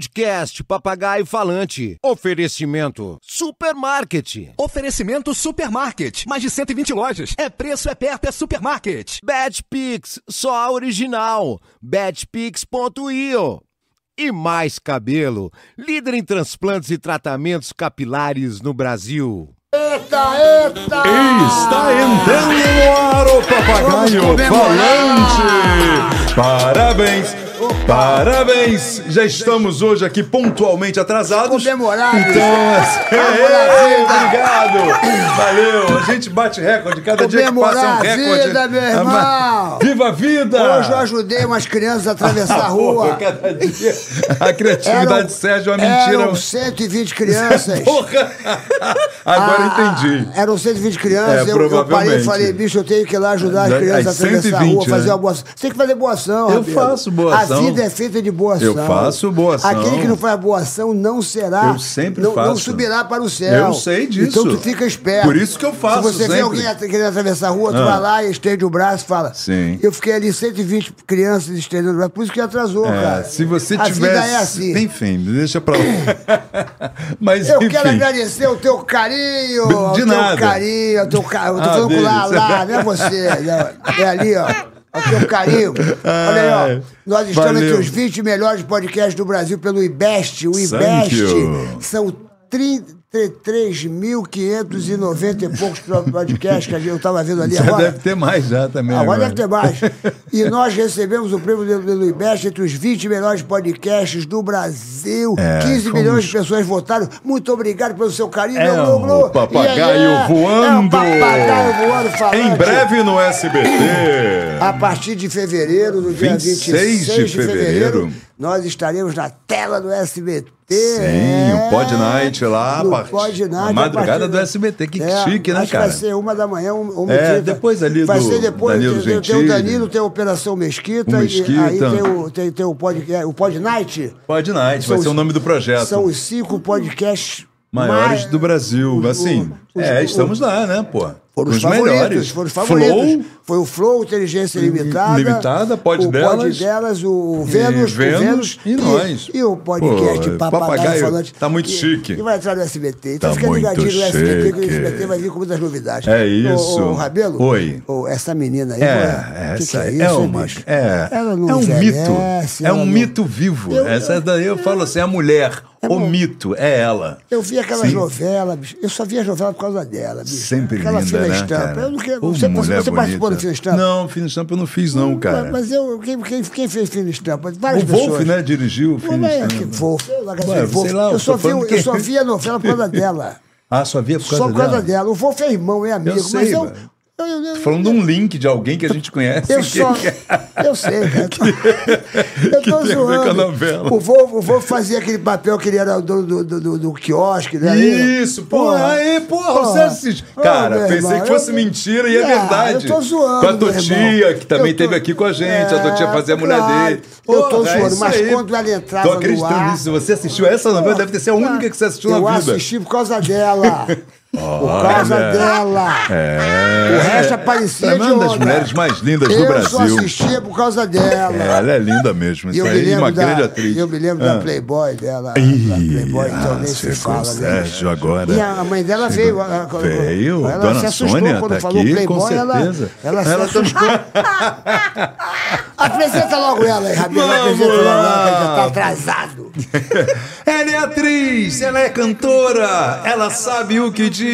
Podcast Papagaio Falante. Oferecimento Supermarket. Oferecimento Supermarket. Mais de 120 lojas. É preço, é perto, é supermarket. Betpix, só a original. Betpix.io. E mais cabelo, líder em transplantes e tratamentos capilares no Brasil. Está entrando no ar o papagaio falante. Parabéns, parabéns. Já estamos hoje aqui pontualmente atrasados. Comemorados. Então, é, é, obrigado. Valeu. A gente bate recorde cada dia que passa é um Comemorar a recorde. vida, meu Ah, mas- irmão. Viva a vida. Hoje eu ajudei umas crianças a atravessar a então, Porra, rua. um- cada dia a criatividade Eram- do Sérgio é uma mentira. Eram 120 crianças. Porra. Agora entendi. Ah, eram 120 crianças. É, eu, eu parei provavelmente. É, e falei, bicho, eu tenho que ir lá ajudar as As crianças a atravessar a rua, 120, fazer né? uma boa ação. Você tem que fazer boa ação, Eu Rabelo. faço boa A ação. vida é feita de boa ação. Eu faço boa ação. Aquele que não faz boa ação não será. Eu sempre não, Não faço. subirá para o céu. Eu sei disso. Então tu fica esperto. Por isso que eu faço Se você vê sempre. alguém at- querendo atravessar a rua, tu Ah. vai lá e estende o braço e fala. Sim. Eu fiquei ali 120 crianças estendendo o braço, por isso que atrasou, É, cara. se você ah, a tivesse. Vida é assim. Enfim, deixa pra lá. Mas Eu enfim. quero agradecer o teu carinho, De o teu nada. carinho, o teu carinho. Eu tô Ah, falando com lá, deles. lá, não é você. não. É ali, ó. O teu carinho. Olha aí, ó. Ai, Nós estamos Ah, é. valeu. entre os 20 melhores podcasts do Brasil pelo IBEST. O Thank IBEST you. são 33.590 e poucos podcasts que eu estava vendo ali Já agora. é deve ter mais já também. Agora deve ter mais. E nós recebemos o prêmio do Luiz Best entre os 20 melhores podcasts do Brasil. É, 15 fomos- milhões de pessoas votaram. Muito obrigado pelo seu carinho, É meu Glu, o Glu. papagaio E aí, é, É o voando. papagaio voando falante. Em breve no SBT. A partir de fevereiro, do dia 26 de 26 de fevereiro, fevereiro, nós estaremos na tela do SBT. Sim, o Pod Night lá, a No part- Pod Night. a madrugada partir É, do SBT, que chique, né, acho cara? Vai ser uma da manhã, um, um É, depois ali vai do ser depois, Danilo tem- tem, tem o Gentili. Danilo, tem a Operação Mesquita, O e Mesquita. aí tem o, tem, tem o, pod, é, o Pod Night. Pod Night, São vai ser os- o nome do projeto. São os cinco podcasts Maiores mai- do Brasil, os- assim. os- é, os- estamos lá, né, pô? foram os, os favoritos, melhores. Foram os favoritos. Flow, Foi o Flow, Inteligência Limitada. Limitada, Pod o Delas. Pod Delas, o Vênus, E o Vênus Vênus e nós. E o podcast Pô, Papagaio, Papagaio Falante. tá muito que- chique. Que vai entrar no SBT. Então Tá fica muito ligadinho no SBT, que o chique. SBT vai vir com muitas novidades. É isso. Ô, ô, Rabelo? Oi. ô, essa menina aí. É, ué, Tipo, que essa que é, isso, hein, uma. bicho? É, Ela não é um mito. envelhece, É ela um não- mito vivo. Eu- Essa daí eu falo assim: a mulher, o mito, é ela. Eu vi aquelas Sim. novelas, bicho. Eu só vi as novelas por causa dela, bicho. Sempre Aquela linda, fila né, estampa. cara? Eu não quero. Ô, Você, mulher você participou bonita. do fila estampa? Não, Fina Estampa eu não fiz, não, cara. Mas eu, quem, quem, quem fez Fina Estampa? Várias o pessoas. Wolf, né, dirigiu o Fina Mas, é que Estampa. Wolf, eu, não acredito, Ué, Wolf. sei lá, eu, eu só tô vi, falando eu que- só vi a novela por causa dela. Ah, só via por causa só por causa dela. dela. O Wolf é irmão, é amigo. mas sei, eu, velho. eu, eu, eu, Falando de um link de alguém que a gente conhece. eu que- é? só. Eu sei, cara. eu que tem a tô ver zoando. com a novela. O Wolf, o Wolf fazia aquele papel que ele era o dono do, do, do, do quiosque, né? Isso, porra, aí, porra, o Sérgio Cis- Ô, Cara, Ah, meu pensei irmão, que fosse eu- mentira e é Ah, verdade. Eu tô zoando. Com a meu tua irmão. tia, que também Eu tô- esteve aqui com a gente, a tua tia É, fazia a mulher claro. dele. Eu tô Porra, é zoando, isso mas aí. quando ela entrava Tô no acreditando ar- Ah, nisso, você assistiu essa novela, deve ter sido a única que você assistiu eu na vida. assisti por causa dela. por causa Olha. dela. É. O resto aparecia Ela de é uma das onda. mulheres mais lindas do Eu só Brasil. assistia por causa dela. É, ela é linda mesmo, E isso eu me aí, lembro, uma da, grande atriz. Ah. eu me lembro da Playboy dela. Ih, a Playboy, então ah, nem se chegou fala. o né? Sérgio agora. E a mãe dela veio. a- a- Veio, ela Dona se assustou Sônia quando tá falou aqui, Playboy. com ela- certeza. Ela, Ela se assustou. Apresenta logo ela aí, Rabino. Vamos Apresenta logo ela, que lá. já tá atrasado. Ela é atriz, ela é cantora, ela sabe o que diz.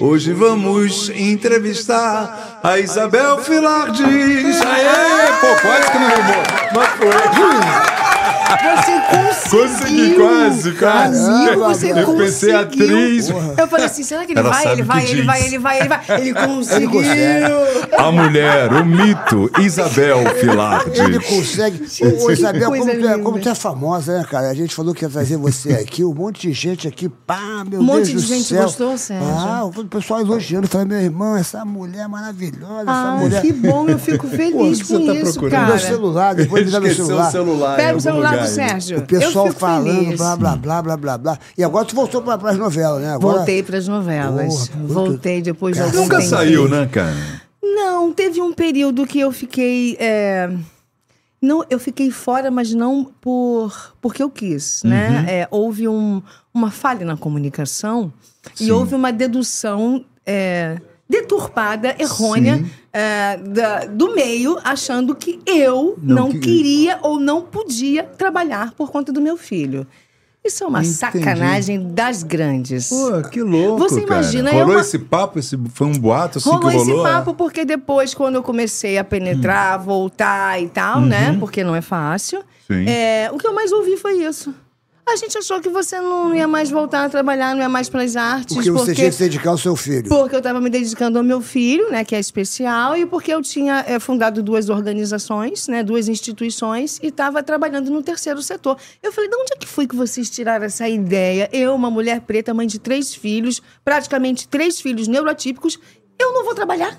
Hoje vamos entrevistar a Isabel Filardes. Aê, pô, quase que não rimou. Mas foi. Você conseguiu! Consegui, quase, quase. Amigo, você Caramba, Eu pensei conseguiu. atriz. Eu falei assim, será que ele Ela vai? sabe Ele o que vai, ele diz. vai, ele vai, ele vai. Ele Ele conseguiu! consegue. A mulher, o mito, Isabel Ele Filardes. consegue. Ô, ô, Isabel, como coisa tu, é, linda. como tu é famosa, né, cara? A gente falou que ia trazer você aqui, um monte de gente aqui, pá, meu Um monte Deus de do gente céu. gostou, Sérgio? Ah, o pessoal elogiando. Falei, meu irmão, essa mulher é maravilhosa, essa Ah, mulher. que bom, eu fico feliz o que com você tá isso, procurando? cara. Meu celular, depois me dá meu Esqueceu celular. o celular. em Pega algum o celular lugar, do né? Sérgio. O pessoal eu fico falando, feliz. blá, blá, blá, blá, blá, blá. E agora tu voltou para as novelas, né? Agora, Voltei para as novelas. Porra, muito- Voltei depois de algum Nunca tempo. saiu, né, cara? Não, teve um período que eu fiquei. é, Não, eu fiquei fora, mas não por porque eu quis, né? Uhum. É, houve um- uma falha na comunicação Sim. e houve uma dedução é, deturpada, errônea é, da- do meio, achando que eu Não não, que- queria ou não podia trabalhar por conta do meu filho. Isso é uma Entendi. sacanagem das grandes. Pô, que louco, Você cara. imagina, é Rolou uma- esse papo? Esse... Foi um boato assim rolou que esse rolou? é. papo porque depois, quando eu comecei a Hum. penetrar, voltar e tal, Uhum. né? Porque não é fácil. Sim. é, o que eu mais ouvi foi isso. A gente achou que você não ia mais voltar a trabalhar, não ia mais para as artes. Porque você tinha que se dedicar ao seu filho. Porque eu estava me dedicando ao meu filho, né, que é especial, e porque eu tinha eh, fundado duas organizações, né, duas instituições, e estava trabalhando no terceiro setor. Eu falei, de onde é que foi que vocês tiraram essa ideia? Eu, uma mulher preta, mãe de três filhos, praticamente três filhos neurotípicos, eu não vou trabalhar?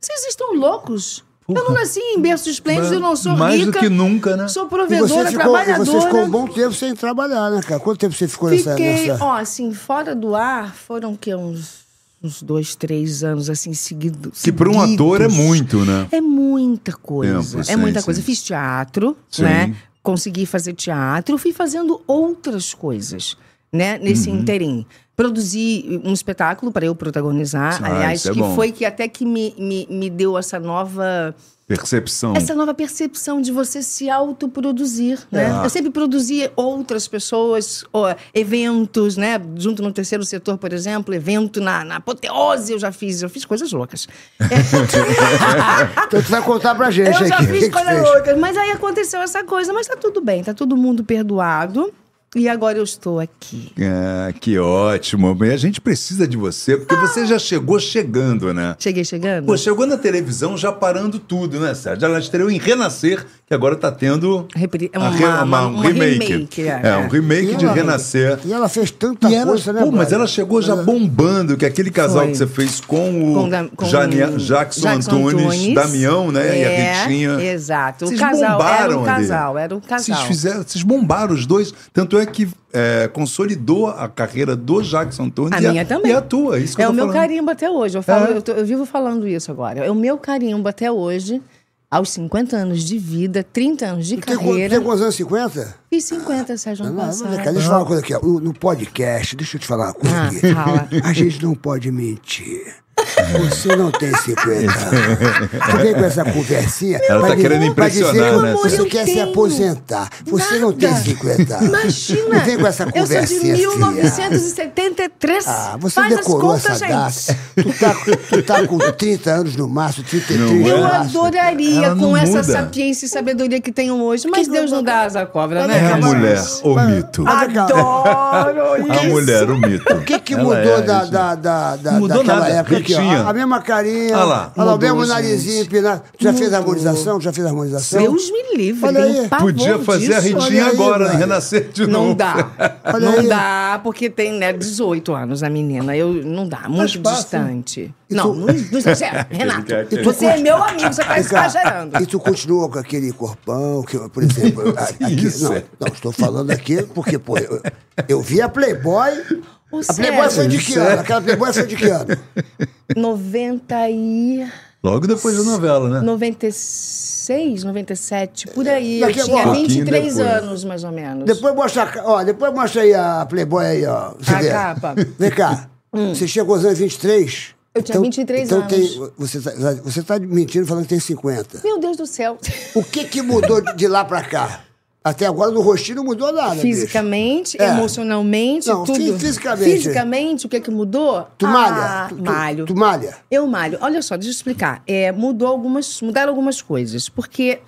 Vocês estão loucos? Eu não nasci em berço esplêndido, eu não sou mais rica. do que nunca, né? Sou E provedora, você, ficou, e trabalhadora. você ficou um bom tempo sem trabalhar, né, cara? Quanto tempo você ficou nessa... Fiquei, nessa... ó, assim, fora do ar, foram que uns, uns dois, três anos, assim, seguidos. Que pra um ator é muito, né? É muita coisa. Tempo, é sim, muita sim. coisa. Eu Fiz teatro, Sim. né? Consegui fazer teatro, fui fazendo outras coisas, né? Nesse Uhum. interim. Produzi um espetáculo para eu protagonizar, Ah, aliás, isso é que bom. foi que até que me, me, me deu essa nova Percepção. essa nova percepção de você se autoproduzir, né? É. Eu sempre produzi outras pessoas, ó, eventos, né? Junto no terceiro setor, por exemplo, evento na, na apoteose eu já fiz, eu fiz coisas loucas. É, Então tu vai contar pra gente eu aqui. já o que fiz que tu coisas fez. loucas, mas aí aconteceu essa coisa, mas tá tudo bem, tá todo mundo perdoado e agora eu estou aqui. Ah, que ótimo. E a gente precisa de você, porque você já chegou chegando, né? Cheguei chegando? Pô, chegou na televisão já parando tudo, né, Sérgio? Ela estreou em Renascer, que agora tá tendo Repri- a uma- re- uma- um uma remake. remake, é. é. um remake E de ela- Renascer. E ela fez tanta E ela- coisa, né, pô, mas brother? ela chegou já bombando, que aquele casal Foi. que você fez com o Com da- com Jane- Jackson, Antunes, Damião, né? e a Ritinha. É, Exato. O Vocês casal era bombaram ali. um casal, era um casal. Vocês, fizeram, vocês bombaram os dois. Tanto é que é, consolidou a carreira do Jackson Antunes A e, minha também. e a tua. Isso que é eu o tô meu falando. carimbo até hoje. Eu, falo- É. eu tô- eu vivo falando isso agora. É o meu carimbo até hoje, aos 50 anos de vida, 30 anos de Tem, qu- carreira. tem quantos anos? 50? E 50, Sérgio, ano Não, mas, passado. cara, deixa eu falar uma coisa aqui. ó. O- No podcast, deixa eu te falar uma coisa Ah, aqui. fala. A gente não pode mentir. Você não tem 50 anos. Tu vem com essa conversinha. Ela pra tá dizer- querendo pra impressionar, dizer que né, Você Sérgio? quer Eu se tenho aposentar. Você não tem nada. 50 anos. Imagina! Não vem com essa eu sou conversinha. de filha. 1973. Ah, você Faz decorou as essa contas, data. gente. Tu tá, tu tá com 30 anos no máximo, 33 Não no é? Eu Nossa, máximo. adoraria, ela não com essa muda. sapiência e sabedoria que tenho hoje, mas Deus não dá asa à cobra, né? É a Carlos? mulher, o mito. Mas, cara, Adoro A isso. mulher, o mito. O que, que Ela mudou é, da, isso. da, da, da, Não mudou daquela nada, época aqui? Ritinha. Ó, a mesma carinha, Ah lá. olha lá, o Mudou, mesmo gente. narizinho empinado. Tu né? já fez Mudou. harmonização? Já fez harmonização? Deus me livre, Olha aí. tenho pavor Podia fazer a disso. Ritinha Olha aí, agora, né? velho. renascer de novo. Não dá. Olha não aí. dá, porque tem né, 18 anos a menina. Eu, não dá, muito distante. E Não, tu- não, não exagera. Renato, E tu você é meu amigo, você tá Vem cá, exagerando. E tu continua com aquele corpão, que, por exemplo, a- aqui, Isso. é. não, não, estou falando aqui porque, pô, eu, eu vi a Playboy. O A Playboy foi de que ano? Aquela Playboy foi de que ano? 90 e... Logo depois da novela, né? 96, 97, por aí. É. Daqui a eu tinha pouco. 23 Pouquinho depois. anos, mais ou menos. Depois mostra, a ca- ó, depois mostra aí a Playboy aí, ó. Você A vê. capa. Hum. Vem cá. Você chegou aos anos 23? Eu tinha 23 então anos. Tem, você, tá, você tá mentindo falando que tem 50. Meu Deus do céu. O que que mudou de de lá pra cá? Até agora no rostinho não mudou nada. bicho. Fisicamente, É. emocionalmente, Não, tudo. fi- fisicamente. Fisicamente, o que é que mudou? Tu Ah, malha? Tu, tu- malho. Tu malha? Eu malho. Olha só, deixa eu explicar. É, mudou algumas, mudaram algumas coisas, porque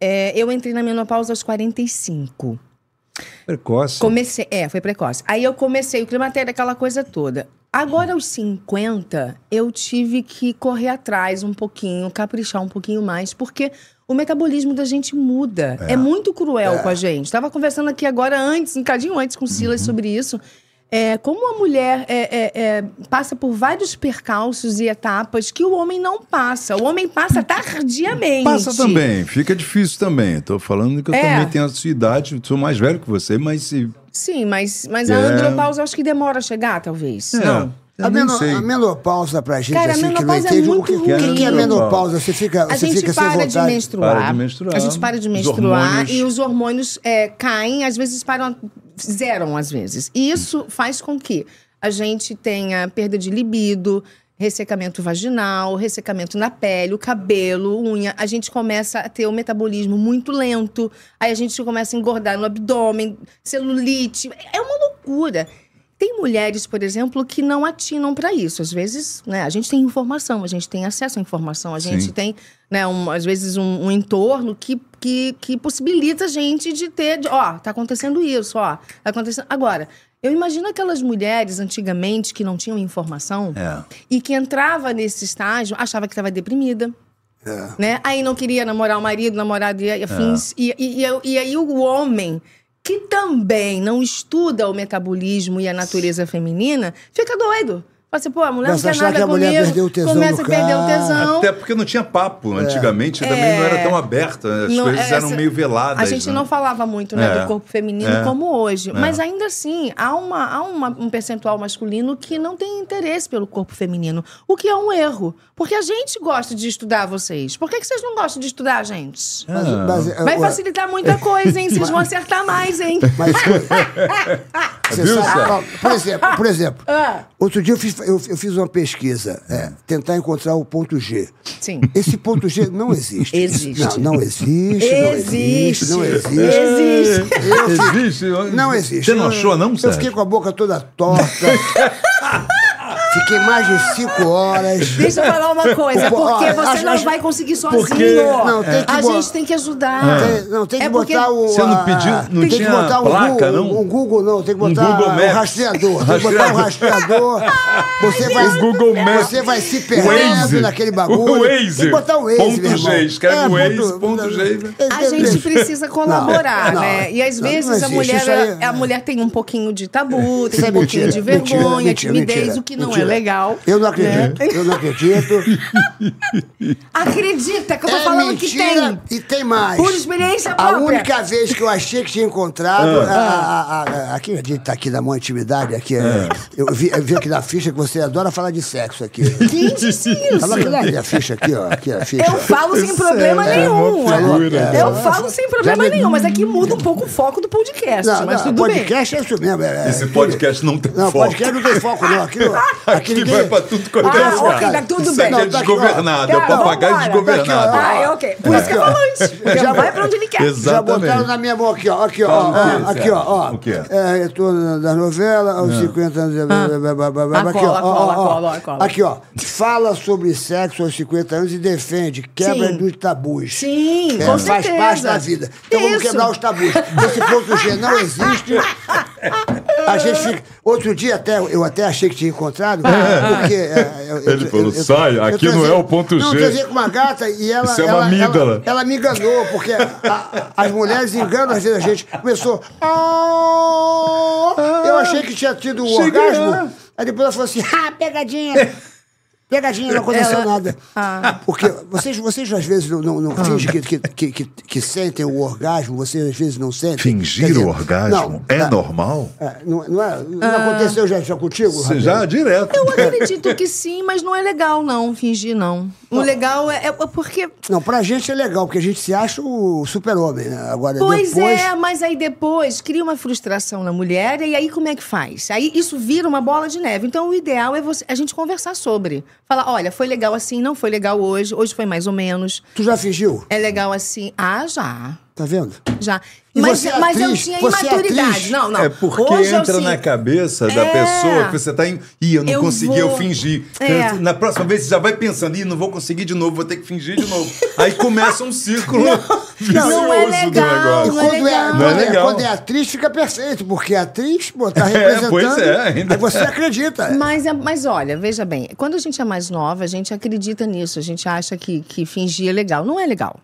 é, eu entrei na menopausa aos 45. Precoce. Comecei, é, foi precoce. Aí eu comecei o climatério, aquela coisa toda. Agora, aos 50, eu tive que correr atrás um pouquinho, caprichar um pouquinho mais, porque o metabolismo da gente muda. É, muito cruel com a gente. Tava conversando aqui agora antes, um cadinho antes com o Silas Uhum. sobre isso. É, como a mulher é, é, é, passa por vários percalços e etapas que o homem não passa. O homem passa tardiamente. Passa também, fica difícil também. Tô falando que eu É. também tenho a sua idade, sou mais velho que você, mas se. Sim, mas, mas a É. andropausa eu acho que demora a chegar, talvez. É, Não. Eu a, nem meno- sei. Tá a menopausa pra gente, Cara, a assim, que não menopausa é entende o muito que, o ruim. que que é Menopausa. menopausa. Você fica, A você gente fica sem para de, vontade. menstruar, Para de menstruar. A gente para de Os menstruar hormônios- e os hormônios é, caem, às vezes param, zeram às vezes. E isso faz com que a gente tenha perda de libido, ressecamento vaginal, ressecamento na pele, o cabelo, unha. A gente começa a ter o metabolismo muito lento, aí a gente começa a engordar no abdômen, celulite. É uma loucura. Tem mulheres, por exemplo, que não atinam para isso. Às vezes, né, a gente tem informação, a gente tem acesso à informação, a gente Sim. tem, né, um- às vezes, um, um entorno que, que, que possibilita a gente de ter, de, ó, tá acontecendo isso, ó, tá acontecendo. Agora, eu imagino aquelas mulheres antigamente que não tinham informação É. e que entrava nesse estágio, achava que estava deprimida, É. né? Aí não queria namorar o marido, namorado e afins. E, e, e, eu- e aí o homem, que também não estuda o metabolismo e a natureza feminina, fica doido. Fala assim, pô, a mulher Começa a não quer achar nada que a mulher comigo. perdeu o tesão começa no a perder o cara. tesão. Até porque não tinha papo. É. Antigamente também não era tão aberta. né? As Não, coisas essa- eram meio veladas. A gente né? não falava muito né, É. do corpo feminino É. como hoje. É. Mas ainda assim, há, uma, há uma- um percentual masculino que não tem interesse pelo corpo feminino. O que é um erro. Porque a gente gosta de estudar vocês. Por que, que vocês não gostam de estudar a gente? Mas- Ah. mas- é, Vai o- facilitar muita coisa, hein? Vocês vão acertar mais, hein? Mas você Ah, Viu, sabe, Sérgio? qual- por exemplo, por exemplo Ah. outro dia eu fiz, eu- eu fiz uma pesquisa, é, tentar encontrar o ponto G. Sim. Esse ponto G não existe. Existe. Não, não existe, não existe, não existe. Existe. É, Existe? Não existe. Você não achou, não, Eu Sérgio? fiquei com a boca toda torta. fiquei mais de cinco horas. Deixa eu falar uma coisa, Pô, porque ó, você acho- não acho- vai conseguir sozinho. porque- não, tem que a bo- gente tem que ajudar. Tem- não, tem que É porque- botar o. Ah. Você não a- pediu- não tem tinha que botar um placa, Google, não? Um Google, não. Tem que Um botar Google um Maps. rastreador. Tem que botar um rastreador. Você vai, O Um Google Maps. Você vai se Waze. perdendo naquele bagulho. O Waze. Tem que botar o Waze, Ponto meu irmão. É, G, escreve Waze, ponto- ponto G. né? A gente precisa colaborar, Não, né? E às não, não vezes a, existe, mulher, isso aí- a mulher tem um pouquinho de tabu, tem Isso é um pouquinho mentira, de mentira, vergonha, mentira, timidez, mentira, o que não mentira. é legal. Eu não né? acredito. Eu não acredito. Acredita que eu tô É falando que mentira tem. E tem mais. Por experiência A própria. única vez que eu achei que tinha encontrado. Ah. a- a- a- a- aqui a gente tá aqui na maior intimidade. Aqui, é, eu, vi, eu vi aqui na ficha que você adora falar de sexo aqui. Quem disse Tava aqui isso? na minha ficha aqui, ó. Aqui a ficha. Eu falo sem problema é nenhum. uma figura. né? Eu falo sem problema Já me- nenhum, mas aqui muda um pouco o foco do podcast. Não, mas não, tudo bem. podcast é isso mesmo. é- é- Esse podcast não tem Não, foco. podcast não tem foco, não. Aqui, ó, Aqui aqui vai ninguém- pra tudo quanto é Ah, lugar. ok, tá tudo Isso bem. aqui é Não, tá aqui, ó. desgovernado, é Cara, papagaio vambora. desgovernado. Tá Ah, é ok. Por isso que eu falo antes. Porque Já- vai pra onde ele quer. Exato. Já botaram Exatamente. na minha mão aqui, ó. Aqui, ó. Fala o ó, quê, aqui, ó. ó. Sérgio? O Ah. quê? É, eu tô na- da novela, aos 50 anos. blá, blá, blá, blá, Ah, blá, aqui, ó, cola, ó, cola, ó, ó. cola, cola. Aqui, ó. Fala sobre sexo aos 50 anos e defende. Quebra Sim. dos tabus. Sim, É, com faz certeza. parte da vida. Então vamos Isso. quebrar os tabus. Esse ponto G não existe. A gente fica. Outro dia até, eu até achei que tinha encontrado, Ah. porque. é, eu- eu- Ele falou, eu- eu- "Sai, eu aqui não transei- é o ponto Não, G." eu transei com uma gata e ela. Isso é uma ela- ela- amígdala. ela me enganou, porque a- as mulheres enganam, às vezes a gente começou. "Ah", eu achei que tinha tido um Cheguei é. lá. orgasmo. Aí depois ela falou assim: ah, pegadinha! Pegadinha, não aconteceu Ela- Ah. nada. Ah, Porque vocês, vocês às vezes não, não, não fingem que, que, que, que, que sentem o orgasmo, vocês às vezes não sentem. Quer Fingir dizer, o orgasmo não, é tá- normal? é, Não, não, é- não Ah. aconteceu já, já contigo? Você Rabelo? já direto. Eu acredito que sim, mas não é legal, não, fingir, não. O legal é, é porque. Não, pra gente é legal, porque a gente se acha o super-homem, né? Agora, Pois depois... é, mas aí depois cria uma frustração na mulher, e aí como é que faz? Aí isso vira uma bola de neve. Então o ideal é você- a gente conversar sobre. Falar: olha, foi legal assim, não foi legal hoje, hoje foi mais ou menos. Tu já fingiu? É legal assim. Ah, já. Tá vendo? Já. E Mas, você é mas eu atriz? tinha Você é imaturidade. atriz? Ah, não, não. É porque Hoje eu entra na sinto- cabeça da É. pessoa que você tá em. Ih, eu não Eu consegui, eu vou- fingi. É. Na próxima vez você já vai pensando, ih, não vou conseguir de novo, vou ter que fingir de novo. Aí começa um círculo vicioso não é do legal, negócio. Não é Quando é, legal. quando, Não é é, legal. quando é atriz, fica perfeito, porque a atriz, pô, tá É, representando. pois é, ainda- Aí você acredita. Mas, é- mas olha, veja bem, quando a gente é mais nova, a gente acredita nisso, a gente acha que, que fingir é legal. Não é legal.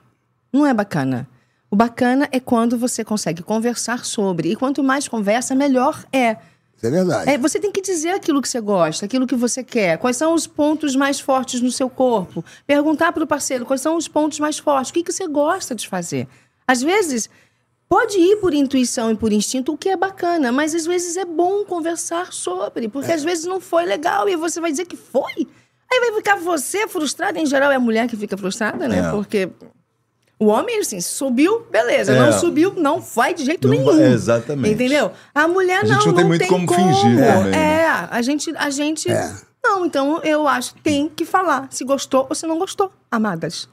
Não é bacana. O bacana é quando você consegue conversar sobre. E quanto mais conversa, melhor é. Isso é verdade. É, você tem que dizer aquilo que você gosta, aquilo que você quer. Quais são os pontos mais fortes no seu corpo? Perguntar para o parceiro quais são os pontos mais fortes. O que, que você gosta de fazer? Às vezes, Pode ir por intuição e por instinto, o que é bacana, mas às vezes é bom conversar sobre, É. porque às vezes não foi legal e você vai dizer que foi. Aí vai ficar você frustrada, em geral é a mulher que fica frustrada, né? É. Porque o homem, assim, subiu, beleza, É. não subiu, não vai de jeito Não nenhum. vai- exatamente. Entendeu? A mulher A gente não, não tem muito como fingir também, né? É, a gente. A gente É. Não, então eu acho que tem que falar se gostou ou se não gostou, amadas.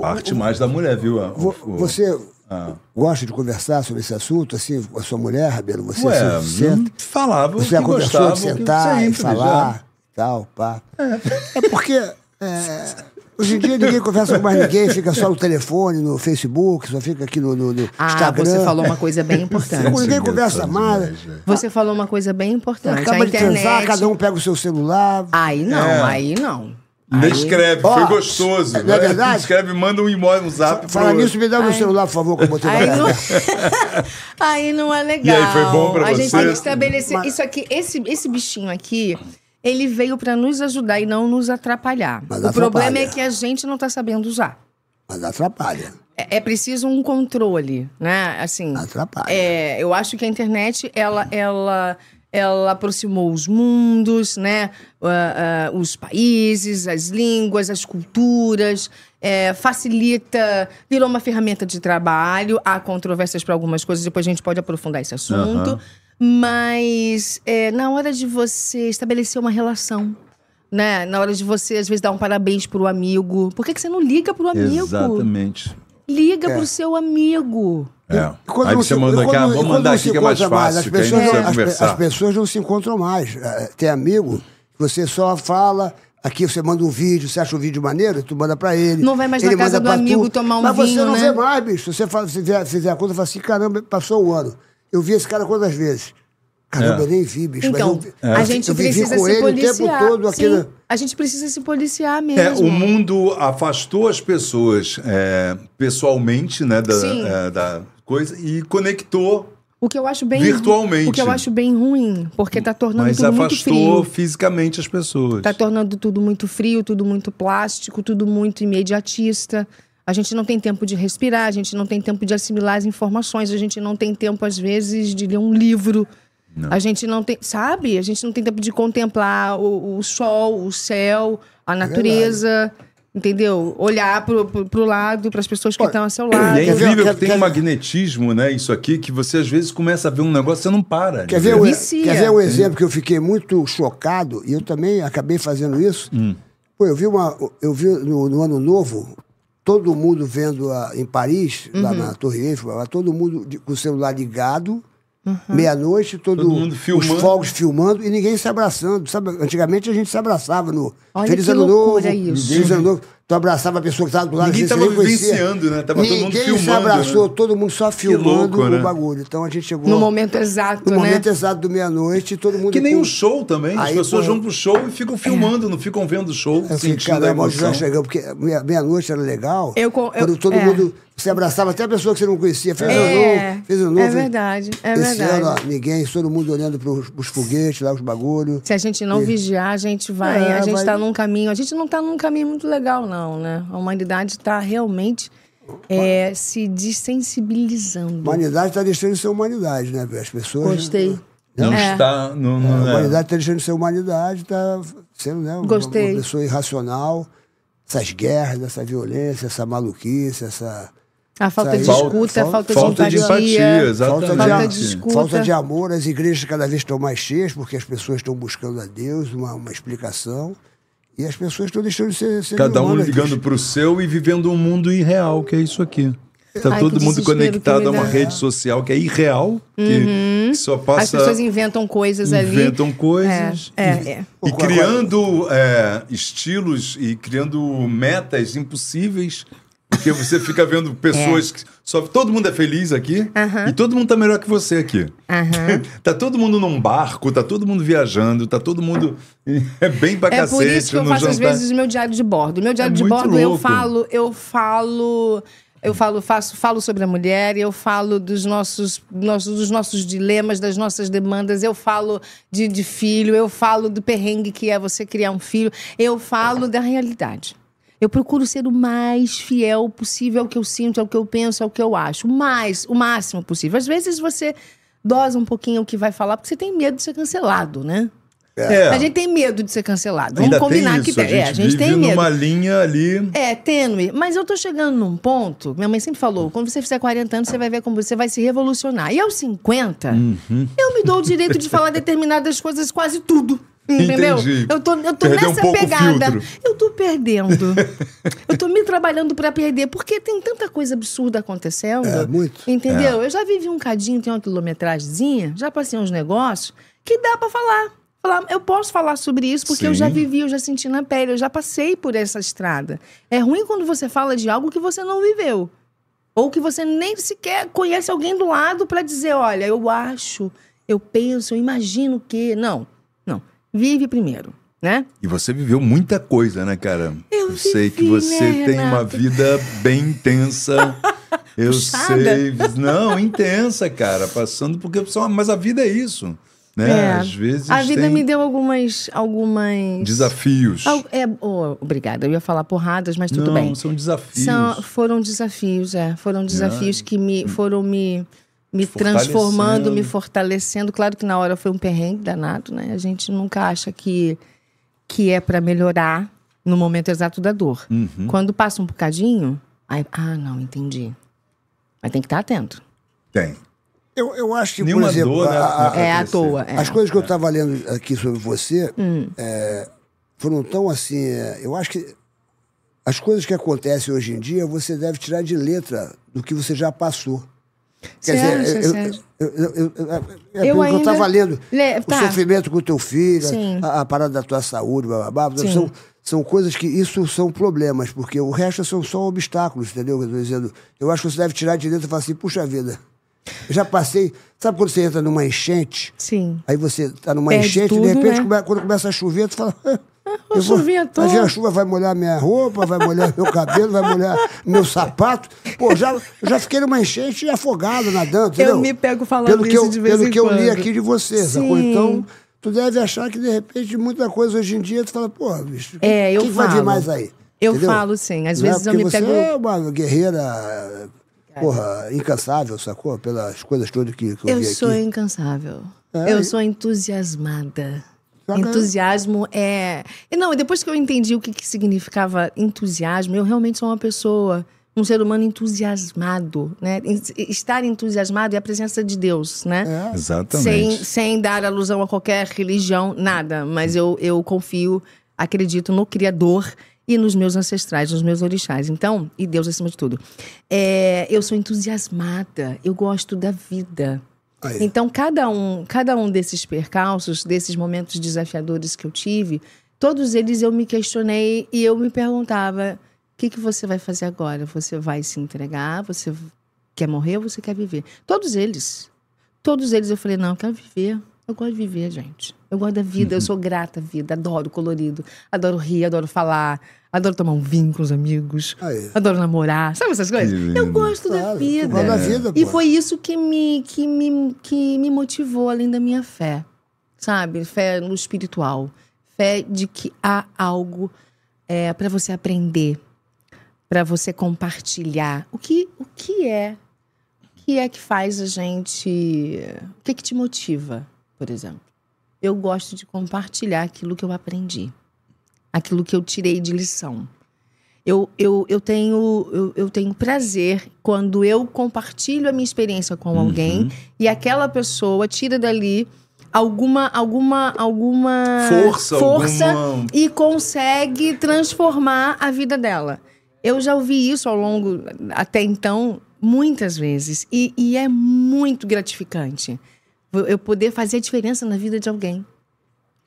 Parte mais da mulher, viu? a- Vo- o- Você Ah. gosta de conversar sobre esse assunto, assim, com a sua mulher, Rabelo? Você Ué, assim, senta. não falava o Você já que conversou gostava. de o que- sentar e sempre, falar, tal, pá. É, porque é, hoje em dia ninguém conversa com mais ninguém, fica só no telefone, no Facebook, só fica aqui no, no- no Ah, Instagram. você falou uma coisa bem já. importante. Ninguém Engraçado conversa mais. demais, né? Você falou uma coisa bem importante. Acaba a de é internet. Ah, transar, cada um pega o seu celular. Aí não, É. aí não. Aí- Descreve, Ó, foi gostoso. né? não é verdade? Descreve, manda um emoji, um zap pro Fala outro. nisso, me dá meu celular, por favor, que eu botei na Aí cara. não, aí não é legal. E aí, foi bom pra A gente tem você? que estabelecer. Mas- Isso aqui, esse, esse bichinho aqui, ele veio pra nos ajudar e não nos atrapalhar. Mas o problema atrapalha. é que a gente não tá sabendo usar. Mas atrapalha. É, é preciso um controle, né? Assim. Ah, tá. Atrapalha. É, eu acho que a internet, ela, ela, ela aproximou os mundos, né? Ah, ah, os países, as línguas, as culturas, é, facilita, virou uma ferramenta de trabalho. Há controvérsias para algumas coisas, depois a gente pode aprofundar esse assunto. Aham. Mas é, na hora de você estabelecer uma relação, né? Na hora de você, às vezes, dar um parabéns pro amigo. Por que, que você não liga pro amigo? Exatamente. É. Liga pro seu amigo. É. E quando Aí não você se- manda e aqui, ah, quando- e vamos quando mandar não se aqui que é mais encontra fácil, As que a gente pessoas, precisa as, pe- as conversar. pessoas não se encontram mais. Eh, Tem amigo, você só fala. Aqui você manda um vídeo, você acha um vídeo maneiro, tu manda pra ele. Não vai mais na ele casa manda do pra amigo tu. tomar um Mas você vinho, não né? vê mais, bicho. Você fala, se fizer, fizer a conta, fala assim, caramba, passou um ano. Eu vi esse cara quantas vezes? Caramba, É. eu nem vi, bicho. Então, mas eu, a eu- gente eu vivi precisa com se ele policiar. o tempo todo. Sim, Aqui na- A gente precisa se policiar mesmo. É, o mundo afastou as pessoas é, pessoalmente, né, da, Sim. é, da coisa, e conectou, O que eu acho bem Virtualmente. O que eu acho bem ruim, porque tá tornando mas tudo muito afastou frio. fisicamente as pessoas. Tá tornando tudo muito frio, tudo muito plástico, tudo muito imediatista. A gente não tem tempo de respirar, a gente não tem tempo de assimilar as informações, a gente não tem tempo, às vezes, de ler um livro. A gente não tem, sabe? A gente não tem tempo de contemplar o, o sol, o céu, a É natureza, entendeu? Olhar pro, pro, pro lado, pras pessoas que Olha, estão ao seu E lado. é Quer ver- incrível quer- que tem quer- um magnetismo, né, isso aqui, que você às vezes começa a ver um negócio e você não para. Quer de ver, o, Vicia. quer ver um exemplo que eu fiquei muito chocado e eu também acabei fazendo isso? Hum. Pô, eu vi, uma, eu vi no, no Ano Novo todo mundo vendo a- em Paris, lá Uhum. na Torre Eiffel, lá, todo mundo de- com o celular ligado, meia-noite, todo, Uhum. Todo mundo filmando. os fogos filmando e ninguém se abraçando. Sabe? Antigamente a gente se abraçava no Olha Feliz que Ano Novo. loucura isso. Feliz Ano Novo. Tu abraçava a pessoa que estava do lado Ninguém às vezes, tava você nem conhecia. vivenciando, né? Tava todo mundo Ninguém se filmando, abraçou, né? todo mundo só filmando louco, o né? bagulho. Então a gente chegou No momento exato, no né? momento exato do meia-noite, todo mundo. Que nem com- um show também. As Aí, É assim, pessoas pô, vão pro show e ficam filmando, não ficam vendo o show, Eu assim, fiquei, sentindo a caramba, onde emoção. nós chegamos? Porque meia- meia-noite era legal. Eu co- eu- quando todo é. mundo se abraçava, até a pessoa que você não conhecia. Fez ano É, novo, fez ano novo. é fez- verdade, é Esse verdade. ano, ó, ninguém, todo mundo olhando pros, pros foguetes lá, os bagulhos. Se a gente não vigiar, a gente vai. É, a gente vai- tá num caminho. A gente não tá num caminho muito legal, não, né? A humanidade tá realmente é, se A dessensibilizando. humanidade está deixando de ser humanidade, né? velho? As pessoas. Gostei. Não É. está. Não, não A é. humanidade está deixando de ser humanidade, está sendo né, uma- Gostei. uma pessoa irracional. Essas guerras, essa violência, essa maluquice, essa. A falta de Isso aí. escuta, a Fal- falta, falta de de empatia. empatia, exatamente. Falta de, Falta a- de escuta. falta de amor, as igrejas cada vez estão mais cheias, porque as pessoas estão buscando a Deus uma, uma explicação, e as pessoas estão deixando de ser, ser Cada um humanas. ligando pro seu e vivendo um mundo irreal, que é isso aqui. Tá Ai, todo que mundo desespero que conectado me a uma dá. Uhum. rede social que é irreal, que- que só As passa. pessoas inventam coisas ali. Inventam coisas. É, e, é, é. e criando é, estilos e criando metas impossíveis. Porque você fica vendo pessoas que. Só, todo mundo é feliz aqui e todo mundo tá melhor que você aqui. Aham. tá todo mundo num barco, tá todo mundo viajando, tá todo mundo. É bem pra É cacete. por isso que eu no faço, às jantar. vezes, o meu diário de bordo. O meu diário É de muito bordo, eu louco. falo, eu falo. Eu falo, faço, falo sobre a mulher, eu falo dos nossos, nossos, dos nossos dilemas, das nossas demandas, eu falo de, de filho, eu falo do perrengue que é você criar um filho, eu falo da realidade. Eu procuro ser o mais fiel possível ao que eu sinto, ao que eu penso, ao que eu acho. O mais, o máximo possível. Às vezes você dosa um pouquinho o que vai falar, porque você tem medo de ser cancelado, né? É. A gente tem medo de ser cancelado. Vamos Ainda combinar tem que isso. tem. A gente, é, a gente vive tem medo. numa linha ali. É, tênue. Mas eu tô chegando num ponto, minha mãe sempre falou, quando você fizer 40 anos, você vai ver como você vai se revolucionar. E aos 50, Uhum. eu me dou o direito de falar determinadas coisas, quase tudo. Entendeu? Entendi. Eu tô, eu tô Perdeu um nessa pouco o pegada. filtro. Eu tô perdendo. eu tô me trabalhando pra perder, porque tem tanta coisa absurda acontecendo. É, muito. Entendeu? Eu já vivi um cadinho, tem uma quilometragemzinha, já passei uns negócios que dá pra falar. Falar, eu posso falar sobre isso porque eu Sim. já vivi, eu já senti na pele, eu já passei por essa estrada. É ruim quando você fala de algo que você não viveu. Ou que você nem sequer conhece alguém do lado pra dizer, olha, eu acho, eu penso, eu imagino que. Não, não. Vive primeiro, né? E você viveu muita coisa, né, cara? Eu sei vivi, que você né, tem uma Renato? vida bem intensa. Eu Puxada. sei. Não, intensa, cara. Passando porque. só- Mas a vida é isso. Né? É. Às vezes. A vida tem me deu algumas. algumas... Desafios. Al- É, oh, obrigada, eu ia falar porradas, mas tudo não, bem. são desafios. São- foram desafios, é. Foram desafios que me Hum. foram me, me Fortalecendo. transformando, me fortalecendo. Claro que na hora foi um perrengue danado, né? A gente nunca acha que, que é pra melhorar no momento exato da dor. Uhum. Quando passa um bocadinho, aí, ah, não, entendi. Mas tem que estar atento. Tem. Eu, eu acho que, Nenhuma por exemplo, dor, né? a- a- É à crescer. toa. é. as coisas que eu estava lendo aqui sobre você é, foram tão assim. é, eu acho que as coisas que acontecem hoje em dia você deve tirar de letra do que você já passou. Quer Sério, dizer, seu eu, Sérgio? eu, eu, eu, eu, é Eu pelo que eu ainda- estava lendo. Le- tá. O sofrimento com o teu filho, Sim. a, a parada da tua saúde, blá, blá, blá, Sim. são, são coisas que isso são problemas, porque o resto são só obstáculos, entendeu? Eu, tô dizendo, eu acho que você deve tirar de dentro e falar assim, puxa vida, eu já passei. Sabe quando você entra numa enchente? Sim. Aí você tá numa Perde enchente, tudo, de repente, né? come- quando começa a chover, tu fala. eu chovia vai vir toda. a chuva vai molhar minha roupa, vai molhar meu cabelo, vai molhar meu sapato. Pô, já, já fiquei numa enchente afogada nadando. Entendeu? me pego falando pelo que isso eu, de vez Pelo em que eu li quando. aqui de você, sacou? Sim. Então, tu deve achar que de repente muita coisa hoje em dia tu fala, pô, bicho, É, eu que vai vir falo. mais aí? Eu falo, sim. Às Não é vezes eu porque me você pego- é uma guerreira, porra, incansável, sacou? Pelas coisas todas que, que eu, Eu vi sou aqui. incansável. É, eu e- sou entusiasmada. Bacana. Entusiasmo é. E não, e depois que eu entendi o que, que significava entusiasmo, eu realmente sou uma pessoa, um ser humano entusiasmado, né? En- Estar entusiasmado é a presença de Deus, É, né? Sem, Exatamente. sem dar alusão a qualquer religião, nada. Mas eu, eu confio, acredito no Criador e nos meus ancestrais, nos meus orixás. Então, e Deus acima de tudo. É, eu sou entusiasmada, eu gosto da vida. Aí. Então, cada um, cada um desses percalços, desses momentos desafiadores que eu tive, todos eles eu me questionei e eu me perguntava: o que, que você vai fazer agora? Você vai se entregar? Você quer morrer ou você quer viver? Todos eles. Todos eles eu falei: não, eu quero viver. Eu gosto de viver, gente. Eu gosto da vida, eu sou grata à vida, adoro colorido, adoro rir, adoro falar, adoro tomar um vinho com os amigos, Aí. adoro namorar, sabe essas coisas? lindo. Eu gosto da Claro, tu vida. gosta da vida, E pô. foi isso que me, que, me, que me motivou além da minha fé, sabe? Fé no espiritual. Fé de que há algo é, para você aprender, para você compartilhar. O que, o que é? O que é que faz a gente. O que, que te motiva, por exemplo? Eu gosto de compartilhar aquilo que eu aprendi, aquilo que eu tirei de lição. Eu, eu, eu, tenho, eu, eu tenho prazer quando eu compartilho a minha experiência com Uhum. alguém e aquela pessoa tira dali alguma alguma alguma Força, força alguma- e consegue transformar a vida dela. Eu já ouvi isso ao longo até então muitas vezes e, e é muito gratificante eu eu poder fazer a diferença na vida de alguém,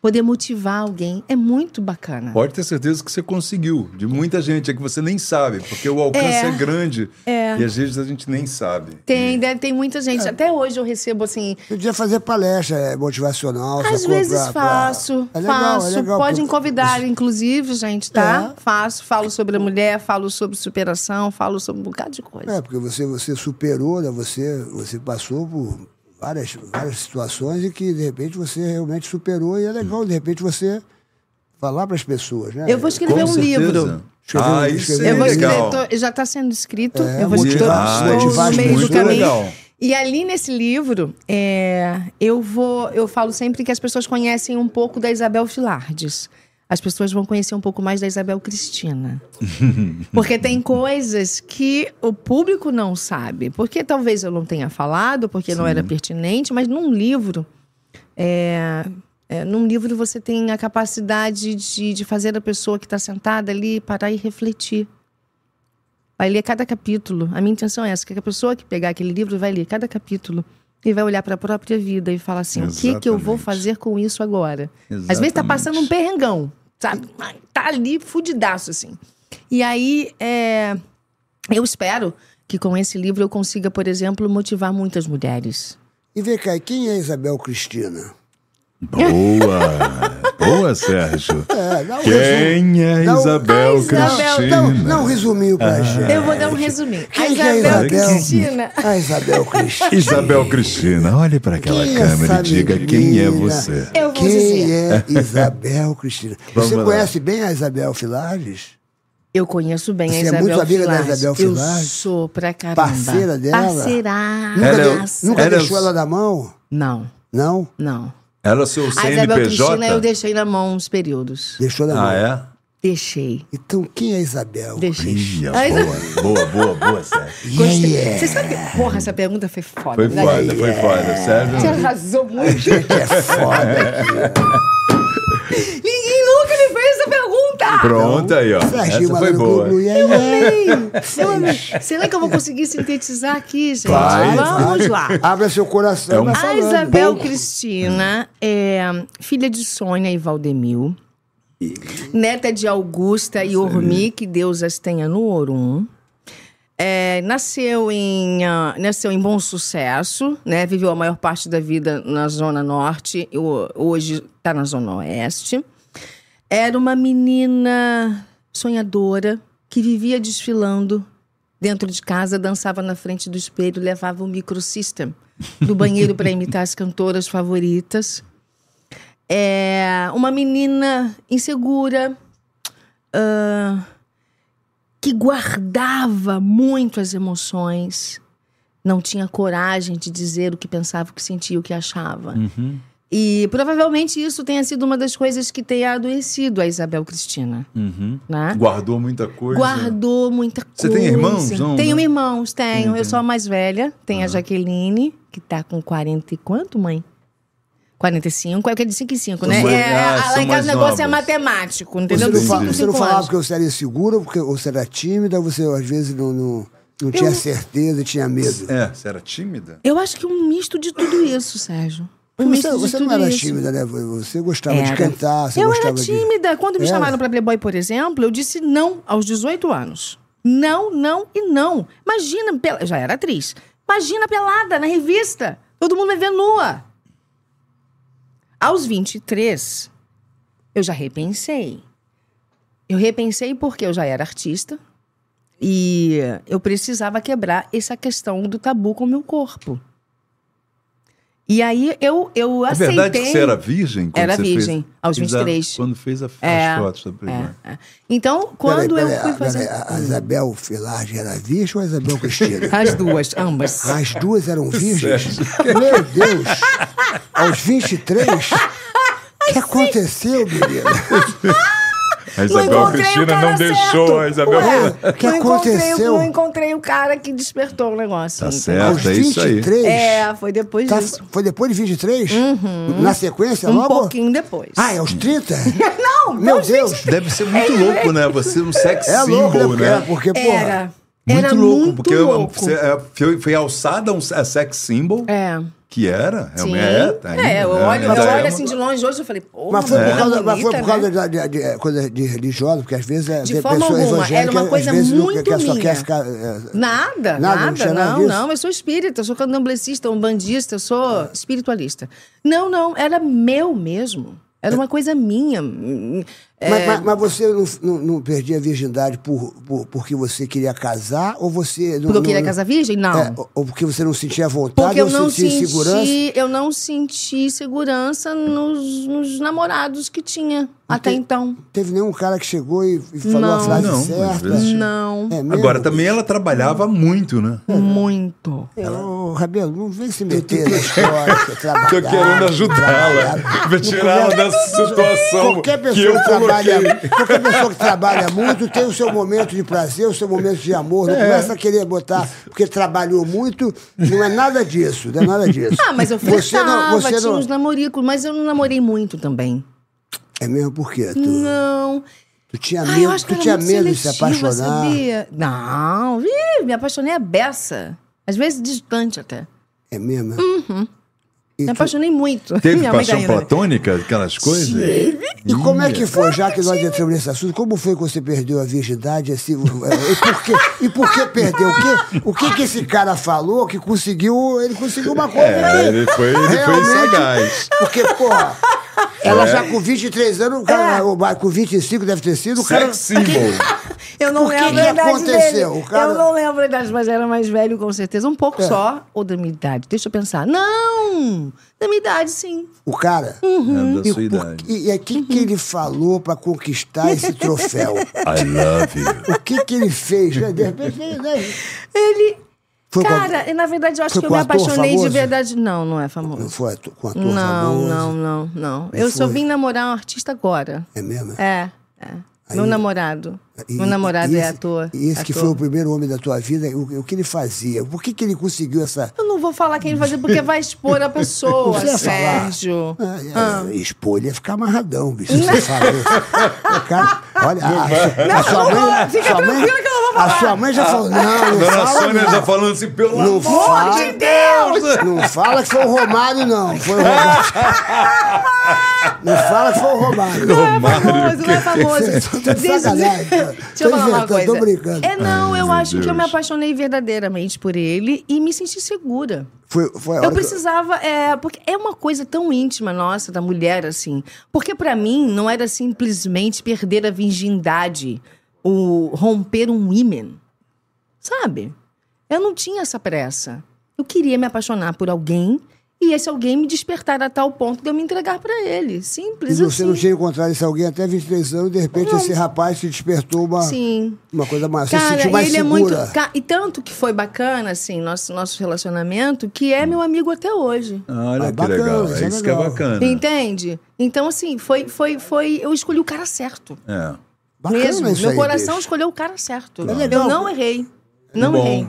poder motivar alguém é muito bacana. Pode ter certeza que você conseguiu. De muita gente, é que você nem sabe, porque o alcance é, É. grande. E às vezes a gente nem sabe. Tem, deve, tem muita É. gente. Até hoje eu recebo assim. Você podia fazer palestra é, motivacional. Às sacou? vezes Pra- pra- faço, É legal, faço. é legal, Podem porque- É. convidar, inclusive, gente, tá? Faço, falo sobre a mulher, falo sobre superação, falo sobre um bocado de coisa. É, porque você, você superou, né? você, você passou por várias, várias situações em que, de repente, você realmente superou e é legal, de repente, você falar para as pessoas, né? Eu vou escrever Com um certeza. livro. Escrever um- Ah, isso escrever é Eu vou escrever, legal. tô- já está sendo escrito. É, eu vou escrever motivar- Ah, estou motivar no as meio do pessoas. caminho. legal. E ali nesse livro, é, eu vou, eu falo sempre que as pessoas conhecem um pouco da Isabel Filardes. As pessoas vão conhecer um pouco mais da Isabel Cristina. Porque tem coisas que o público não sabe. Porque talvez eu não tenha falado, porque não era pertinente, mas num livro. é, é, num livro você tem a capacidade de, de fazer a pessoa que está sentada ali parar e refletir. Vai ler cada capítulo. A minha intenção é essa, que a pessoa que pegar aquele livro vai ler cada capítulo e vai olhar para a própria vida e falar assim, o que, que eu vou Exatamente. fazer com isso agora? Às vezes tá passando um perrengão, sabe? Tá ali fudidaço, assim. E aí, é, eu espero que com esse livro eu consiga, por exemplo, motivar muitas mulheres. E vê cá, e quem é Isabel Cristina? Boa! Boa, Sérgio. É, dá um resumo. Quem é Não, Isabel Isabel, então, Cristina? Ah. Dá, um- dá um resuminho pra gente. Eu vou dar um resuminho. A É. Quem que é Isabel Isabel? Cristina... A Isabel Cristina. Isabel Cristina, olhe para aquela Quem é câmera essa e diga quem é menina? você. Eu vou Quem dizer. é Isabel Cristina? Você Vamos lá. conhece bem a Isabel Filardes? Eu conheço bem a Você é Isabel muito amiga da Filardes. Isabel Eu Filardes? sou pra caramba. Parceira dela? Parceiraça. Nunca, Ela- é de- nunca ela- deixou ela na mão? Não, Não? não. Era é seu A Isabel Cristina é eu CNPJ? deixei na mão uns períodos. Deixou na mão. Ah, é? Deixei, Então quem é Isabel? deixei. Ia, Ai, boa, boa, boa, boa, Sérgio. Gostei. Yeah. Você sabe, porra, essa pergunta foi foda, Foi né? foda, foi é. foda. Você Sérgio, arrasou muito. Que é foda. Ninguém nunca me fez essa pergunta. pronto aí, ó. Serginho Essa foi Malandro, boa. Glu, Glu, yeah, yeah. Eu amei. Será que eu vou conseguir sintetizar aqui, gente? Vai, Vamos lá. Abra seu coração. É um- vai A tá falando. Isabel Cristina é filha de Sônia e Valdemil, neta de Augusta e Ormi, que Deus as tenha no Orum. É, nasceu, em, ah, nasceu em Bom Sucesso, né? viveu a maior parte da vida na Zona Norte, e ho- hoje está na Zona Oeste. Era uma menina sonhadora que vivia desfilando dentro de casa, dançava na frente do espelho, levava o microsystem do banheiro para imitar as cantoras favoritas. É uma menina insegura ah, que guardava muito as emoções, não tinha coragem de dizer o que pensava, o que sentia, o que achava. E provavelmente isso tenha sido uma das coisas que tenha adoecido a Isabel Cristina, Hum. Uhum. né? Guardou muita coisa. Guardou muita coisa. Você tem irmãos, não, Tenho né? irmãos, tenho. Eu sou a mais velha. Tem a Jaqueline, que tá com 40 e quanto, mãe? 45, é que é de 5 em 5, né? São mais- É, ah, lá são mais em casa o negócio é novas. matemático, Você entendeu? não, De fa- cinco em você não cinco falava anos. que você era insegura, porque você era tímida, você às vezes não, não, não tinha certeza, tinha medo. É, você era tímida? Eu acho que um misto de tudo isso, Sérgio. Um misto Você, de você tudo não era isso. tímida, né? Você gostava de Era. cantar, você eu era gostava de. É. tímida. Quando me Era? chamaram pra Playboy, por exemplo, eu disse não aos 18 anos. Não, não e não. Imagina, pel- eu já era atriz. Imagina pelada na revista. Todo mundo vai ver nua. Aos 23, eu já repensei. Eu repensei porque eu já era artista e eu precisava quebrar essa questão do tabu com o meu corpo. E aí eu, eu É aceitei. verdade que você era virgem? Quando Era você virgem, fez... aos Exato, 23. Quando fez a... É, as fotos da Playboy. É, é. Então, quando Peraí, eu peraí, fui a- fazer. um- peraí, a, a Isabel Filardi era virgem ou a Isabel Cristina? As duas, ambas. As duas eram virgens? Meu Deus! Aos 23? O que aconteceu, menina? A Não Isabel encontrei o Cristina cara não deixou certo. a Isabel... Ué, o que Não encontrei o- aconteceu? Não encontrei o cara que despertou o negócio. Tá entendeu? certo. Aos é isso aí. 23? É, foi depois Tá- disso. foi depois de 23? Na sequência, Um logo? pouquinho depois. Ah, é aos 30? Não, Meu aos Deus. 23. Deve ser muito louco, né? Você é um sex É louco, symbol, né? né? Porque, porra, Era. Muito era louco, muito porque louco. você, é, foi, foi alçada um a sex symbol, É. que era, Sim. realmente. É, tá ainda, é, né? eu olho, eu Ainda é olho uma- assim de longe hoje, eu falei, pô, Mas foi por menina causa, mas foi bonita, por causa né? da- da- de, de- coisa de religiosa, porque às vezes é, De tem forma pessoa alguma, evangélica era uma às coisa vezes não quer- muito só minha. quer ficar. é, Nada, Nada, não nada, tinha não, nada não, disso? Eu sou espírita, eu sou candomblessista, umbandista, eu sou espiritualista. Não, não, era meu mesmo. Era uma coisa minha. Mas, mas- mas você não, não, não perdia a virgindade por, por- porque você queria casar? Ou você. Não, Porque eu não- queria casar virgem? Não. É, ou- ou porque você não sentia vontade Porque eu ou não sentia senti, insegurança? eu não senti segurança nos, nos namorados que tinha até então. Teve nenhum cara que chegou e, e falou a Não. frase Não, às certa. vezes tinha. Não, É mesmo? Agora, também ela trabalhava muito, né? É, muito. Ô, Rabelo, não vem se meter na história. que é trabalhar, Tô querendo ajudá-la, trabalhar. pra tirá-la Não, dessa situação Qualquer que pessoa eu que, coloquei. trabalha, qualquer pessoa que trabalha muito tem o seu momento de prazer, o seu momento de amor. É. Não começa a querer botar porque trabalhou muito. Não é nada disso, não é nada disso. Ah, mas eu Você não, flertava, você tinha não- uns namoricos, mas eu não namorei muito também. É mesmo por quê? Tu, Não. tu tinha Ah, eu medo, acho tu que era tinha muito medo de se seletiva, apaixonar. sabia? Não, ih, me apaixonei a beça. Às vezes distante até. É mesmo? E, Me tu- apaixonei muito. Teve Minha mãe paixão ainda, né? platônica, aquelas coisas? e como Hum. é que foi, já que nós entramos nesse assunto, como foi que você perdeu a virgindade? Assim, e, por que, e por que perdeu? O que, o que que esse cara falou que conseguiu? Ele conseguiu uma coisa. É, que- ele foi, ele foi Realmente, sagaz. Porque, porra, ela já com 23 anos, o É. cara, o ba- com 25 deve ter sido, o cara. Sex symbol. Eu não Por que lembro que a idade aconteceu? dele. O cara- É. Eu não lembro a idade, mas era mais velho com certeza. Um pouco só. Ou da minha idade. Deixa eu pensar. Não! Da minha idade, sim. O cara. Hum. né, Da E, sua por- idade. e- e o que, que ele falou pra conquistar esse troféu? I love you. O que, que ele fez? né? De repente, né? Ele... Foi com a- Cara, na verdade, eu acho foi que eu com me ator apaixonei de famoso? verdade. Não, não é famoso. Não foi ato- com ator Não, famoso? não, não, não. Eu só foi? vim namorar um artista agora. É mesmo? É, é. Meu namorado. E- Meu namorado e é esse- ator. E esse que ator. foi o primeiro homem da tua vida, o, o que ele fazia? Por que, que ele conseguiu essa. Eu não vou falar quem ele fazia porque vai expor a pessoa, Não precisa falar. Sérgio. Ah, é, Expor, ele ia ficar amarradão, bicho. se Você fala isso. O cara, olha, a, a Não, sua não mãe. vou, fica sua mãe- tranquila que eu não vou falar. Ah. A sua mãe já falou, não, não Dona fala. Sônia não. tá falando assim, pelo Não amor fala, de Deus! não fala que foi o Romário, não. Foi o Romário. Não fala que foi o Romário. Não é famoso, não é famoso. tô tá de Deixa, sacanagem, tô- deixa tô eu falar uma inventando, tô coisa. brincando. É, não, eu meu acho que eu me Deus. apaixonei verdadeiramente por ele e me senti segura. Foi, foi a hora Eu que- precisava, é, porque é uma coisa tão íntima nossa, da mulher, assim. Porque pra mim não era simplesmente perder a virgindade, o romper um women, sabe? Eu não tinha essa pressa. Eu queria me apaixonar por alguém e esse alguém me despertar a tal ponto de eu me entregar pra ele. Simples E você assim. não tinha encontrado esse alguém até 23 anos, de repente esse rapaz se despertou uma, Sim. uma coisa mais. Ah, Você se Cara, sentiu mais ele é muito. segura. ca- E tanto que foi bacana, assim, nosso, nosso relacionamento, que Hum. é meu amigo até hoje. Olha Ah, que bacana, legal. isso É é isso que é legal. bacana. Entende? Então, assim, foi, foi, foi. Eu escolhi o cara certo. É. Bacana mesmo. isso Meu aí, coração bicho. escolheu o cara certo. É legal. Eu não errei. Não É Bom. errei.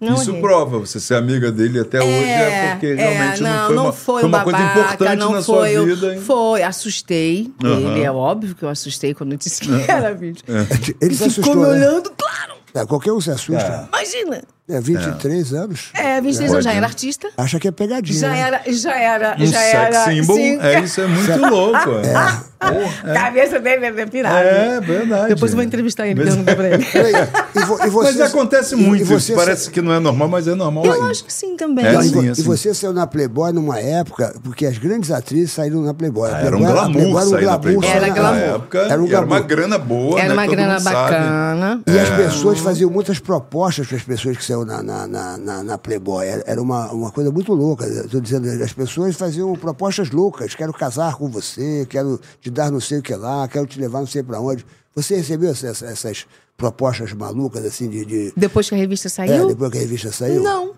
Não é. Isso errei. prova, você ser amiga dele até hoje é porque realmente não, foi, uma, foi um uma coisa babaca, importante não na foi, sua eu- vida. hein? Foi, assustei. Aham. É. Ele é óbvio que eu assustei quando eu disse que era, bicho. Ele tá se Ficou me assustou. Né? olhando, claro, É, qualquer um se assusta. imagina. É, 23 anos. É, 26 anos, já era artista. Acha que é pegadinha. Já né? era, já era, Um já sex era. assim, symbol, sim. é, isso é muito louco. É, Cabeça dele é pirada. é, é verdade. Depois eu vou entrevistar ele, Mas- perguntar pra ele. Peraí, e vo- e Mas você- acontece e- muito e isso. você- Parece que não é normal, mas é normal. Eu acho que sim também. É, Não, e sim. vo- assim. E você saiu na Playboy numa época, porque as grandes atrizes saíram na Playboy. A Ah, era um Playboy- a Playboy glamour era um sair da Playboy. né? Era glamour. Na época, Era era, um uma glamour. grana boa, Era né? uma Todo grana mundo sabe. bacana. E as É. pessoas faziam muitas propostas para as pessoas que saíram na, na, na, na- na Playboy. Era- Era uma, uma coisa muito louca. Estou dizendo, as pessoas faziam propostas loucas. Quero casar com você, quero te dar não sei o que lá, quero te levar não sei para onde. Você recebeu essa- essa- essas propostas malucas, assim, de... de- Depois que a É, revista saiu? depois que a revista saiu? Não.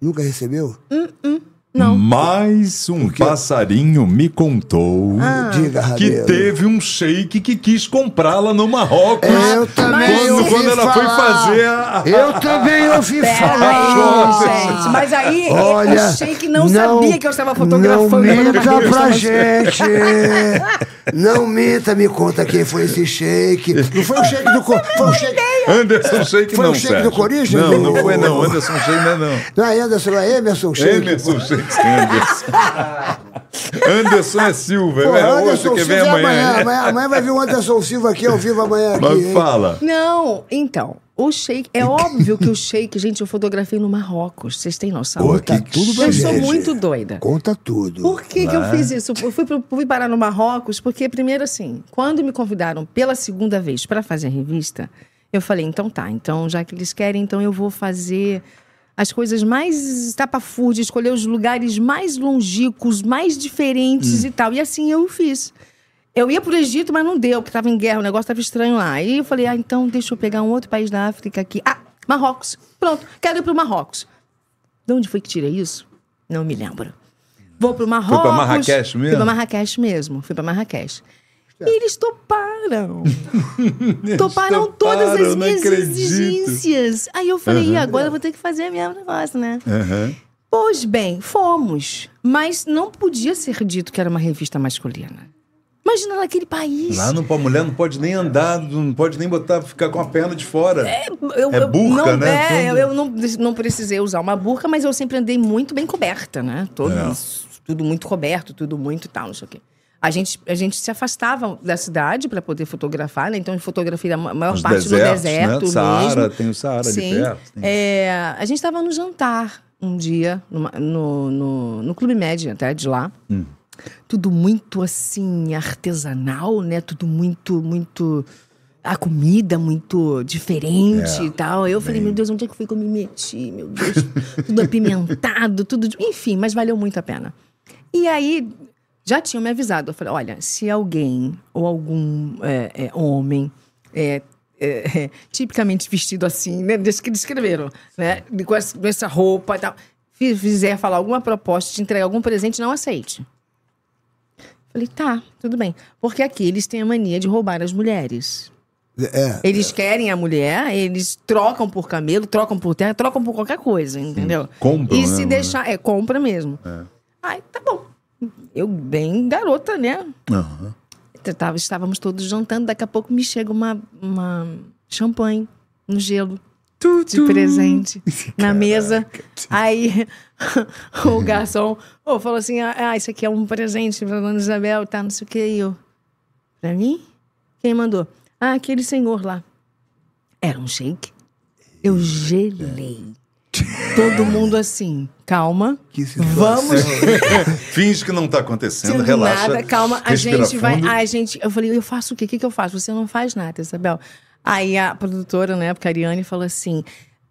Nunca recebeu? Mais um passarinho me contou Ah. Diga, que Rabelo. teve um sheik que quis comprá-la no Marrocos. É, Eu também quando, ouvi quando ela foi falar. fazer a, Eu também ouvi falar. Peraí, gente. Mas aí eu Ah, Olha, achei que não, sabia que eu estava fotografando. né, Não minta Eu pra estava- gente. Não minta, me conta quem foi esse shake. Não foi o shake do... Co- Foi o shake... Anderson Sheik Foi não, o Sheik do Sérgio. Corinthians? Não, não Do- foi não. Anderson Sheik não é não. Não é Anderson, é Emerson Shake. Emerson Sheik Anderson. Anderson é Silva. Pô, é Anderson outro que Silva é vem amanhã. amanhã. um né? Amanhã, amanhã vai vir o Anderson Silva aqui ao vivo amanhã aqui. Mas hein? fala. Não, então. O shake, é óbvio que o shake, gente, eu fotografei no Marrocos, vocês têm noção. Pô, Tá que tudo cheio. eu sou gente. muito doida. Conta tudo. Por que, que eu fiz isso? Eu fui, pro- fui parar no Marrocos porque, primeiro assim, quando me convidaram pela segunda vez para fazer a revista, eu falei, então tá, então já que eles querem, então eu vou fazer as coisas mais tapafúrdias, escolher os lugares mais longínquos, mais diferentes e tal. E assim eu fiz. Eu ia pro Egito, mas não deu, porque tava em guerra, o negócio tava estranho lá. E eu falei, ah, então deixa eu pegar um outro país da África aqui. Ah, Marrocos. Pronto, quero ir pro Marrocos. De onde foi que tirei isso? Não me lembro. Vou pro Marrocos. Marrakech mesmo? Fui pra Marrakech mesmo. Fui pra Marrakech. E eles toparam. toparam todas toparam, as não minhas acredito. exigências. Aí eu falei, e agora eu vou ter que fazer mesmo negócio, né? Aham. Pois bem, fomos. Mas não podia ser dito que era uma revista masculina. Imagina naquele país. Lá não, a mulher não pode nem andar, não pode nem botar, ficar com a perna de fora. Eu, É eu burca, não, né? é, Tudo. eu, eu não, não precisei usar uma burca, mas eu sempre andei muito bem coberta, né? Todo, É. Tudo muito coberto, tudo muito tal, não sei o quê. A gente, a gente se afastava da cidade para poder fotografar, né? Então eu fotografei a ma- maior Os parte desertos, no deserto né? mesmo. Saara, tem o Saara ali Sim. perto, tem- É, a gente estava no jantar um dia, numa- no, no, no Clube Média, até de lá. Tudo muito assim, artesanal, né? Tudo muito, muito. A comida muito diferente É, e tal. Eu falei, meu Deus, onde é que foi que eu me meti? Meu Deus, tudo apimentado, tudo. de- Enfim, mas valeu muito a pena. E aí, já tinham me avisado. Eu falei, olha, se alguém ou algum é, é, homem é, é, é, tipicamente vestido assim, né? Des- que descreveram, né? de- Com essa, com essa roupa e tal. fi- Fizer falar alguma proposta, te entregar algum presente, não aceite. Falei, tá, tudo bem. Porque aqui eles têm a mania de roubar as mulheres. É. Eles querem a mulher, eles trocam por camelo, trocam por terra, trocam por qualquer coisa, entendeu? compram, E né, se mano? deixar, é, compra mesmo. Aí, tá bom. Eu, bem garota, né? Aham. Eu tava- estávamos todos jantando, daqui a pouco me chega uma, uma champanhe no gelo. De presente na mesa. Aí o garçom ô, falou assim: Ah, isso aqui é um presente pra dona Isabel, tá? Não sei o que. E eu, pra mim? Quem mandou? Ah, aquele senhor lá. Era um shake. Eu gelei. Todo mundo assim, calma. Que situação. Vamos Finge que não tá acontecendo, Sendo relaxa. nada, calma, a respira gente vai. fundo. A gente, eu falei, eu faço o quê? O que, que eu faço? Você não faz nada, Isabel. Aí a produtora, na época, a Ariane, falou assim: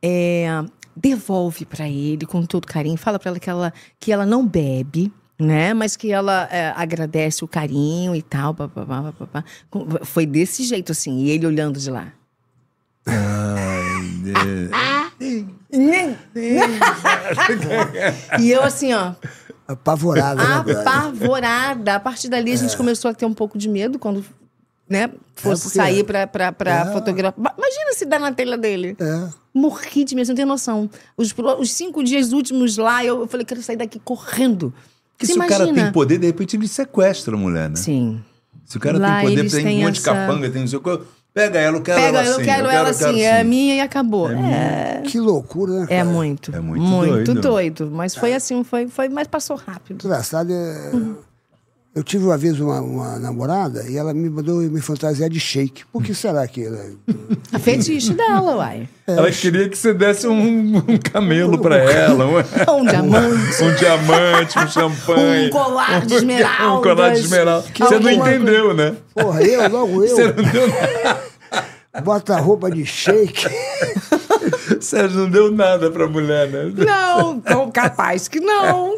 é, devolve pra ele com todo carinho, fala pra ela que ela, que ela não bebe. Né? Mas que ela é, agradece o carinho e tal. pá, pá, pá, pá, pá. Com- Foi desse jeito, assim. E ele olhando de lá. E eu assim, ó. Apavorado, né, brother? apavorada. A partir dali a É. gente começou a ter um pouco de medo quando, né, fosse porque- sair pra, pra, pra É. fotografar. Ma- Imagina se dar na telha dele. É. Morri de medo, você não tem noção. Os, pro- os cinco dias últimos lá, eu, eu falei, quero sair daqui correndo. Porque Você se o cara tem poder, de repente ele sequestra a mulher, né? Sim. Se o cara Lá tem poder, eles tem um têm monte de essa- capanga, tem não sei o que. Pega ela, eu quero Pega, ela eu assim. quero ela assim, quero é assim. minha e acabou. É, Que loucura, né? é cara? muito. É muito doido. doido. Mas foi assim, foi, foi, mas passou rápido. Engraçado é. Eu tive uma vez uma, uma namorada e ela me mandou me fantasiar de shake. Por que será que ela. é? A fetiche dela, uai. Ela queria que você desse um, um camelo pra ela, um, Um diamante. um diamante, um champanhe. Um colar de esmeralda. Um colar de esmeralda. Você não Alguma entendeu, né? Porra, eu, logo eu, Você não deu nada. bota a roupa de shake. Sérgio não deu nada pra mulher, né? Não, não, capaz que não.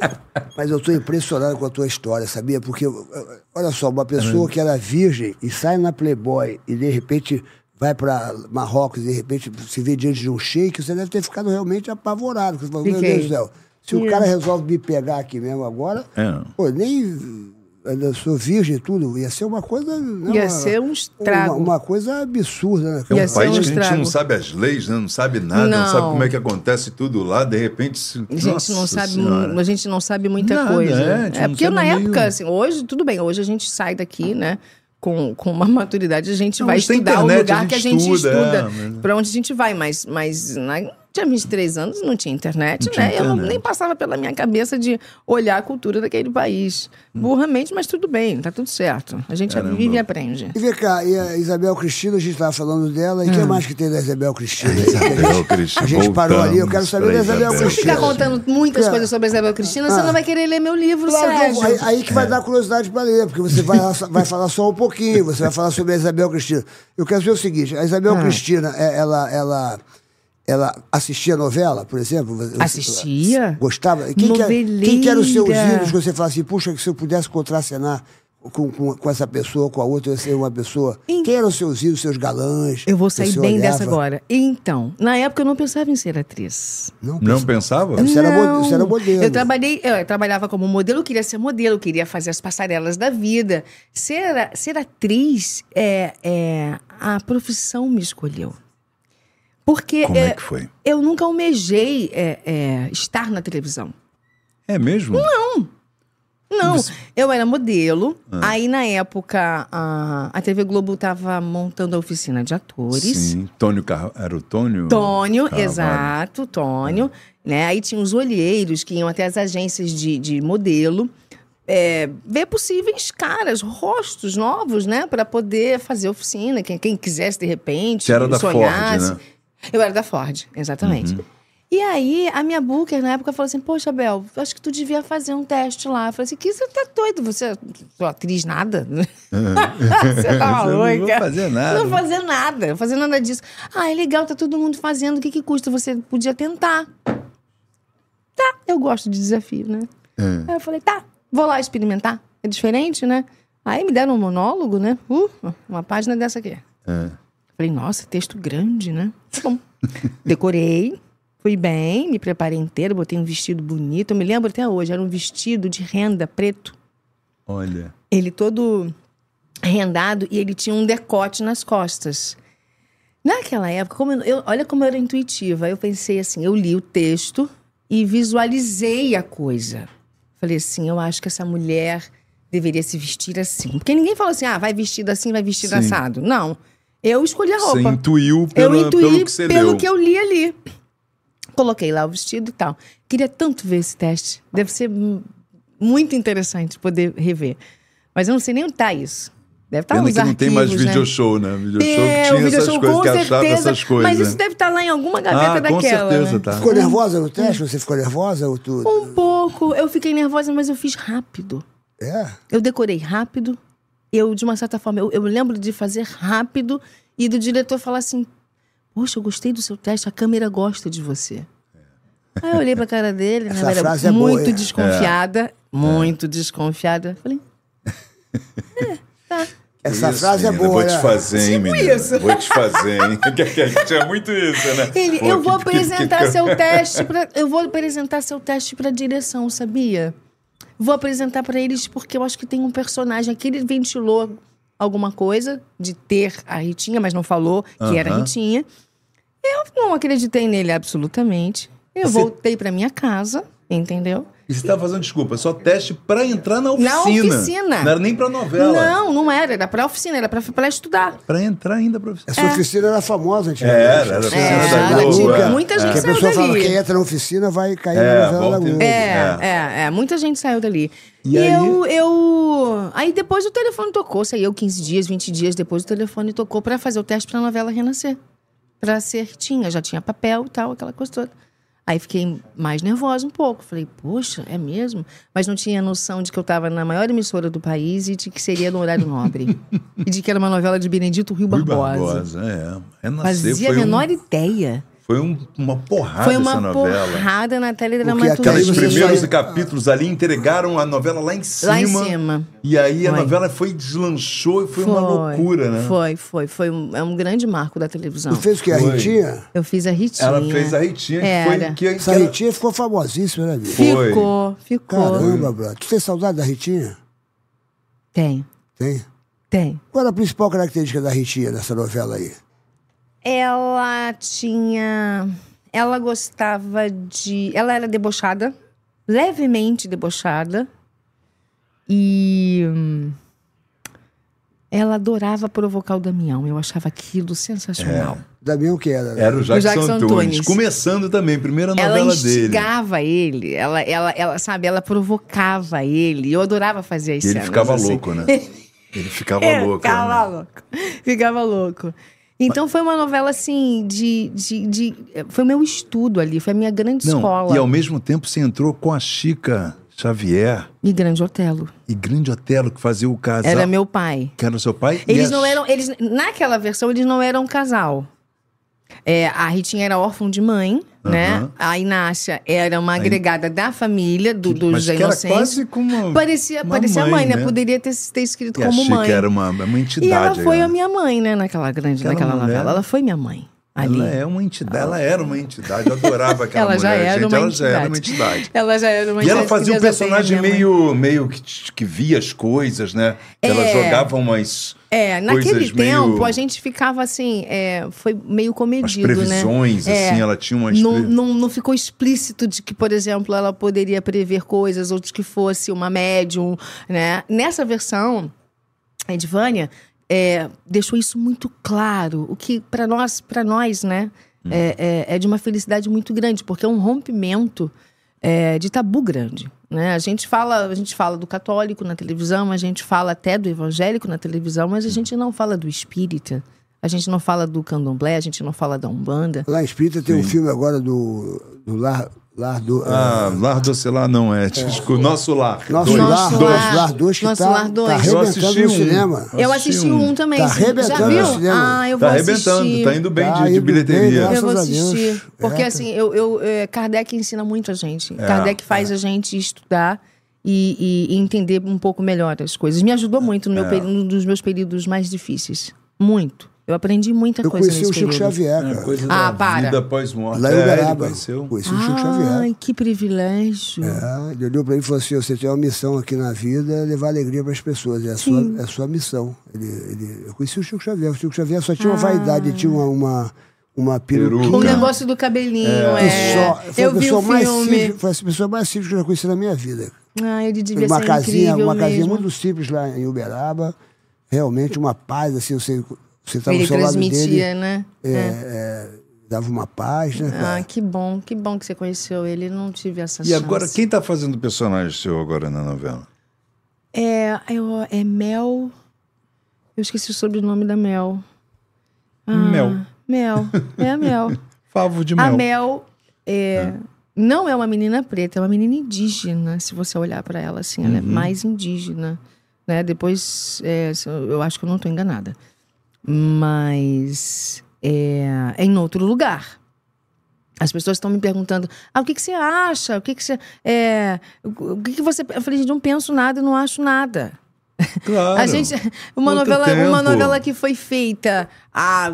Mas eu estou impressionado com a tua história, sabia? Porque, eu- eu- olha só, uma Uhum. pessoa que era virgem e sai na Playboy e de repente vai para Marrocos e de repente se vê diante de um shake, você deve ter ficado realmente apavorado. Porque você falou, meu Fiquei. Deus do céu, se o cara resolve me pegar aqui mesmo agora, É. pô, nem. Eu sou virgem e tudo, ia ser uma coisa. né, Ia uma- ser um estrago. Uma, uma coisa absurda, né? É um Ia cara? ser país um que a gente não estrago. sabe as leis, né? não sabe nada, não. Não. sabe como é que acontece tudo lá, de repente. se- A gente Nossa não sabe, Senhora. mu- a gente não sabe muita Nada, coisa. é, a gente É, não porque sabe na meio- época, assim, hoje, tudo bem, hoje a gente sai daqui, né? Com, com uma maturidade, a gente Não, vai hoje tem estudar o internet, lugar a gente que a gente estuda, estuda, é, mas- pra onde a gente vai, mas, mas na- Tinha 23 anos, não tinha internet, Não tinha né? Eu não- internet. nem passava pela minha cabeça de olhar a cultura daquele país. Hum. Burramente, mas tudo bem, tá tudo certo. A gente vive e aprende. E vem cá, e a Isabel Cristina, a gente estava falando dela, e Hum. o que mais que tem da Isabel Cristina? Isabel Cristina, a gente parou ali, eu voltamos quero saber pra da Isabel Isabel. Se eu ficar Cristina. contando muitas É. coisas sobre a Isabel Cristina, ah. você não vai querer ler meu livro, Claro, que Sérgio. eu- aí, aí É. que vai dar curiosidade para ler, porque você vai, vai falar só um pouquinho, você vai falar sobre a Isabel Cristina. Eu quero dizer o seguinte, a Isabel Ah. Cristina, é, ela, ela, ela assistia novela, por exemplo? Você- Assistia. Gostava? E Quem que, era- quem que eram os seus Noveleira. ídolos que você fala assim, puxa, que se eu pudesse contracenar com, com, com essa pessoa, com a outra, eu ia ser uma pessoa. Em- Quem eram os seus ídolos, seus galãs? Eu vou que sair você bem olhava? dessa agora. Então, na época eu não pensava em ser atriz. Não, Não pensava? Você era, mo- Não. você era modelo. Eu trabalhei, eu trabalhava como modelo, eu queria ser modelo, eu queria fazer as passarelas da vida. Ser, a- ser atriz é, é a profissão me escolheu. Porque Como é é, que foi? eu nunca almejei é, é, estar na televisão. É mesmo? Não, eu era modelo. Ah. Aí, na época, a, a TV Globo estava montando a oficina de atores. Sim. Tônio Car... Era o Tônio? Tônio, Carvalho. exato, Tônio. Né? Aí tinha os olheiros que iam até as agências de, de modelo é, ver possíveis caras, rostos novos, né? Pra poder fazer oficina, quem, quem quisesse de repente, Você era da Ford, sonhasse. né? Uhum. Eu era da Ford, exatamente. E aí, a minha booker na época falou assim: Poxa, Bel, eu acho que tu devia fazer um teste lá. Eu falei assim: Que você tá doido? Você é atriz nada? você tá Eu maluca? É. Não vou fazer nada. Não fazer nada, não fazer nada disso. Ah, é legal, tá todo mundo fazendo, o que que custa? Você podia tentar. Tá, eu gosto de desafio, né? Aí eu falei, tá, vou lá experimentar. É diferente, né? Aí me deram um monólogo, né? Uh, uma página dessa aqui. Falei, nossa, texto grande, né? Tá bom. Decorei, fui bem, me preparei inteira, botei um vestido bonito. Eu me lembro até hoje, era um vestido de renda preto Olha. ele todo rendado e ele tinha um decote nas costas. Naquela época, como eu- eu- olha como eu era intuitiva. Eu pensei assim, eu li o texto e visualizei a coisa. Falei assim, eu acho que essa mulher deveria se vestir assim. Porque ninguém fala assim, ah, vai vestida assim, vai vestida Sim. assado. Não. Eu escolhi a Você roupa. intuiu Tá Eu pela- intuí pelo que você leu. eu li ali. Coloquei lá o vestido e tal. Queria tanto ver esse teste. Deve ser mu- muito interessante poder rever. Mas eu não sei nem onde tá isso. Deve estar tá Pena nos que não tem mais arquivos, né? video show, né? Video Tem, show que o tinha video essas show, coisas, com que achava certeza. essas coisas. Mas isso deve estar lá em alguma gaveta ah, com daquela. certeza, né? tá. Ficou nervosa no Hum. teste? Você ficou nervosa? Ou tu... Um pouco. Eu fiquei nervosa, mas eu fiz rápido. É? Eu decorei rápido. Eu, de uma certa forma, eu, eu lembro de fazer rápido e do diretor falar assim: Poxa, eu gostei do seu teste, a câmera gosta de você. Aí eu olhei pra cara dele, né? Essa eu era frase é boa, muito hein? É. desconfiada, muito desconfiada. Falei, Essa Isso, frase é menina, boa, Vou te né? fazer, hein, menina? Tipo isso. Vou te fazer, hein? Que- que- Tinha muito isso, né? Ele, Pô, eu vou que- que- que- apresentar seu teste pra, eu vou apresentar seu teste para direção, sabia? Vou apresentar para eles porque eu acho que tem um personagem aqui ele ventilou alguma coisa de ter a Ritinha, mas não falou que era a Aham. Ritinha. Eu não acreditei nele absolutamente. Eu Você- voltei para minha casa, entendeu? E você tá fazendo desculpa, só teste pra entrar na oficina. Na oficina. Não era nem pra novela. Não, não era, era para oficina, era para estudar. Pra entrar ainda pra oficina. Essa É, oficina era famosa antigamente. Era, era a oficina É, da ela Globo, tinha- é. muita gente que a saiu pessoa fala dali. que entra na oficina vai cair É, na novela da volta e Globo. meia. É, É. é, é. Muita gente saiu dali. E E, aí? eu, eu. Aí depois o telefone tocou, saí eu 15 dias, 20 dias depois o telefone tocou pra fazer o teste pra novela renascer. Pra ser tinha, já tinha papel e tal, aquela coisa toda. Aí fiquei mais nervosa um pouco. Falei, poxa, é mesmo? Mas não tinha noção de que eu tava na maior emissora do país e de que seria no horário nobre. e de que era uma novela de Benedito Rio Rui Barbosa. Barbosa, é. Renascer Fazia a foi, menor um, ideia. foi um- uma porrada Foi essa uma novela. é porrada na aquela Aqueles teledramaturgia. Você primeiros saiu- capítulos ali entregaram a novela lá em cima. Lá em cima. E aí a Foi. novela foi, deslanchou e foi, uma loucura, né? Foi, foi. Foi um, é um grande marco da televisão. Tu fez o que? A Foi. Ritinha? Eu fiz a Ritinha. Ela fez a Ritinha, que foi. Era. Que, que Essa era- Ritinha ficou famosíssima, né, bicho? Foi. Ficou, ficou. Caramba, brother. Tu tem saudade da Ritinha? Tem, Tem. tem. Qual era a principal característica da Ritinha nessa novela aí? Ela tinha... Ela gostava de... Ela era debochada. Levemente debochada. E... hum, Ela adorava provocar o Damião. Eu achava aquilo É. sensacional. Damião que era. né? Era o Jackson, Jackson Antunes. Antunes. Começando também, primeira Ela novela dele. instigava ele, ela, ela, ela, sabe, ela provocava ele. Eu adorava fazer as E ele cenas, ficava assim. louco, né? Ele ficava É, louco. Ficava né? louco. Ficava louco. Então foi uma novela assim de, de, de- Foi meu estudo ali, foi a minha grande Não, escola. E ao mesmo tempo você entrou com a Chica Xavier E grande Otelo. e Grande Otelo, que fazia o casal. Era meu pai. Que era o seu pai? e Eles a- não eram. Eles, naquela versão, eles não eram um casal. É, a Ritinha era órfã de mãe, né? Aham. A Inácia era uma agregada da família, do, dos Mas que era inocentes. quase como. Parecia, uma parecia mãe, né? né? Poderia ter, ter escrito E a como Chica mãe. era uma, uma entidade. E ela foi né? a minha mãe, né? Naquela grande, Aquela naquela mulher- novela. Ela foi minha mãe. Ali. Ela é uma entidade, ela era uma entidade, eu adorava aquela Ela mulher, já era gente, uma ela já era entidade. uma entidade. Ela já era uma e ela entidade fazia que um Deus a tenha, personagem minha mãe. meio, meio que, que via as coisas, né? Que Ela jogava umas, É, coisas naquele meio- tempo a gente ficava assim, é, foi meio umas comedido, né? previsões, É. assim, ela tinha umas... Não, pre- não, não ficou explícito de que, por exemplo, ela poderia prever coisas ou de que fosse uma médium, né? Nessa versão, a Edvânia é, deixou isso muito claro, o que para nós, para nós, né, é, é- é de uma felicidade muito grande, porque é um rompimento é, de tabu grande. Né? A gente fala, a gente fala do católico na televisão, a gente fala até do evangélico na televisão, mas a gente não fala do espírita. A gente não fala do candomblé, a gente não fala da umbanda. Lá em Espírita tem um filme agora do, do Lar, lar do. Ah, Lar do Celar não é, desculpa, Nosso Lar. Nosso Dois. Lar, Dois. Nosso Lar 2, que Nosso tá, Lar dois. tá Eu arrebentando assisti no um. cinema. Eu Assisti assisti um. um também. Tá sim. Já arrebentando viu? no cinema. Ah, eu vou Tá arrebentando, assistir. tá indo bem Tá de- de, indo bem, bilheteria. graças Eu vou a Deus. assistir. Porque É. assim, eu, eu, é, Kardec ensina muito a É, gente. Kardec faz a gente estudar e, e- e entender um pouco melhor as coisas. Me ajudou É. muito no meu período, um dos meus períodos mais difíceis. Muito. Eu aprendi muita Eu coisa conheci o nesse Chico período. Xavier, É, cara. coisa Ah, da para. vida pós-morte. Lá É, em ele Uberaba. conheceu. Conheci o Ah. Chico Xavier. Ai, que privilégio. É, ele olhou pra mim e falou assim: você tem uma missão aqui na vida, é levar alegria para as pessoas. É a sua, é a sua missão. Ele, ele- eu conheci o Chico Xavier. O Chico Xavier só tinha Ah. uma vaidade, ele tinha uma, uma, uma peruquinha. O Cara. negócio do cabelinho, é. E só- foi a eu vi o pessoa mais filme. simples, foi a pessoa mais simples que eu já conheci na minha vida. Ah, ele devia uma ser casinha, incrível uma casinha mesmo. muito simples lá em Uberaba. Realmente uma paz, assim, você, você tava Ele ao lado transmitia, dele, né? é, é, dava uma paz, né, cara? Ah, que bom, que bom que você conheceu ele. Eu Não tive essa É. E chance. agora, quem tá fazendo o personagem seu agora na novela? É, eu- é Mel. Eu esqueci o sobrenome da Mel. Ah, Mel. Mel. É a Mel. Favo de a Mel. Mel é- não é uma menina preta, é uma menina indígena, se você olhar pra ela assim. Uhum. Ela é mais indígena. Né? Depois, é, se eu eu acho que eu não tô enganada. Mas é, é em outro lugar. As pessoas estão me perguntando: ah, o que, que você acha? O que, que você. É, o o que, que você. Eu falei, gente, não penso nada, eu não acho nada. Claro. A gente, uma Quanto novela, uma tempo? novela que foi feita há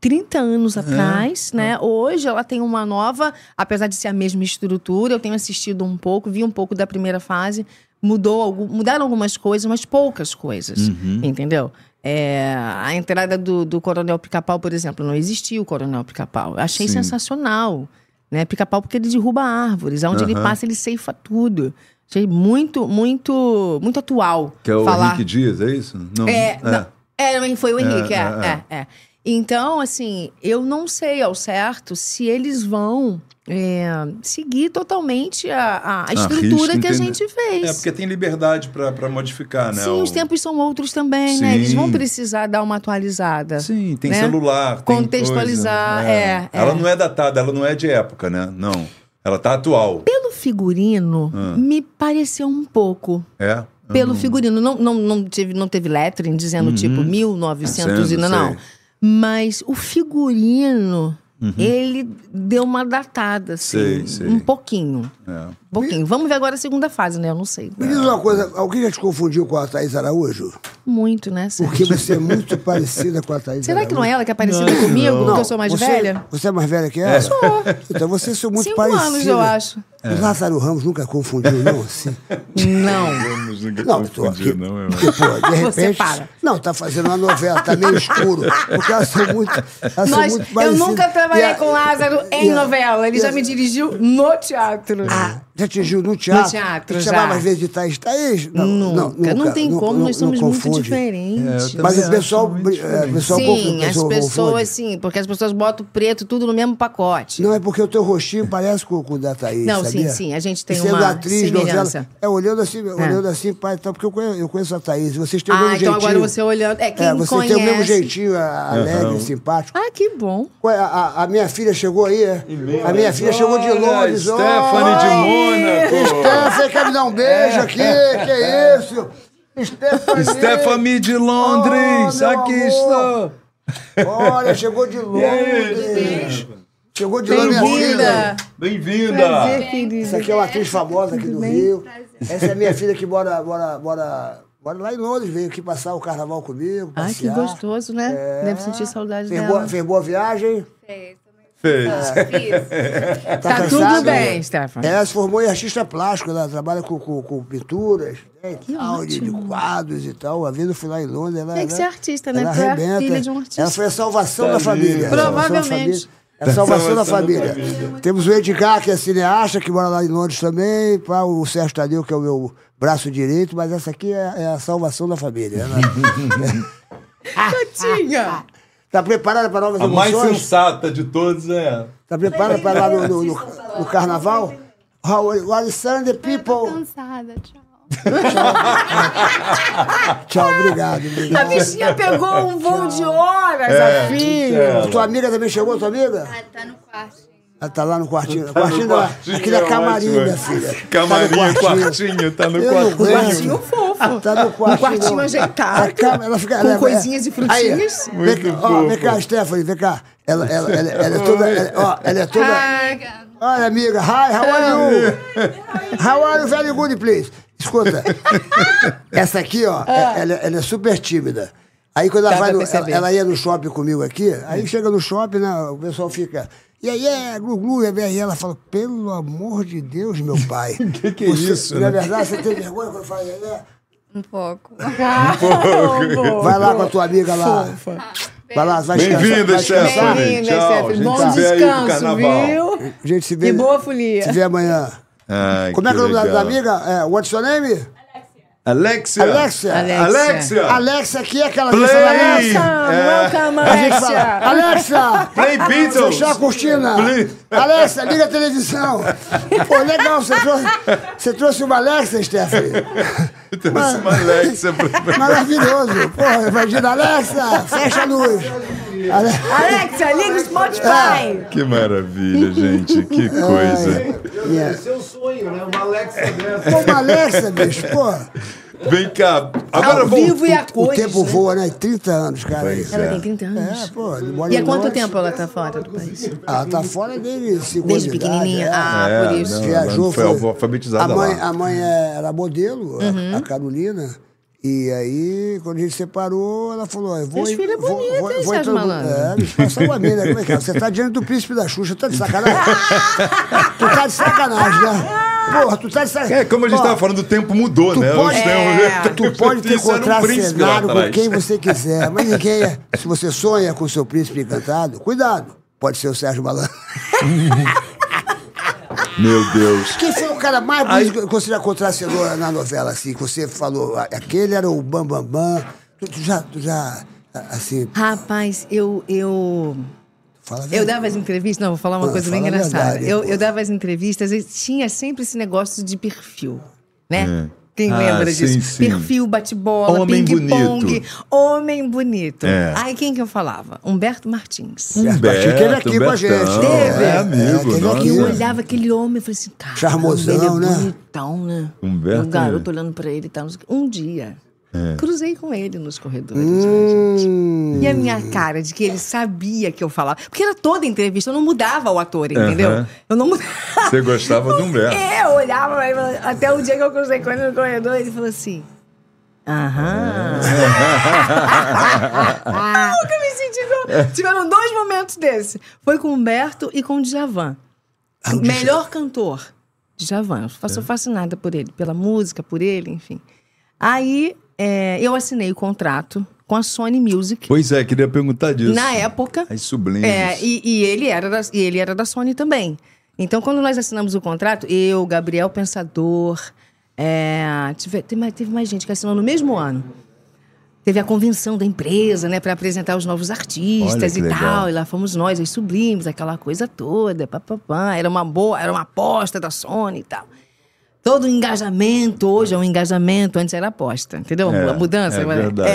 30 É, anos atrás, né? Hoje ela tem uma nova, apesar de ser a mesma estrutura, eu tenho assistido um pouco, vi um pouco da primeira fase, mudou, algu- mudaram algumas coisas, mas poucas coisas, Uhum. entendeu? É, a entrada do, do Coronel Pica-Pau, por exemplo, não existia o Coronel Pica-Pau. Eu Achei Sim. sensacional, né? Pica-Pau porque ele derruba árvores, aonde ele Aham. passa ele ceifa tudo. Achei muito, muito, muito atual Que é o falar. Rick Dias, é isso? Não. É, não. É, o Hen- foi o É, Henrique, é, é, é, é. Então, assim, eu não sei ao certo se eles vão é, seguir totalmente a, a- a estrutura risca, que a Ah, entende? gente fez. É, porque tem liberdade pra, pra modificar, né? Sim, o- os tempos são outros também, né? Eles vão Sim. precisar dar uma atualizada. Sim, tem né? celular, tem Contextualizar, coisa, né? é, Ela é. não é datada, ela não é de época, né? Não. Ela tá atual. Pelo figurino, Ah. me pareceu um pouco. É? Eu Pelo não- Uhum. figurino. Não, não, não teve, não teve lettering dizendo, tipo, 1900 e Sendo, não, não. sei. Mas o figurino, Uhum. ele deu uma datada, Sei, assim. sei. Um pouquinho. É. Um pouquinho. Vamos ver agora a segunda fase, né? Eu não sei. Me diz uma coisa, alguém já te confundiu com a Thaís Araújo? Muito, né? Sérgio? Porque você é muito parecida com a Thaís Será que não é Araújo. ela que é parecida comigo? Porque eu sou mais você, velha? Você é mais velha que ela? Sou. Então vocês são muito Cinco parecidas. anos, eu acho. O É. Lázaro Ramos nunca confundiu, não? Assim. Não. Vamos nunca Não, tô confundir, aqui. Tipo, não, é? Porque, pô, de Você repente. para. Não, tá fazendo uma novela, tá meio escuro. Porque elas são muito. Elas são Nós, muito eu parecidas. nunca trabalhei E a- com Lázaro em e a- novela. Ele e já a- me dirigiu no teatro. Ah, Já atingiu no teatro? No teatro, Te já. chamava às vezes de Thaís. Thaís? Não, nunca. não, nunca. Não tem Nu- como, nu- nós não somos muito confunde. diferentes. assim, É, eu Mas Também o pessoal, acho muito eh, o pessoal Sim, confunde, o as pessoal pessoas, confunde. sim, porque as pessoas botam o preto tudo no mesmo pacote. Não, é porque o teu rostinho parece com, com o da Thaís, Não, sim, sabia? sim, a gente tem E sendo uma atriz, semelhança. novela, é olhando assim, olhando assim, pai, tá, porque eu conheço, eu conheço a Thaís, vocês têm o ah, mesmo então jeitinho. agora você olhando. É, quem é, você conhece. tem o mesmo jeitinho, a- alegre, Aham. simpático. Ah, que bom. Ué, a- a, a minha filha chegou aí, é? A minha filha chegou de Olha, Londres. Stephanie de Mônaco. Stephanie, quer me dar um beijo aqui? Que é isso? Stephanie. Stephanie de Londres, Oh, meu amor. aqui estou. Olha, chegou de Londres. Chegou de Londres. minha filha. Bem-vinda. Bem-vinda. Essa aqui é uma atriz famosa aqui do Rio. Essa é minha filha que mora, mora, mora, mora lá em Londres, veio aqui passar o carnaval comigo. Ai, Ah, que passear. gostoso, né? Deve sentir saudade Fez dela. É. boa, fez boa viagem. Fez. Tá, Tá cansada? tudo bem, Stefan. Ela se formou em artista plástico, ela trabalha com, com, com pinturas, né, e tal, de, de ótimo. quadros e tal. A vida eu fui lá em Londres. Ela, Tem que ela- ser artista, né? Ela Tu é arrebenta. filha de um artista. Ela foi a salvação Tá da vendo? família. é a salvação da Provavelmente. família. É A salvação da salvação da família. Temos o Edgar, que é cineasta, que mora lá em Londres também. pá, O Sérgio Tadeu, que é o meu braço direito. Mas essa aqui é, é a salvação da família. né? Ela Tinha. tá preparada para novas A mais emoções? sensata de todos é. Tá preparada para lá no, no- no- no carnaval? How are you? Alexander Tô People. cansada, tchau. Tchau, obrigado. obrigado. A bichinha pegou um voo de horas, a filha. É. Tua amiga também chegou, tua amiga? Ah, tá no quarto. ainda. Ela tá lá no quartinho. Tá no quartinho, não, quartinho, aqui na é camarim, ótimo. minha filha. Camarim, tá no quartinho. quartinho, tá no Eu não quartinho. aguento. Quartinho fofo. Tá no quartinho. quartinho não. ajeitado, A cama, ela fica, com ela- é- coisinhas e frutinhas. Aí, Muito vem, cá, ó, fofo. vem cá, Stephanie, vem cá. Ela, ela, ela, ela é toda. Ela, ó, ela é toda. Ah, Ai, Olha, amiga. Hi, how are you? É, How are you? Very good, please. Escuta. essa aqui, ó, é- ela, ela é super tímida. Aí quando ela Ah. Dá vai pra no, ela, perceber. ela ia no shopping comigo aqui, aí chega no shopping, né, o pessoal fica. E aí, é, glu, glu, e aí ela fala, pelo amor de Deus, meu pai. que que é isso, Na né? verdade, você tem vergonha quando fala, "Iê, iê"? Um pouco. amor. Vai lá com a tua amiga lá. Vai lá, vai descansar, Bem-vinda, vai descansar. Stephanie. Bem-vinda, Tchau, Stephanie. a gente Bom se vê aí no descanso, carnaval. viu? A gente se vê. Que boa folia. Se vê amanhã. Ai, Como é que é o nome da, legal. da amiga? É, what's your name? Alexia. Alexia. Alexia. Alexia, aqui é aquela Play. lista da Alexia. Welcome, é. welcome, A gente fala, Alexia. Alexa! Play Beatles. Fechar a cortina! Please. Alexa, liga a televisão! Pô, legal, você trouxe, você trouxe uma Alexa, Stephanie! Trouxe uma Alexia pra- Maravilhoso! Porra, imagina, Alexa, fecha a luz! Ale- Alexia, liga o É. Spotify. Que maravilha, gente. Que coisa. Yeah. É. Seu sonho, né? Uma Alexa dessa. Pô, uma Alexa, bicho, pô! Vem cá. Agora Ao vamos. vivo e a O cores. tempo né? voa, né? 30 anos, cara. Pois Ela é. tem 30 É, anos. pô, ele mora E em há quanto Londres. tempo ela tá fora do país? Ela tá fora dele, cinco Desde anos de pequenininha? idade, é. Ah, É, por isso. não. viajou. foi alfabetizada a mãe, lá. Uhum. A mãe é- era modelo, a- a, Carolina. E aí, quando a gente separou, ela falou: "Ó, eu vou. Meus filhos é vou, bonito, hein, Sérgio entrar no- Malandro? É, bicho, passa uma mina. Como é que é? Você tá diante do príncipe da Xuxa, tá de sacanagem? tu tá de sacanagem, né? Porra, tu tá de sacanagem. É, como a gente Ó, estava falando, o tempo mudou, tu né? pode- um É, Os tempos- Tu pode ter Isso era um príncipe lá contracenário com atrás. quem você quiser, mas ninguém é. Se você sonha com o seu príncipe encantado, cuidado. Pode ser o Sérgio Malandro. Meu Deus. Quem foi é o cara mais bonito que você já contracenou na novela, assim? Que você falou, "Ah, aquele era o Bam Bam Bam. Tu, tu já, tu já, a- assim, Rapaz, eu, eu, fala a eu verdade. dava as entrevistas. Não, vou falar uma Ah, coisa bem fala a engraçada. verdade, eu, pô. eu dava as entrevistas e tinha sempre esse negócio de perfil, né? Quem Ah, lembra sim, disso? sim. Perfil, bate-bola, Homem ping-pong, bonito. homem bonito. É. Aí quem que eu falava? Humberto Martins. Humberto, teve aqui com a gente. Teve. É É, amigo, teve nossa. aqui Que eu Sim. olhava aquele homem e falei assim, cara, Charmosão, ele é né? bonitão, né? Humberto, E o garoto olhando pra ele e tal. não sei o quê. Um dia, cruzei com ele nos corredores. Hum. né, gente? Hum, E a minha cara de que ele sabia que eu falava. Porque era toda entrevista, eu não mudava o ator, entendeu? Aham. Eu não mudava. Você gostava do Tá. Humberto. É, eu olhava pra ele, até o dia que eu cruzei com ele no corredor, ele falou assim... Aham. Eu nunca me senti tão... Tiveram dois momentos desses. Foi com o Humberto e com o Djavan. Ah, o Djavan. É. Melhor cantor. Djavan. Eu fa- sou fascinada por ele, pela música, por ele, enfim. Aí é, eu assinei o contrato com a Sony Music Pois é, queria perguntar disso. na época. As sublimes. É, e, e ele era da, e ele era da Sony também. Então, quando nós assinamos o contrato, eu, Gabriel Pensador, é, tive- teve, mais- teve mais gente que assinou no mesmo ano. Teve a convenção da empresa, né, para apresentar os novos Olha artistas que e legal. tal. E lá fomos nós, os sublimos, aquela coisa toda. Pá, pá, pá. Era uma boa, era uma aposta da Sony e tal. Todo o engajamento hoje é um engajamento, antes era aposta, entendeu? É, a mudança. é agora- verdade.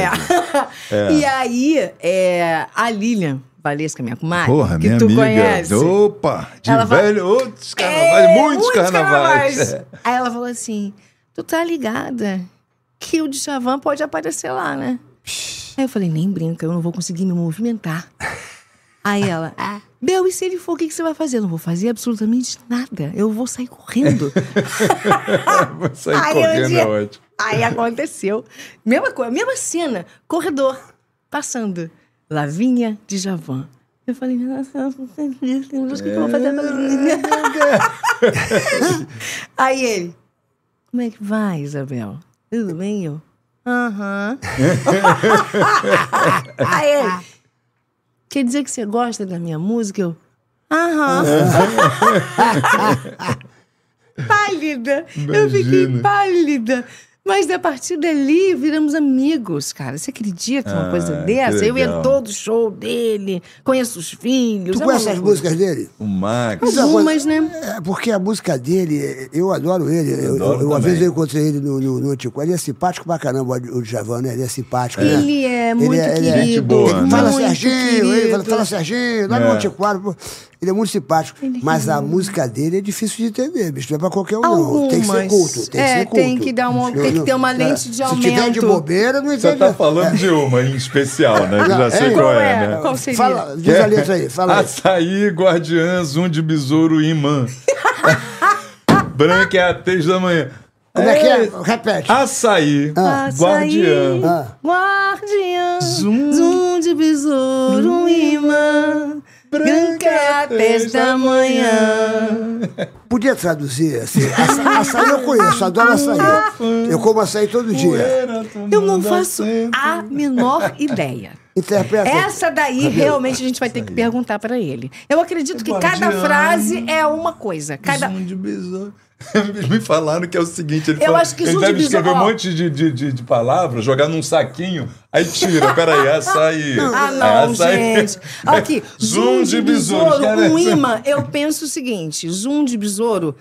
É. E aí, é, a Lilian Valesca, minha comadre, Porra, que minha tu amiga. conhece. Opa, de Ela fala- velho, outros carnavais, É, muitos carnavais. É. Aí ela falou assim: Tu tá ligada que o Djavan pode aparecer lá, né? Aí eu falei: Nem brinca, eu não vou conseguir me movimentar. Aí ela, ah, Bel, e se ele for, o que, que você vai fazer? Eu não vou fazer absolutamente nada. Eu vou sair correndo. Vou sair Ai, correndo, Andy. é ótimo. Aí aconteceu. Mesma coisa, mesma cena. Corredor. Passando. Lavinha de Javan. Eu falei, nossa, eu não sei disso, eu não sei o que eu vou fazer. Aí ele, como é que vai, Isabel? Tudo bem, eu? Aham. Aí ele, quer dizer que você gosta da minha música? Eu, aham. pálida. Eu fiquei Imagina. pálida. Mas a partir dali viramos amigos, cara. Você acredita Ah, numa coisa que dessa? Eu ia legal. em todo show dele, conheço os filhos. Tu é uma conhece as loucura. músicas dele? O Max. Mas a Algumas, né? É, porque a música dele, é, eu adoro ele. Eu, Adoro eu- uma também. vez eu encontrei ele no, no, no Antico. Ele é simpático pra caramba, o Djavan, né? Ele é simpático, né? Ele é muito ele querido. Gente boa, né? muito Fala Serginho, ele fala, querido. fala Serginho, lá no É. Antiquário. pô, Ele é muito simpático. Mas a música dele é difícil de entender, bicho. Não é pra qualquer um, não. Tem que ser Algumas. culto. Tem É, que ser culto. tem que dar uma- tem que ter uma lente de Se tiver de aumento. bobeira, não Você entende. tá falando de uma em especial, né? Que Não, já sei é. qual Qual é, é? né? Qual seria? Fala, diz a letra aí, fala aí. Açaí, guardiãs, um de besouro e imã. Branca é a três da manhã. Como é que é? Repete. Açaí, guardiã. Ah. Guardiã, Zum. zoom. de besouro, um imã, branca é a tez da manhã. Podia traduzir assim. Aça- Açaí eu conheço, adoro açaí. Eu como açaí todo dia. Eu não faço a menor ideia. Tá Interpreta. Essa daí realmente a gente vai ter que perguntar pra ele. Eu acredito que cada Guardiã. frase é uma coisa. Cada Zoom de besouro. Me falaram que é o seguinte, ele, Eu fala- acho que ele zoom de deve escrever um besouro- monte de, de, de, de palavras, jogar num saquinho, aí tira, peraí, açaí. Ah, não, açaí. gente. Aqui, Zoom zoom, É, de de besouro, besouro, um cara. imã. Eu penso o seguinte, zoom de besouro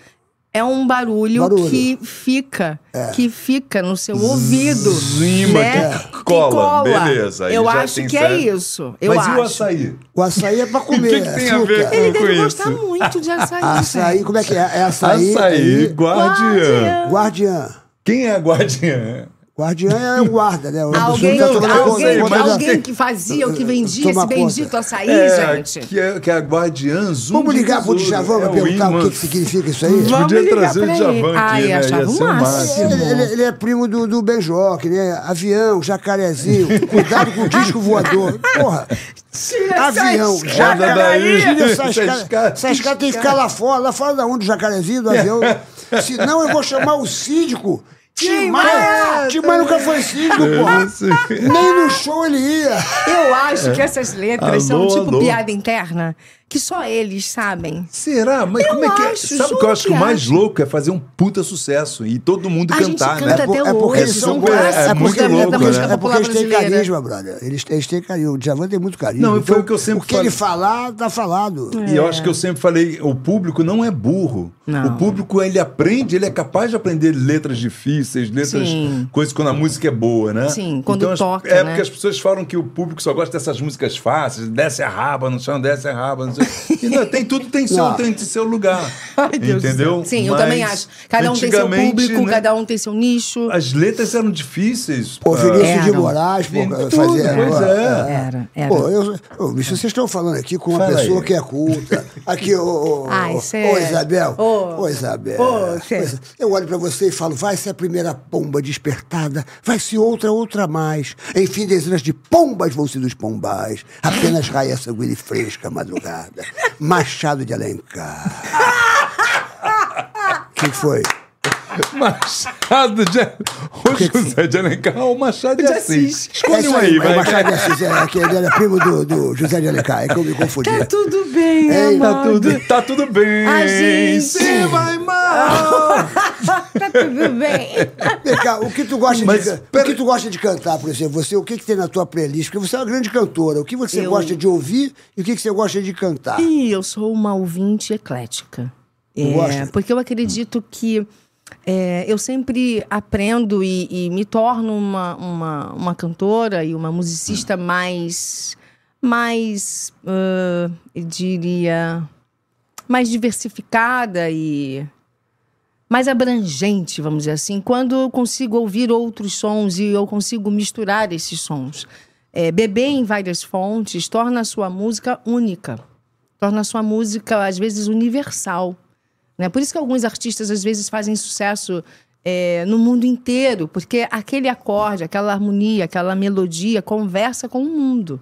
é um barulho, Barulho. É. que fica, que fica no seu ouvido. Zima, né? que cola. Beleza, aí Eu já acho tem que é certo. isso. Eu Mas acho. e o açaí? O açaí é pra O comer. que, que tem a açúcar. ver com, Ele com deve isso? gostar muito de açaí. Açaí, velho. como é que é? É açaí. Açaí, aí, guardiã. Guardiã. Quem é guardiã? Guardiã é o guarda, né? O Alguém, pessoa que tá tomando alguém, conta da- alguém que fazia o que vendia eh, Toma conta. esse bendito açaí, assim, é, gente. Que é, que é a guardiã Zoom Vamos de ligar né? pro besouro, Djavan é pra perguntar o imã. que, que significa isso aí? Vamos Podia ligar trazer pra o Djavan ele. aqui, Ai, né? achava Ia ser o o máximo. máximo. Ele, ele- ele é primo do, do Benjó, que né? Avião, jacarezinho. Cuidado com o disco voador. Porra, Tira essa é avião, escada Anda daí. jacarezinho. Essa é Essa é escada, escada- essa é escada tem que ficar lá fora. Lá fora da onde? Do jacarezinho, do avião. Senão eu vou chamar o síndico. Tim Maia! Tim Maia nunca foi síndico, É. porra. Nem no show ele ia. Eu acho que essas letras Alô, são tipo alô. piada interna, que só eles sabem. Será? Mas Eu como é que é? acho, Sabe o que eu juro acho que que o mais acho. louco é fazer um puta sucesso e todo mundo A gente cantar, canta né? até é porque hoje, eles são são clássicos é muito da, louco, da né? música É porque popular eles têm brasileira. carisma, brother. Eles, eles têm carisma. O Djavan tem muito carisma. Não, foi o que eu sempre O que ele falei. falar, tá falado. E eu acho que eu sempre falei, o público não é burro. Não. O público, ele aprende, ele é capaz de aprender letras difíceis, letras, Sim. coisas quando a música é boa, né? Sim, quando então, as- toca, É né? porque as pessoas falam que o público só gosta dessas músicas fáceis, desce a raba no chão, desce a raba no chão. E não, tem tudo, tem seu, Não. tem seu lugar. Deus do entendeu? céu. Sim, eu Mas, também acho. Cada um tem seu antigamente, público, né, cada um tem seu nicho. As letras eram difíceis. Pô, ah, Vinícius de Eram. Moraes, pô, Tudo, fazia. pois é. Era, era. Pô, eu, eu, bicho, vocês estão falando aqui com uma Fala pessoa aí. que é culta. Aqui, ô, ô, Ai, ô, sério. ô, Isabel. Ah, é- Ô. Ô, Isabel. Ô, sério. Pois é. eu olho pra você e falo, vai ser a primeira pomba despertada, vai ser outra, outra mais. Enfim, dezenas de pombas vão se dos pombais. Apenas raia sanguínea e fresca à madrugada. Machado de Alencar. O que foi? Machado de... O José de Alencar ou Machado de De Assis. Assis. Escolhe É um isso aí, É vai. Machado de Assis, é, que ele era primo do, do José de Alencar, é que eu me confundi. Tá tudo bem, Ei, amor. Tá tudo, tá tudo bem. A gente- Se vai mal. Tá tudo bem. Vem cá, o que tu gosta Mas, de can- pera- o que tu gosta de cantar, por exemplo, você, o que, que tem na tua playlist? Porque você é uma grande cantora, o que você Eu- gosta de ouvir e o que, que você gosta de cantar? Ih, eu sou uma ouvinte eclética. Hum. É, gosta? porque eu acredito que é, eu sempre aprendo e, e me torno uma, uma, uma cantora e uma musicista mais. mais. ah, eu diria. mais diversificada e. mais abrangente, vamos dizer assim, quando eu consigo ouvir outros sons e eu consigo misturar esses sons. É, beber em várias fontes torna a sua música única torna a sua música, às vezes, universal. Né? Por isso que alguns artistas, às vezes, fazem sucesso é, no mundo inteiro, porque aquele acorde, aquela harmonia, aquela melodia conversa com o mundo.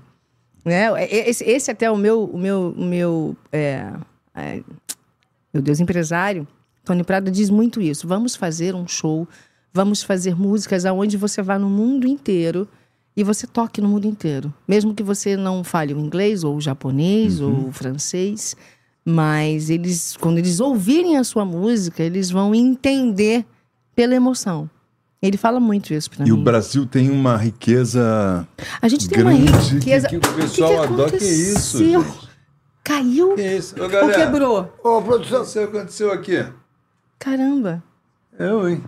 Né? E- Esse, esse até é o meu, o meu, o meu, é, é, meu Deus, empresário, Tony Prado diz muito isso. Vamos fazer um show, vamos fazer músicas aonde você vá no mundo inteiro e você toque no mundo inteiro. Mesmo que você não fale o inglês, ou o japonês, Uhum. ou o francês. Mas eles, quando eles ouvirem a sua música, eles vão entender pela emoção. Ele fala muito isso pra E o mim. Brasil tem uma riqueza A gente tem grande uma riqueza. que o pessoal adora. Que é isso, aconteceu? gente? Caiu Que isso? Ô, ou galera, quebrou? Ô, não produção, sei o que aconteceu aqui. Caramba. Eu, hein?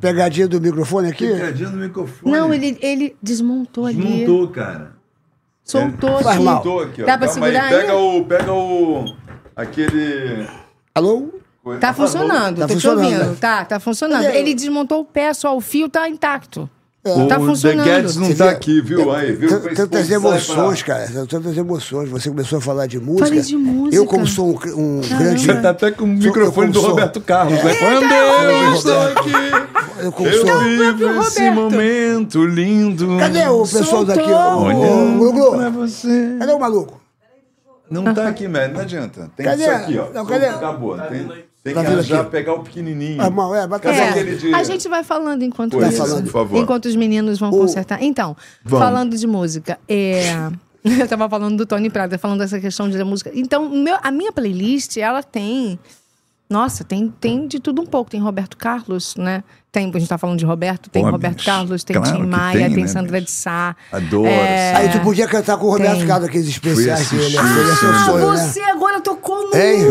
pegadinha do microfone aqui? Picadinha no microfone. Não, ele, ele desmontou ali. Desmontou, É. cara. Soltou Faz aqui. mal. Desmontou aqui, ó. Dá pra Calma segurar aí. Pega ainda? o... Pega o... Aquele... Alô? coisa- Tá funcionando, Tá tô funcionando, te né? ouvindo. Tá, tá funcionando. Cadê? Ele desmontou o pé, só o fio tá intacto. O Tá funcionando. The Guedes não Você tá vê? aqui, viu? Aí, viu? Tant- Tantas Expulsar emoções, pra- cara. Tantas emoções. Você começou a falar de música. Falei de música. Eu, como sou um, cr- um grande. Você tá até com o Sou- eu microfone como do sou- Roberto Carlos, né? Quando eu estou aqui... Eu, como Eu sou- vivo próprio esse Roberto. momento lindo. Cadê o pessoal Soltou. daqui? Ô, ô, Olhando Gluglu? pra você. Cadê o maluco? Não tá aqui, velho. Não adianta. Tem Cadê? isso aqui, ó. Não, cadê? Acabou. Tem, tem que Tá vindo arranjar, aqui. pegar o pequenininho. Ah, irmão, é, bota Cadê lá. aquele de... A gente vai falando enquanto Tá Pois, isso. falando. por favor. Enquanto os meninos vão consertar. Então, Vamos. falando de música, é, eu tava falando do Tony Prada, falando dessa questão de música. Então, o meu- a minha playlist, ela tem. Nossa, tem, tem de tudo um pouco. Tem Roberto Carlos, né? Tem, a gente tá falando de Roberto, tem Pô, Roberto bicho, Carlos, tem claro Tim que Maia, tem, tem, né, Sandra bicho? de Sá. É, Adoro. Aí tu podia cantar com o Roberto Tem. Carlos, aqueles especiais Fui dele. assistir Seria isso. seu Ah, sonho, né? Você agora tocou no É. Hein?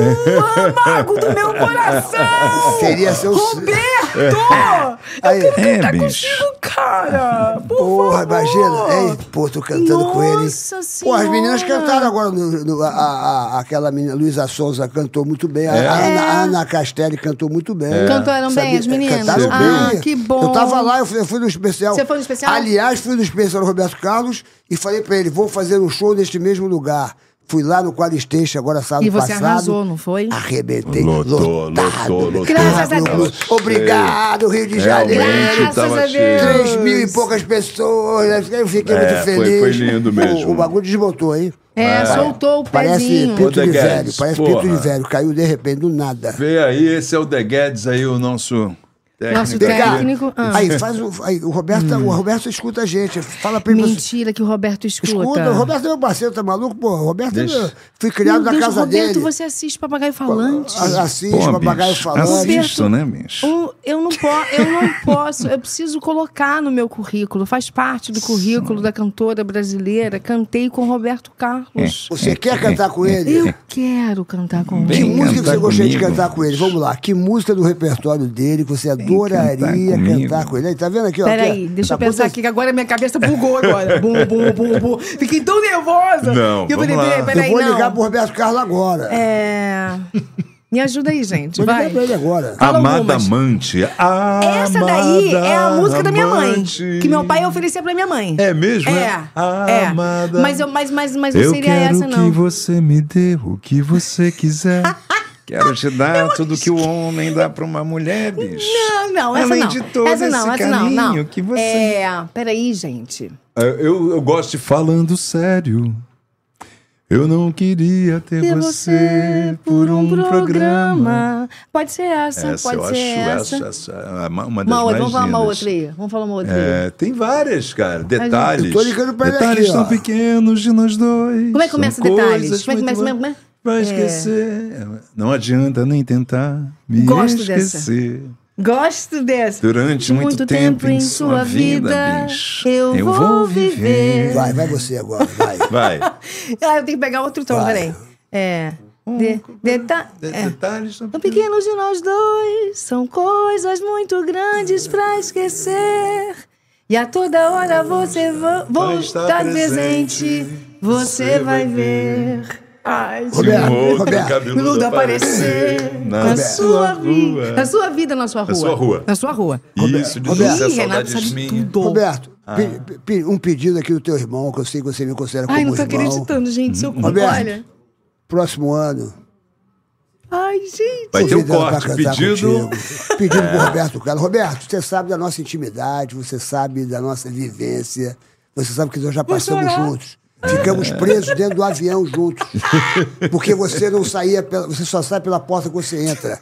âmago do meu coração! Seria seu sonho. Roberto! Aí, É, bicho. Cara, por porra, favor. imagina. Ei, pô, tô cantando com ele. hein? Nossa Pô, as meninas Senhora. cantaram agora. no- no- a, a- a- aquela menina, Luísa Souza, cantou muito bem. É? A, a Ana, a Ana Castelli cantou muito bem. É. Cantaram bem as meninas? Cantaram Ah, bem. que bom. Eu tava lá, eu fui, eu fui no especial. Você foi no especial? Aliás, fui no especial do Roberto Carlos e falei pra ele, vou fazer um show neste mesmo lugar. Fui lá no Qualisteixo agora sábado E você passado. arrasou, não foi? Arrebentei. Lotou, lotado, lotou, lotou. Graças a Deus. Obrigado, Rio de Janeiro. Realmente Graças tava a cheio. Deus. Três mil e poucas pessoas. né? Eu fiquei É, muito foi- feliz. foi lindo mesmo. O, o bagulho desmontou, hein? É, soltou o Parece pezinho. pinto Ô, de Deguedes, velho. Parece pinto de porra. velho. Caiu de repente, do nada. Vê aí, esse é o The Guedes aí, o nosso técnico. Nosso aqui. Vem cá. técnico. ah. Hum. Aí, faz o, aí, o, Roberto, o Roberto escuta a gente. Fala pra ele. você- Mentira que o Roberto escuta. Escuta, o Roberto é meu parceiro, tá maluco? Pô, o Roberto, Deixa. eu fui Meu criado na Deus, casa Roberto, dele. Ah, você assiste Papagaio Falante? A- Assiste, Pô, papagaio bicho. falando. Assista, né, bicho? O- eu, não po, eu não posso, eu preciso colocar no meu currículo. Faz parte do currículo da cantora brasileira. Cantei com Roberto Carlos. Você quer cantar com ele? Eu quero cantar com É. Que ele. Vem música que cantar você gostaria de comigo. cantar com ele? Vamos lá. Que música do repertório dele que você adoraria cantar cantar, comigo. com ele? Aí, tá vendo aqui, ó? Peraí, aqui, ó. deixa eu Tá pensar acontecendo- aqui, que agora minha cabeça bugou agora. bum, bum, bum, bum. Fiquei tão nervosa. Não, que eu vamos falei, lá. peraí, peraí, Eu vou não. ligar pro Roberto Carlos agora. É... Me ajuda aí, gente, Vou ligar vai. pra ele agora. Fala Amada algumas. Amante. Essa daí é a Amada música da minha mãe, Amante. que meu pai oferecia pra minha mãe. É mesmo? É, é. Amada. Mas, eu, mas, mas, mas não Eu seria quero essa, não. que você me dê o que você quiser. quero te dar tudo que o homem dá pra uma mulher, bicho. Não, Ah, não, essa Além não. de todo essa não, esse essa não, não. caminho que você- É, peraí, gente. Eu, eu gosto de falando sério. Eu não queria ter Ter você por um programa. Pode ser essa, Essa pode eu ser acho essa. essa, essa é uma uma das Uma outra, vamos falar uma mais outra lindas. aí. Vamos falar uma outra aí. É, tem várias, cara. Detalhes. eu tô ligando pra ele detalhes aqui, ó. tão pequenos de nós dois. Como é que começa São detalhes? coisas Como é que muito começa mesmo? Como é? Vai esquecer. Não adianta nem tentar me Gosto dessa. esquecer. Gosto dessa. Durante muito, tempo, em sua vida, bicho, eu vou viver. Vai, vai você agora, vai. Vai. Ah, eu tenho que pegar outro tom, Vai. peraí. É. De, deta- De- é. Detalhes tão Tão pequenos de nós dois são coisas muito grandes pra esquecer. E a toda hora você va- vou vai estar, estar presente, presente, você você vai vai ver. Ai, Se Roberto, um outro Roberto, cabeludo Tudo aparecer na sua vida. Na sua vida, na sua rua. Na sua rua. Na sua rua. Isso, de Roberto, você, Ih, Renato saudades sabe minhas. tudo. Roberto, Ah. pe- pe- um pedido aqui do teu irmão, que eu sei que você me considera como Ai, não tô irmão. acreditando, gente. Seu cu, Roberto. olha. Próximo ano, Ai, gente. Vai ter um convidando pra corte, cantar pedido. É. contigo. Pedido pro Roberto Carlos. Roberto, você sabe da nossa intimidade, você sabe da nossa vivência, você sabe que nós já passamos chorar. juntos. Ficamos É. presos dentro do avião juntos. Porque você não saía, pela- você só sai pela porta que você entra.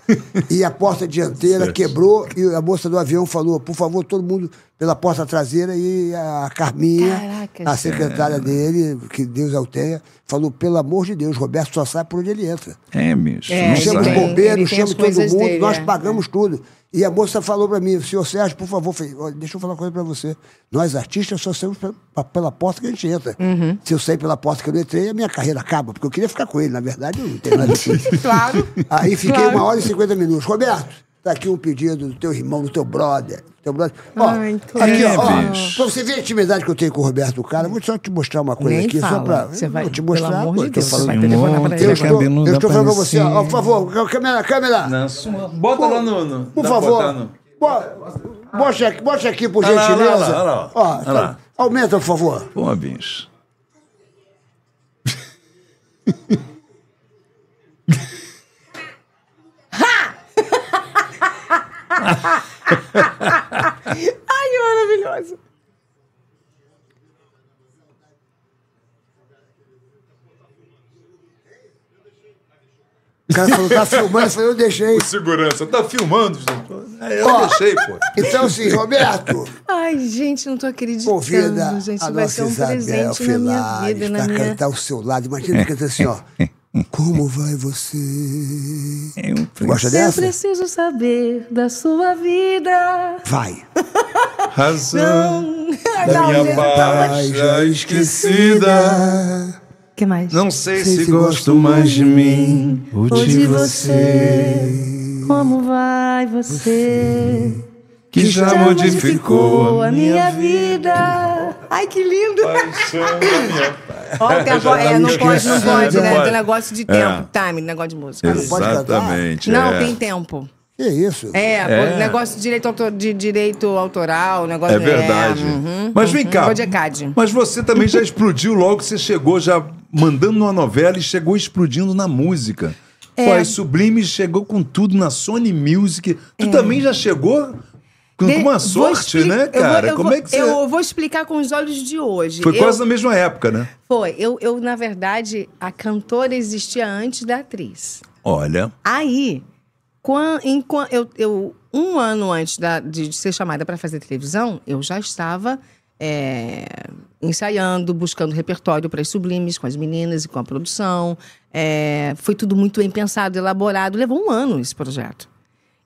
E a porta dianteira quebrou e a moça do avião falou: por favor, todo mundo pela porta traseira. E a Carminha, Caraca, a secretária dele, que Deus a o tenha, falou: pelo amor de Deus, Roberto só sai por onde ele entra. É, bicho. É, não ele Chama os tem- sai. ele bombeiros, tem chama as todo coisas mundo, dele, nós é. pagamos tudo. E a moça falou pra mim, senhor Sérgio, por favor, eu falei, "Olha, deixa eu falar uma coisa pra você. Nós artistas só saímos pe- pa- pela porta que a gente entra. Uhum. Se eu sair pela porta que eu não entrei, a minha carreira acaba, porque eu queria ficar com ele, na verdade, eu não tenho nada disso. Claro. Aí fiquei Claro. uma hora e cinquenta minutos. Roberto, tá aqui um pedido do teu irmão, do teu brother. do Teu brother. Ó, Ai, que aqui, ó, ó, legal. pra você ver a intimidade que eu tenho com o Roberto Cara, vou só te mostrar uma coisa Nem aqui, só fala. pra Você vai- vou te pelo mostrar. amor pô, de tô Deus, você falando vai telefonar pra eu ele agora. estou, Cabeludo eu estou falando pra você, aparecer. ó, por favor, câmera, câmera. Bota lá no... no- Por dá pra botar favor. no- Bo- Bote aqui, bote aqui, por Olha lá, olha lá, gentileza. olha lá, Ó, olha lá. Aumenta, por favor. Pô, bicho. Ai, que maravilhoso. O cara falou, tá filmando, eu falei, eu deixei. Segurança, tá filmando? gente? É, Eu Ó. deixei, pô. Então, assim, Roberto, Ai, gente, não tô acreditando. convida gente, a vai nossa ser um Isabel presente na minha Filares vida, pra na minha. cantar tá ao seu lado. Imagina ele cantando assim, ó. Como vai você? É um príncipe. Gosta Eu dessa? preciso saber da sua vida. Vai. Razão da Não, minha gente, paixão esquecida. que mais? Não sei se gosto mais de mim ou Ou de você. Como vai você? Que já modificou a minha vida. Ai, que lindo! vida. Ó, o Já tempo- tá é, não meio pode, não esquecido, pode, não né? pode. Tem negócio de tempo, time, negócio de música. não pode cantar? Exatamente. Não, é. tem tempo. Que isso? É, É. pô, negócio de direito, autor, de direito autoral, negócio É verdade. uhum, mas vem uhum. cá. Pode ECAD. Mas você também já explodiu logo que você chegou já mandando uma novela e chegou explodindo na música. É. Pô, a Sublime chegou com tudo na Sony Music. Tu também já chegou com É. De- uma vou sorte, expli- né, eu vou- cara? eu Como vou- é que você Eu vou explicar com os olhos de hoje. Foi eu, quase na mesma época, né? Foi. Eu, eu, na verdade, a cantora existia antes da atriz. Olha, Aí, quan- enqua- eu, eu- um ano antes da- de, de ser chamada para fazer televisão, eu já estava é, ensaiando, buscando repertório para as sublimes, com as meninas e com a produção. É, foi tudo muito bem pensado, elaborado. Levou um ano esse projeto.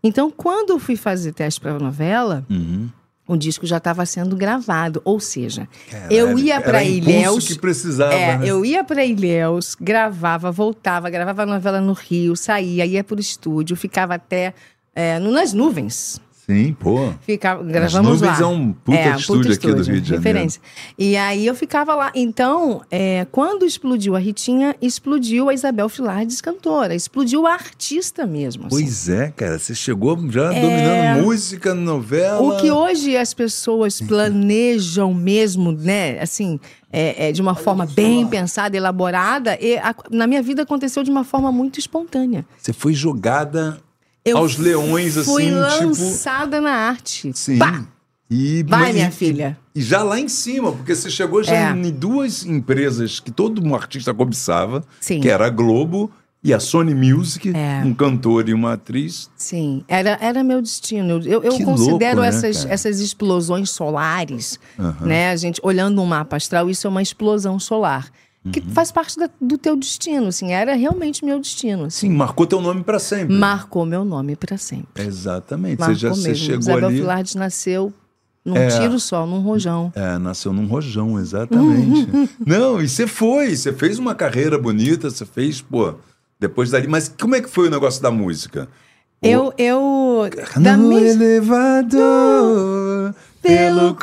Então, quando eu fui fazer teste para a novela, Uhum. o disco já estava sendo gravado. Ou seja, eu Caralho, ia era para impulso Ilhéus. que precisava, É, né? eu ia para Ilhéus, gravava, voltava, gravava a novela no Rio, saía, ia pro estúdio, ficava até é, no- nas nuvens. sim, pô. Ficava, gravamos nuvens é lá. um puta de estúdio aqui do Rio de Janeiro. Referência. E aí eu ficava lá. Então, é, quando explodiu a Ritinha, explodiu a Isabel Filardes, cantora. Explodiu a artista mesmo. assim. Pois é, cara. Você chegou já dominando música, novela. É. O que hoje as pessoas planejam mesmo, né? Assim, é, é, de uma forma bem pensada, elaborada. E a- na minha vida aconteceu de uma forma muito espontânea. Você foi jogada Eu aos leões, assim, Fui tipo. lançada na arte. Sim. Pá! E, Vai, e- minha filha. E já lá em cima, porque você chegou já É. em duas empresas que todo um artista cobiçava, Sim. que era a Globo e a Sony Music, É. um cantor e uma atriz. Sim, era, era meu destino. Eu, eu Que considero louco, né, essas, cara? essas explosões solares, né? A gente olhando um mapa astral, isso é uma explosão solar. Que Uhum. faz parte da- do teu destino, assim. Era realmente meu destino. assim. Sim, marcou teu nome pra sempre. Marcou meu nome para sempre. Exatamente. Hum. Marcou você já você mesmo. chegou Isabel ali. Filardes nasceu num tiro só, num rojão. É, nasceu num rojão, exatamente. Uhum. Não, e você foi, você fez uma carreira bonita, você fez, pô, depois dali. Mas como é que foi o negócio da música? Eu, eu... Da Tá No mesma... elevador, pelo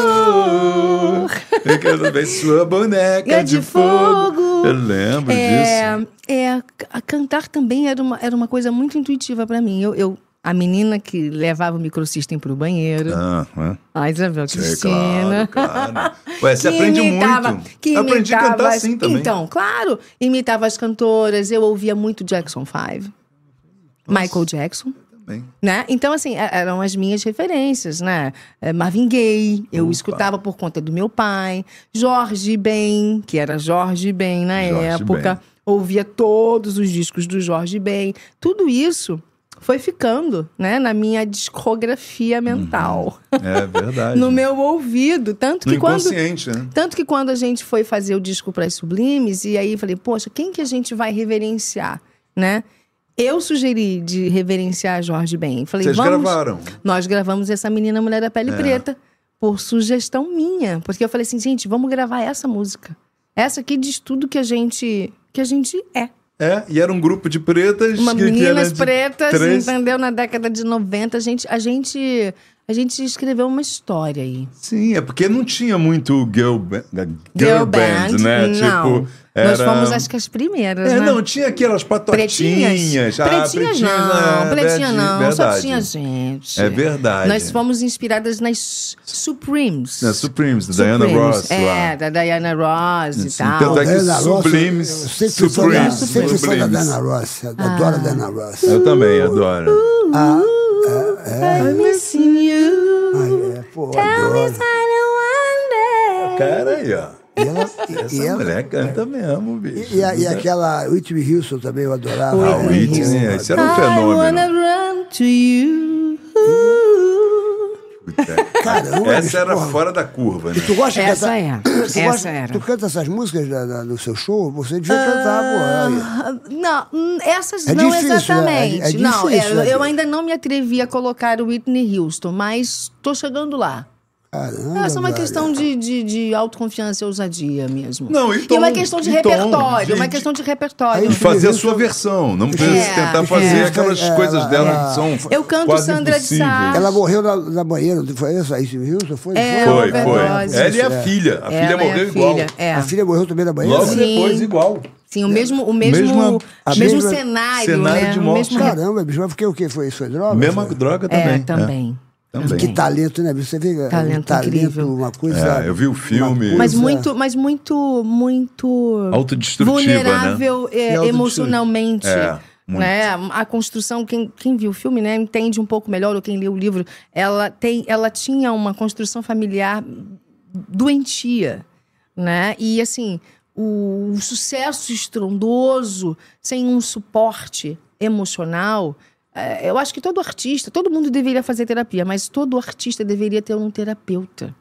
corredor, eu quero ver sua boneca É de de fogo. fogo. Eu lembro disso. É, é, a cantar também era uma, era uma coisa muito intuitiva para mim. Eu, eu- a menina que levava o microsystem pro banheiro, Aham. a Isabel É, Cristina. claro, Ah, claro. Ué, você que aprende imitava- muito. Que eu aprendi a cantar imitava as- assim também. Então, claro, imitava as cantoras. Eu ouvia muito Jackson 5, Michael Jackson. Também. Né? Então, assim, é- eram as minhas referências, né? É, Marvin Gaye, eu Opa. escutava por conta do meu pai. Jorge Ben, que era Jorge Ben na Jorge época. Ouvia todos os discos do Jorge Ben. Tudo isso foi ficando, né? Na minha discografia mental. É verdade. No meu ouvido. Tanto No que quando... inconsciente, né? Tanto que quando a gente foi fazer o disco para as Sublimes, e aí falei, poxa, quem que a gente vai reverenciar, né? Eu sugeri de reverenciar Jorge Ben. Falei, Vocês vamos. gravaram. Nós gravamos essa menina Mulher da É. Pele Preta por sugestão minha, porque eu falei assim, gente, vamos gravar essa música. Essa aqui diz tudo que a gente que a gente é. É, e era um grupo de pretas. Uma que, que era meninas de pretas, três- entendeu? Na década de 90, a gente a gente a gente escreveu uma história aí. Sim, é porque não tinha muito girl, ba- girl Girl band, band, né? não. Tipo, era... Nós fomos acho que as primeiras, É, né? não, tinha aquelas patotinhas. Pretinhas? Ah, pretinhas, não, né? pretinha Verdade, não, só verdade. tinha gente. É verdade. Nós fomos inspiradas nas Supremes. Na Supremes, da Diana Supremes, Ross. É, lá. da Diana Ross e Sim, tal. tanto é que Diana Ross, Sublimes, eu sempre fui da- Supremes, Sempre fui da Supremes. Dana Ross. eu Adoro a Dana Ross. Eu também adoro. Uh-uh. I'm missing you. É. Ai, é, pô, adoro. Cara aí, ó. E ela- e- Essa e ela- mulher é canta mesmo, bicho. E, a- e aquela Whitney Houston também eu adorava. Ah, o Whitney, né? isso era um I wanna fenômeno. run to you. Hum. Caramba, bicho, Essa era porra. fora da curva, né? Tu gosta de Essa cantar? é. Tu Essa gosta- era. Tu canta essas músicas da, da- do seu show? Você devia cantar, porra. Ah, Não, hum, essas É não difícil, né? exatamente. É- é não, difícil, eu, né? eu ainda não me atrevi a colocar o Whitney Houston, mas tô chegando lá. Caramba. Essa é uma velho. questão de, de, de autoconfiança e ousadia mesmo. Não, e e, é tom, uma questão de e tom, repertório. é de- uma questão de repertório. Aí E fazer a sua versão, não precisa É, tentar é. fazer aquelas É, coisas é, dela é. que são Eu canto quase Sandra de impossíveis. Sá. Ela morreu na, na banheira, não foi essa? A Whitney Houston? Foi? É, Foi, Ela foi. overdose. Ela e a É. filha. A filha Ela e morreu a igual. filha, É. A filha morreu também na banheira? Logo Sim. depois, igual. Sim, o mesmo, o mesmo, Mesma- a o mesmo mesma- cenário, cenário né? de O morte. mesmo- Caramba, bicho, mas porque o que foi? Isso foi droga? Mesma Foi? droga também. É, né? também. Também. Que talento, né? bicho? Você vê é, um Talento talento, incrível. uma coisa... tá É, eu vi o filme. uma Mas coisa- muito, mas muito, muito Autodestrutiva, vulnerável eh, E autodestrutiva. emocionalmente. né? É, muito. né? A construção, quem, quem viu o filme, né, entende um pouco melhor, ou quem lê o livro, ela, tem, ela tinha uma construção familiar doentia, né? E assim, o, o sucesso estrondoso, sem um suporte emocional. eh, Eu acho que todo artista, todo mundo deveria fazer terapia, mas todo artista deveria ter um terapeuta.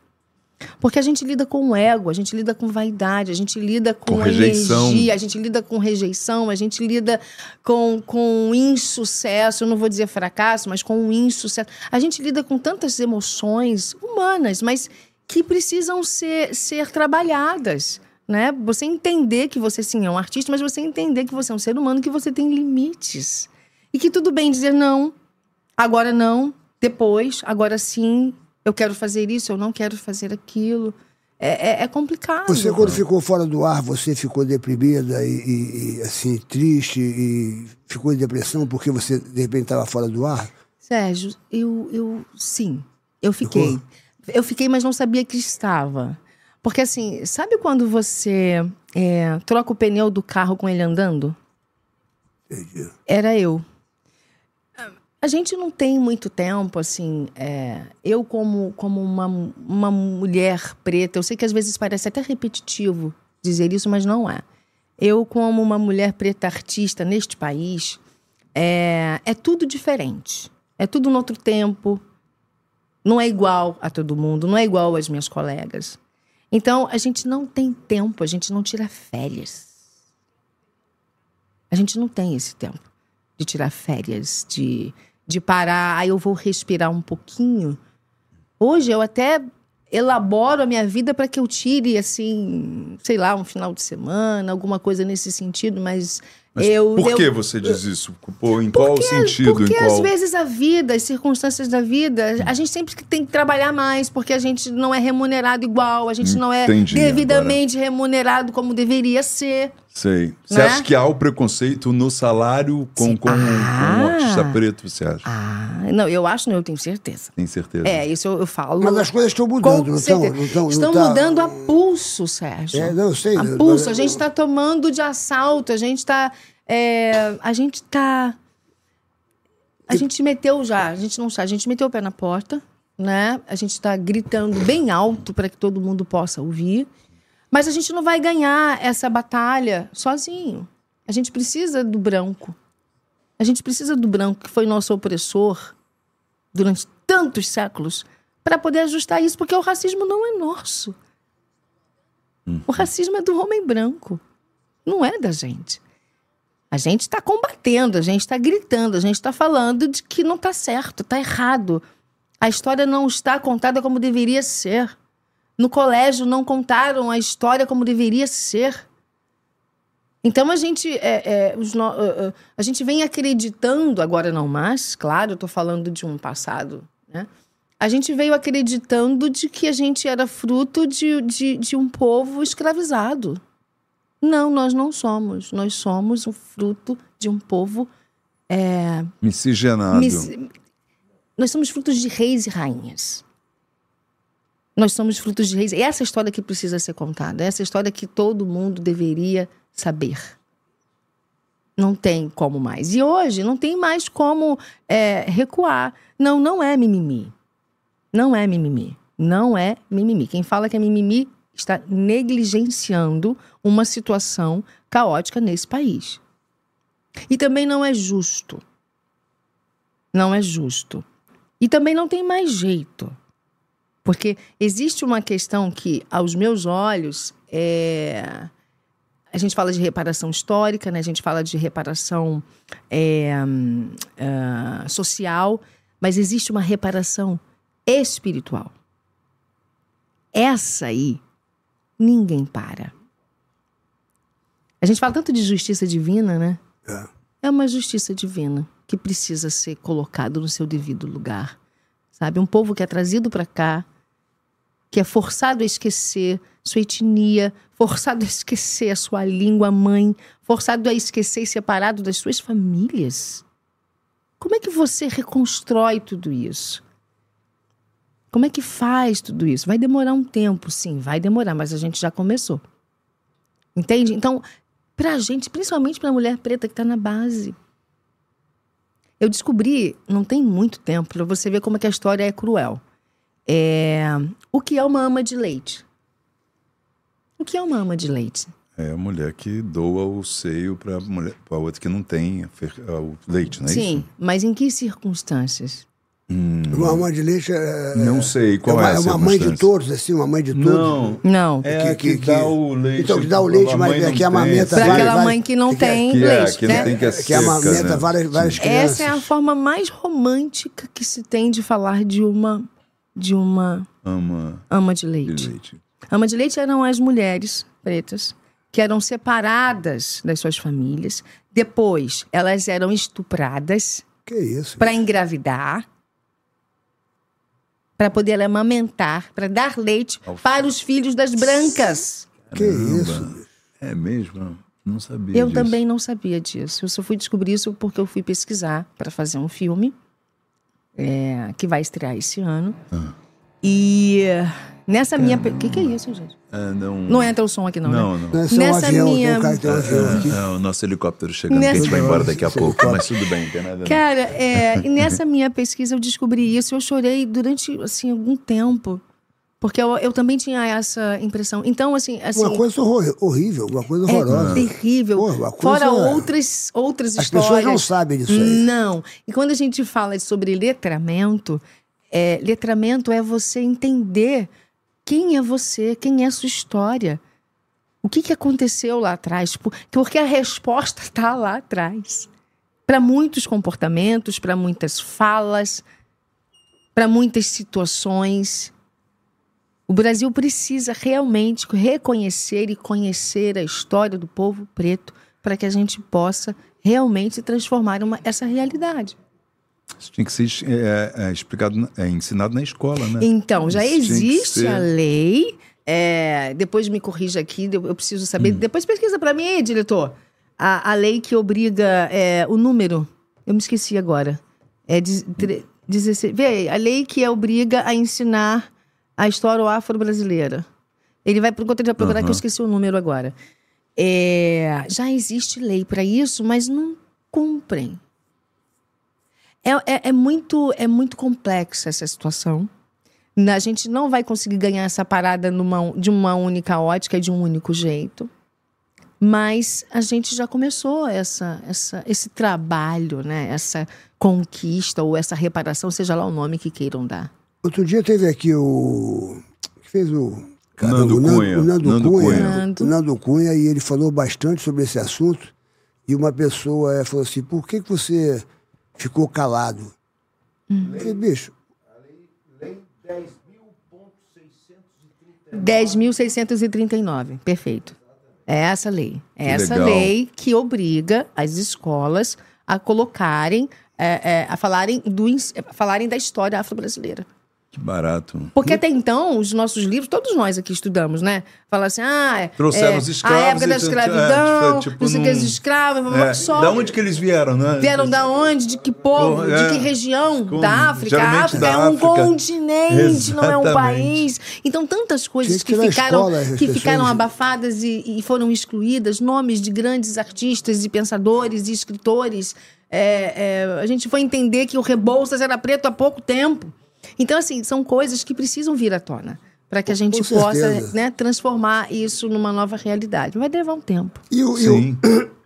Porque a gente lida com o ego, a gente lida com vaidade, a gente lida com, Com a rejeição. energia, a gente lida com rejeição, a gente lida com, com insucesso, eu não vou dizer fracasso, mas com insucesso. A gente lida com tantas emoções humanas, mas que precisam ser, ser trabalhadas. Né? Você entender que você sim é um artista, mas você entender que você é um ser humano, que você tem limites. E que tudo bem dizer não, agora não, depois, agora sim, eu quero fazer isso, eu não quero fazer aquilo. É, é- é complicado. Você, quando ficou fora do ar, você ficou deprimida e, e- e, assim, triste e ficou em depressão porque você, de repente, estava fora do ar? Sérgio, eu, eu sim, eu fiquei. Ficou? Eu fiquei, mas não sabia que estava. Porque assim, sabe quando você é, troca o pneu do carro com ele andando? Entendi. Era eu. A gente não tem muito tempo, assim. é, eu, como, como uma, uma mulher preta, eu sei que às vezes parece até repetitivo dizer isso, mas não é. Eu, como uma mulher preta artista neste país, é, é tudo diferente. É tudo no outro tempo. Não é igual a todo mundo, não é igual às minhas colegas. Então, a gente não tem tempo, a gente não tira férias. A gente não tem esse tempo de tirar férias, de, de parar, aí eu vou respirar um pouquinho. Hoje eu até elaboro a minha vida para que eu tire, assim, sei lá, um final de semana, alguma coisa nesse sentido, mas, Mas eu. por eu- que você diz isso? Pô, em qual sentido? porque em qual... Hum. às vezes a vida, as circunstâncias da vida, a gente sempre tem que trabalhar mais, porque a gente não é remunerado igual, a gente não é Entendi devidamente remunerado como deveria ser. Sei. Você Né? acha que há o preconceito no salário com, Sim. com, com um Ah. artista preto, você acha? Ah, não, eu acho, não, eu tenho certeza. Tem certeza? É, isso eu, eu falo. Mas as coisas estão Com mudando, não estão? certeza. não estão- não Estão tá- mudando a pulso, Sérgio. É, não, eu sei. a eu- pulso. eu- A gente está tomando de assalto. A gente está. a gente está. A gente meteu já. A gente não sabe. A gente meteu o pé na porta, né? A gente está gritando bem alto para que todo mundo possa ouvir. Mas a gente não vai ganhar essa batalha sozinho. A gente precisa do branco. A gente precisa do branco que foi nosso opressor durante tantos séculos para poder ajustar isso, porque o racismo não é nosso. O racismo é do homem branco, não é da gente. A gente está combatendo, a gente está gritando, a gente está falando de que não está certo, está errado. A história não está contada como deveria ser. No colégio não contaram a história como deveria ser. Então a gente, é, é, os no- é, é, a gente vem acreditando, agora não mais, claro, eu estou falando de um passado, né? A gente veio acreditando de que a gente era fruto de, de, de um povo escravizado. Não, nós não somos. Nós somos o fruto de um povo. Miscigenado. mis- Nós somos frutos de reis e rainhas. Nós somos frutos de reis. E essa história que precisa ser contada. É Essa história que todo mundo deveria saber. Não tem como mais. E hoje não tem mais como é, recuar. Não, não é mimimi. Não é mimimi. Não é mimimi. Quem fala que é mimimi está negligenciando uma situação caótica nesse país. E também não é justo. Não é justo. E também não tem mais jeito. Porque existe uma questão que, aos meus olhos, é... a gente fala de reparação histórica, né? a gente fala de reparação é, hum, ah, social, mas existe uma reparação espiritual. Essa aí, ninguém para. A gente fala tanto de justiça divina, né? É. É uma justiça divina que precisa ser colocado no seu devido lugar. Sabe? Um povo que é trazido para cá, que é forçado a esquecer sua etnia, forçado a esquecer a sua língua mãe, forçado a esquecer e separado das suas famílias. Como é que você reconstrói tudo isso? Como é que faz tudo isso? Vai demorar um tempo, sim, vai demorar, mas a gente já começou. Entende? Então, pra gente, principalmente pra mulher preta que tá na base. Eu descobri, não tem muito tempo, pra você ver como é que a história é cruel. É, o que é uma ama de leite? O que é uma ama de leite? É a mulher que doa o seio para mulher, pra outra que não tem a fer- a- o leite, não é Sim, isso? mas em que circunstâncias? Uma mãe de leite é, Não sei qual é, uma, é a é uma mãe de circunstância. todos, assim, uma mãe de todos. Não, Não. é a que, Que- que- dá o leite. Então, que dá o pra leite, uma mas mãe é não que amamenta tem. Pra Vai, aquela vai, mãe que não que- tem que é, leite, que né? não tem que é Que amamenta né? várias, várias crianças. Essa é a forma mais romântica que se tem de falar de uma de uma Ama ama de de leite. leite. Ama de leite eram as mulheres pretas que eram separadas das suas famílias. Depois, elas eram estupradas Que isso? para engravidar, para poder amamentar, para dar leite para os filhos das brancas. Que Caramba. isso? É mesmo? Não sabia Eu disso. também não sabia disso. Eu só fui descobrir isso porque eu fui pesquisar para fazer um filme é, que vai estrear esse ano. E eh, Nessa minha. O que, que é isso, gente? É, não, Não entra o som aqui, não. né? não, não. Não é só um Nessa avião, minha- tem um cara que tem um avião aqui. É, o nosso helicóptero chegando, que a gente Nessa- vai embora daqui a Esse pouco, helicóptero. mas tudo bem, não tem nada a ver. Cara, é, e nessa minha pesquisa eu descobri isso. Eu chorei durante, assim, algum tempo. Porque eu, eu também tinha essa impressão. Então, assim... assim Uma coisa horror- horrível, uma coisa horrorosa. É terrível. Pô, uma coisa- Fora outras, outras As histórias. pessoas não sabem disso aí. Não. E quando a gente fala sobre letramento, é, letramento é você entender quem é você, quem é a sua história. O que, que aconteceu lá atrás? Por- Porque a resposta está lá atrás. Para muitos comportamentos, para muitas falas, para muitas situações. O Brasil precisa realmente reconhecer e conhecer a história do povo preto para que a gente possa realmente transformar uma- essa realidade. Isso tinha que ser é, é, explicado, na- é, ensinado na escola, né? Então, já Isso tinha que existe ser. a lei. é, depois me corrija aqui, eu eu preciso saber. Hum. Depois pesquisa para mim, diretor. A, a lei que obriga é, o número. Eu me esqueci agora. É de- tre- 16. Vê aí, a lei que obriga a ensinar a história afro-brasileira. Ele vai procurar, ele vai procurar que Aham. eu esqueci o número agora. É, já existe lei para isso, mas não cumprem. É, é- é muito, é muito complexa essa situação. Na- A gente não vai conseguir ganhar essa parada numa- de uma única ótica, e de um único jeito. Mas a gente já começou essa, essa- esse trabalho, né? essa conquista ou essa reparação, seja lá o nome que queiram dar. Outro dia teve aqui o. que fez o. Nando o Nan- Cunha. o Nando, Nando Cunha. Cunha. Nando. O Nando Cunha, e ele falou bastante sobre esse assunto. E uma pessoa eh, falou assim: por que, que você ficou calado? Hum. Eu falei, bicho, 10.639, perfeito. É essa lei. É Que essa legal. lei que obriga as escolas a colocarem, é, é, a falarem, do, ens- a falarem da história afro-brasileira. Que barato. Porque até então, os nossos livros, todos nós aqui estudamos, né? Fala assim, ah, é, Trouxeram é, os escravos a época e da tanto- escravidão, é, tipo, não sei o que, num- os escravos, blá, blá, blá, É, só... Da onde que eles vieram, né? Vieram da onde? De que povo? Porra, é. De que região? Com- da África? A geralmente África da é um África. continente, não é um Exatamente. país. Então, tantas coisas Tinha que que, ir na ficaram, escola, as que ficaram pessoas- abafadas e, e foram excluídas, nomes de grandes artistas e pensadores e escritores. É, é, a gente foi entender que o Rebouças era preto há pouco tempo. Então, assim, são coisas que precisam vir à tona para que a gente Com possa certeza. né, transformar isso numa nova realidade. Vai levar um tempo. e o, e o- Sim.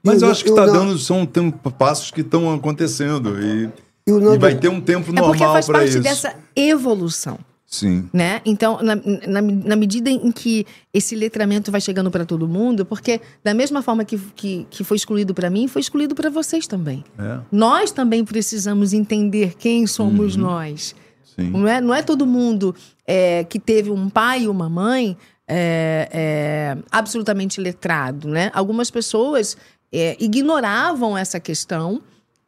Mas eu- eu acho que eu tá não- dando, são tem passos que estão acontecendo e, e o e Nando vai ter um tempo é porque normal faz pra parte isso. dessa evolução. Sim. né? Então, na, na, na medida em que esse letramento vai chegando para todo mundo, porque da mesma forma que, que, que foi excluído para mim, foi excluído para vocês também. É, Nós também precisamos entender quem somos nós. sim. Não é, não é todo mundo é, que teve um pai e uma mãe é, é, absolutamente letrado, né? Algumas pessoas é, ignoravam essa questão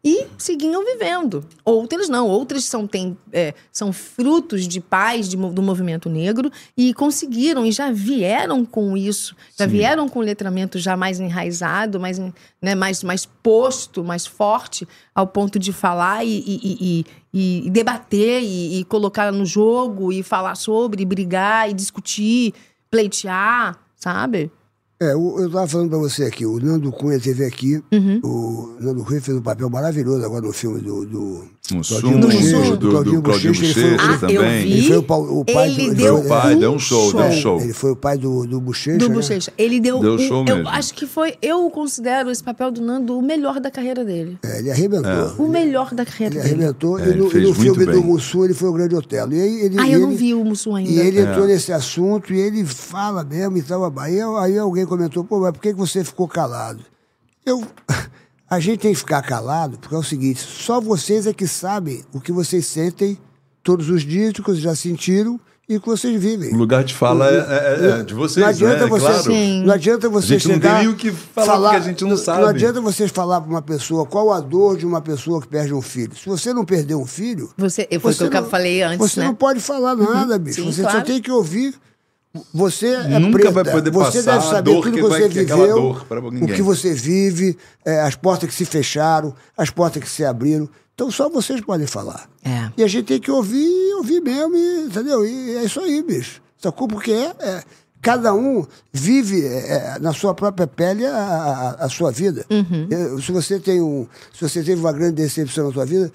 e seguiam vivendo. Outras não. Outras são, têm, é, são frutos de pais de mo- do movimento negro e conseguiram e já vieram com isso. Já Sim. vieram com o letramento já mais enraizado, mais, en- né, mais, mais posto, mais forte, ao ponto de falar e, e- e- e- e debater e, e colocar no jogo e falar sobre, e brigar e discutir, pleitear, sabe? É, o- eu estava falando para você aqui, o Nando Cunha esteve aqui, Uhum. o Nando Cunha fez um papel maravilhoso agora no filme do. do Mussum, Claudinho do, Bochecha, do, do, Claudinho Claudinho Bochecha, ele Bochecha foi- Ah, eu também. vi. ele foi o, pa- o pai ele do. deu Foi o pai, deu um show, deu um é, show. Ele foi o pai do, do Bochecha. do né? Bochecha. Ele deu, Deu um- show eu mesmo. acho que foi, eu considero esse papel do Nando o melhor da carreira dele. É, ele arrebentou. O melhor da carreira Ele dele. arrebentou. É, e ele no, e fez no muito filme do bem. Mussum, ele foi o grande Otelo. E aí, ele, Ah, e eu não ele- vi o Mussum ainda. E ele É. entrou nesse assunto e ele fala mesmo e tal. Aí, eu- aí alguém comentou, pô, mas por que que você ficou calado? Eu, a gente tem que ficar calado porque é o seguinte, só vocês é que sabem o que vocês sentem todos os dias, o que vocês já sentiram e o que vocês vivem. O lugar de fala é, é- é- é de vocês, não adianta né? você, claro. Sim. não adianta você A gente não chegar, tem nem o que falar, porque a gente não sabe. Não adianta vocês falar para uma pessoa qual a dor de uma pessoa que perde um filho. Se você não perdeu um filho, Você, foi o que eu não- falei antes, Você né? não pode falar nada, bicho. Sim, você só claro. tem que ouvir. Você é Nunca preta. vai poder você passar deve a saber dor tudo que que vai- você que é aquela viveu, dor pra o ninguém. que você vive, eh, as portas que se fecharam, as portas que se abriram. Então só vocês podem falar. É. E a gente tem que ouvir, ouvir mesmo, e, entendeu? E é isso aí, bicho. Sacou? Porque é, é, cada um vive é, é, na sua própria pele a, a- a sua vida. Eu- se, você tem um, se você teve uma grande decepção na sua vida,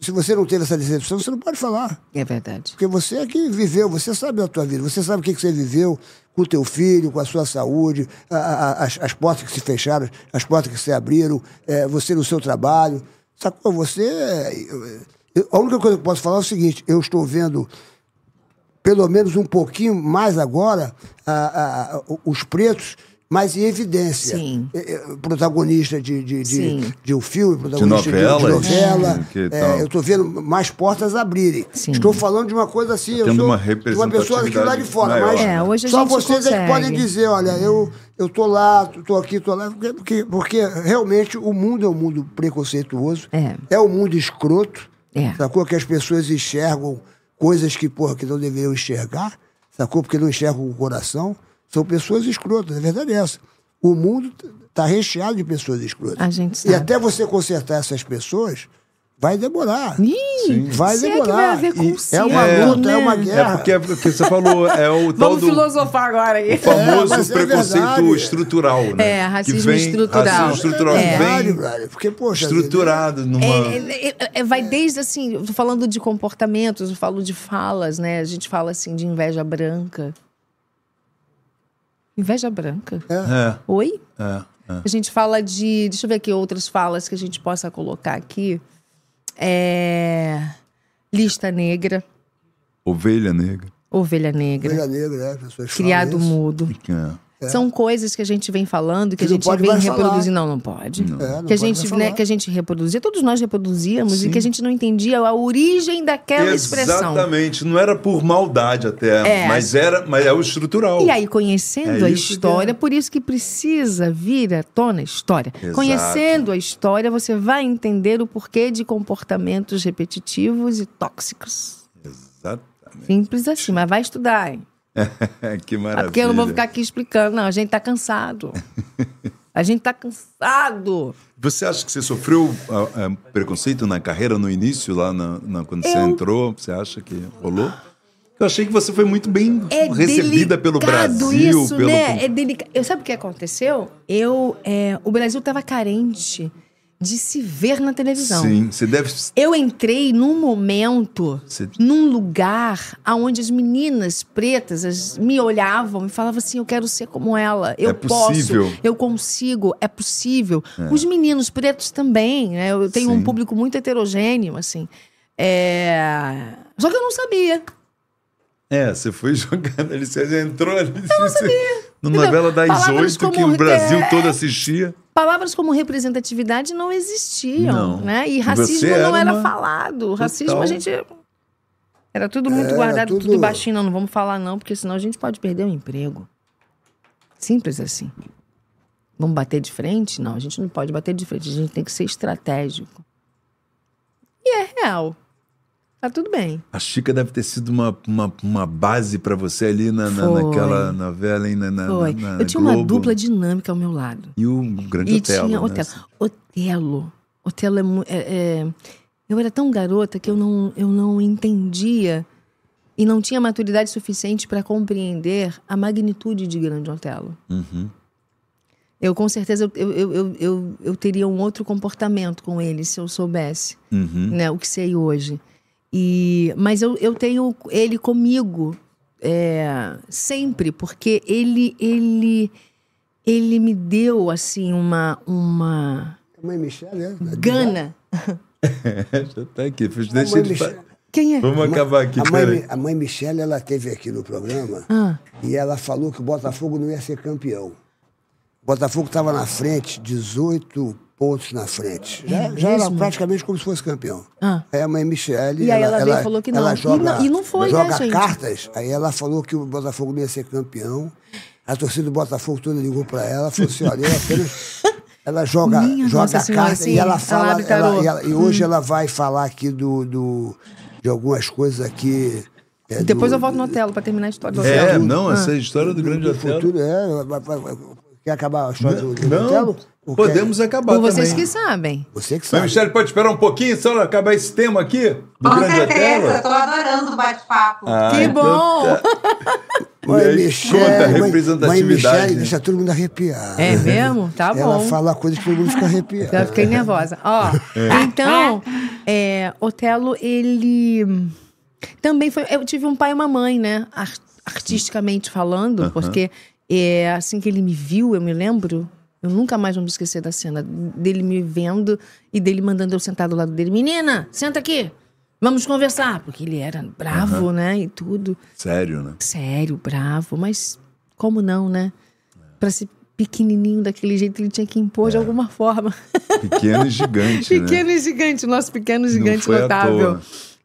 se você não teve essa decepção, você não pode falar. É verdade. Porque você é que viveu, você sabe a tua vida, você sabe o que, que você viveu com o teu filho, com a sua saúde, a- a- as, as portas que se fecharam, as portas que se abriram, eh, você no seu trabalho. Sacou? Você. eh, eu- eu- a única coisa que eu posso falar é o seguinte: eu estou vendo, pelo menos um pouquinho mais agora, a- a- a- os pretos. Mas em evidência. Sim. Eh, eh, Protagonista de, de, de, Sim. de um filme, protagonista de- de, novelas, novela. que Eh, tal. eu estou vendo mais portas abrirem. Sim. Estou falando de uma coisa assim, eu Tendo sou uma de uma pessoa aqui lá de fora, maior. mas É, hoje a só gente vocês é consegue. que podem dizer, olha, eu eu tô lá, tô aqui, tô lá, porque, porque, porque realmente o mundo é um mundo preconceituoso, É. um mundo escroto, É. sacou? Que as pessoas enxergam coisas que, porra, que não deveriam enxergar, sacou? Porque não enxergam o coração. São pessoas escrotas, a verdade é essa. O mundo tá recheado de pessoas escrotas. A gente E sabe. até você consertar essas pessoas, vai demorar. Ih, Vai se é que demorar. vai haver E é conserto, uma né? luta, é uma É guerra. porque, é porque você falou, é o tal Vamos do filosofar agora aí. famoso É, mas é preconceito verdade. estrutural, né? É, racismo Que vem- estrutural. Racismo estrutural É. Caralho, que vem brother, porque, poxa, estruturado numa... É, é, é, é, vai desde assim, eu tô falando de comportamentos, eu falo de falas, né? A gente fala assim de inveja branca. Inveja branca? É, Oi? é, é. A gente fala de. Deixa eu ver aqui outras falas que a gente possa colocar aqui. É. Lista negra, Ovelha negra. ovelha negra, Ovelha negra, né? As pessoas falam criado isso. mudo. É. São coisas que a gente vem falando, que Que a não gente pode vem mais falar. reproduzindo. Não, não pode. É, não que, a pode mais gente, né, falar. que a gente reproduzia, todos nós reproduzíamos, e que a gente não entendia a origem daquela É expressão. Exatamente, não era por maldade até, É. mas era, mas é o estrutural. E aí, conhecendo É a isso que história, por isso que precisa vir à tona a história. Exato. Conhecendo a história, você vai entender o porquê de comportamentos repetitivos e tóxicos. Exatamente. Simples assim, mas vai estudar, hein? que Ah, maravilha. porque eu não vou ficar aqui explicando, não. A gente tá cansado. A gente tá cansado. Você acha que você sofreu ah, ah, preconceito na carreira no início, lá na, na- quando você Eu- entrou? Você acha que rolou? Eu achei que você foi muito bem É recebida pelo delicado Brasil, isso, pelo né? É delicado. Eu sabe o que aconteceu? Eu, é, o Brasil tava carente de se ver na televisão. Sim, você deve. Eu entrei num momento, Você- num lugar onde as meninas pretas as- me olhavam e falavam assim: eu quero ser como ela, eu É possível." posso, eu consigo, é possível. Os meninos pretos também, né? Eu tenho Sim. um público muito heterogêneo, assim. É, Só que eu não sabia. É, você foi jogando ali, você entrou ali. Você... Numa Entendeu? novela das Palavras oito que como- é. o Brasil todo assistia. Palavras como representatividade não existiam, Não. né? E Você racismo era não era uma- falado. Racismo Total. É, a gente. Era tudo muito Era guardado, tudo... tudo- baixinho. Não, não vamos falar não, porque senão a gente pode perder o emprego. Simples assim. Vamos bater de frente? Não, a gente não pode bater de frente. A gente tem que ser estratégico. E é real. Tá tudo bem. A Chica deve ter sido uma, uma, uma base pra você ali na, na- Foi. naquela novela, hein? Na, na, Foi. na- na Eu tinha uma É Globo. dupla dinâmica ao meu lado. E o grande E Otelo. tinha né? Otelo. Otelo. Otelo é, mu- é- é- Eu era tão garota que eu não, eu não entendia e não tinha maturidade suficiente para compreender a magnitude de Grande Otelo. Uhum. Eu, com certeza, eu, eu, eu, eu, eu teria um outro comportamento com ele se eu soubesse Uhum. né, o que sei hoje. E, mas eu, eu tenho ele comigo é, sempre, porque ele, ele, ele me deu, assim, uma... uma A Mãe Michelle, né? Gana. Já tá aqui. Deixa A mãe, ele Michele- fa- Quem é? Vamos acabar aqui, a, mãe, Mi- peraí. a mãe Michelle, ela teve aqui no programa Ah, e ela falou que o Botafogo não ia ser campeão. O Botafogo estava na frente, 18 pontos na frente. Já, já era É mesmo? praticamente como se fosse campeão. Ah. Aí a mãe Michelle. E aí ela veio e falou que não. ela E joga, não- e não foi, né, joga gente? cartas. Aí ela falou que o Botafogo não ia ser campeão. A torcida do Botafogo toda ligou pra ela, falou assim: olha, eu apenas. Ela joga, Minha joga Nossa Senhora, carta sim, e ela ela fala. abre ela- tarô. Hum. e, ela- e hoje ela vai falar aqui do, do- de algumas coisas aqui. é, depois do- eu volto no Otelo pra terminar a história do É, Otelo. não, essa história do grande do Otelo. futuro. É, vai- vai- vai- quer acabar a história do, do Não, Otelo? Ou quer- podemos acabar Por vocês também. que sabem. Você que Mas, sabe. Michele, pode esperar um pouquinho só pra acabar esse tema aqui? Do Com grande certeza, Otelo? estou adorando o bate-papo. Ah, é Que então bom! tá. E Mãe aí, Michelle, conta a mãe, mãe representatividade, Michelle né? deixa todo mundo arrepiado. É mesmo? Tá Ela bom. É. fala coisas que todo mundo fica Já arrepiado. fiquei nervosa. Ó, então, é, Otelo, ele também foi. Eu tive um pai e uma mãe, né? Ar- artisticamente falando, porque é, assim que ele me viu, eu me lembro. Eu nunca mais vou me esquecer da cena dele me vendo e dele mandando eu sentar do lado dele. Menina, senta aqui. Vamos conversar. Porque ele era bravo, né? E tudo. Sério, né? Sério, bravo, mas como não, né? Pra ser pequenininho daquele jeito, ele tinha que impor de alguma forma. Pequeno e gigante, né? pequeno e gigante, nosso pequeno gigante foi à notável. toa.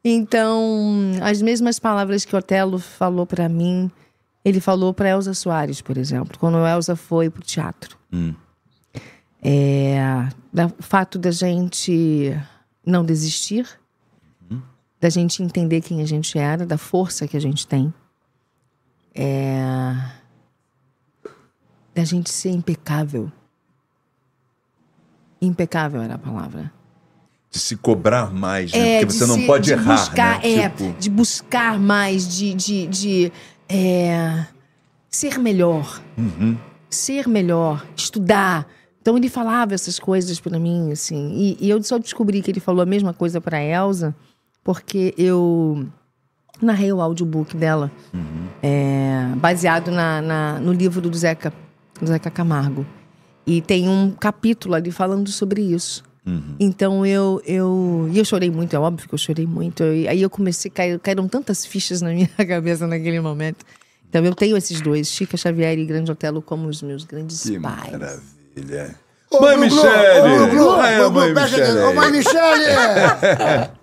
Então, as mesmas palavras que Otelo falou pra mim, ele falou pra Elza Soares, por exemplo, quando a Elza foi pro teatro. Hum. É, da- o fato da gente não desistir, Uhum. da gente entender quem a gente era, da força que a gente tem, é, da gente ser impecável. Impecável era a palavra. De se cobrar mais, né? É, Porque você de não se- pode de errar, buscar, né? É, Tipo, de buscar mais, de, de, de, é, ser melhor. Uhum. Ser melhor, estudar. Então ele falava essas coisas pra mim, assim. E, e eu só descobri que ele falou a mesma coisa pra Elsa, porque eu narrei o audiobook dela, é, baseado na, na- no livro do Zeca, do Zeca Camargo. E tem um capítulo ali falando sobre isso. Então eu, eu. E eu chorei muito, é óbvio que eu chorei muito. E aí eu comecei, cair, caíram tantas fichas na minha cabeça naquele momento. Então eu tenho esses dois, Chica Xavier e Grande Otelo, como os meus grandes que pais. maravilha. Ô, mãe Glu-Glu, Michele! Ô, Glu-Glu, Ah, é, Glu-Glu, mãe presta Michele! atenção. Ô, mãe Michele!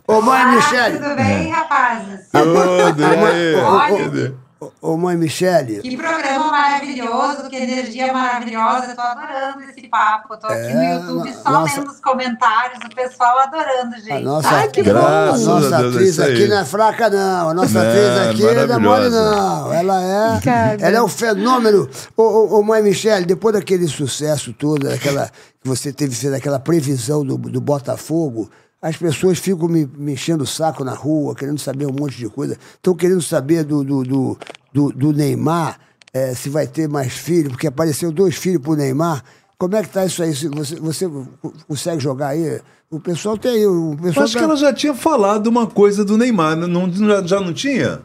Ô, mãe Michele! É. Ah, Tudo bem, rapazes? Tudo, e aí? Olha. Tudo. Ô, Ô, mãe Michele! Que programa maravilhoso, que energia maravilhosa. Tô adorando esse papo. Tô aqui no É, YouTube no- só nossa- lendo os comentários, o pessoal adorando, gente. A nossa, Ai, que a Graças bom. nossa a Deus, é atriz isso aí. aqui não é fraca, não. A nossa Não, atriz aqui não é mole, maravilhosa. não. Ela é, Cara. ela é um fenômeno. Ô, ô, ô, mãe Michele, depois daquele sucesso todo, daquela, que você teve feito aquela previsão do, do Botafogo, as pessoas ficam me, me enchendo o saco na rua, querendo saber um monte de coisa. Estão querendo saber do, do, do, do- do Neymar, eh, se vai ter mais filho, porque apareceu dois filhos pro Neymar. Como é que tá isso aí? Se Você, você consegue jogar aí? O pessoal tem aí. O Eu pessoal acho tá- que ela já tinha falado uma coisa do Neymar, né? não, já, já não tinha?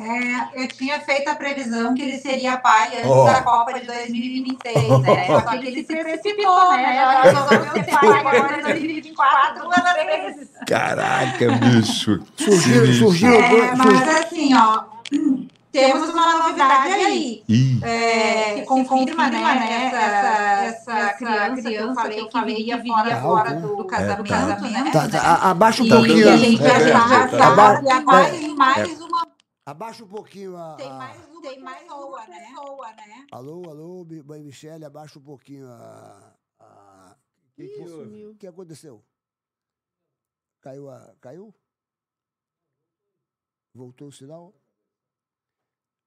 É, eu tinha feito a previsão que ele seria pai antes Oh. Ó. da Copa de 2026, né? Só que ele se precipitou, né? Já resolveu ser pai agora é em 2024 duas vezes. Caraca, bicho. Surgiram, Sinistro. surgiram, É, dois, mas assim, ó, temos uma novidade aí. Ih, é, que confirma, né, essa, essa, essa criança, que eu falei que viria, viria fora do, do casamento, né? Tá, tá, a- abaixa um E pouquinho. a gente já É, está tá. casado e há Aba- mais, mais uma, Abaixa um pouquinho a. tem a- mais uma tem mais pessoa, né? Pessoa, né? Alô, alô, Mi- mãe Michele, abaixa um pouquinho a. a... O que, o que aconteceu? Caiu a. Caiu? Voltou o sinal?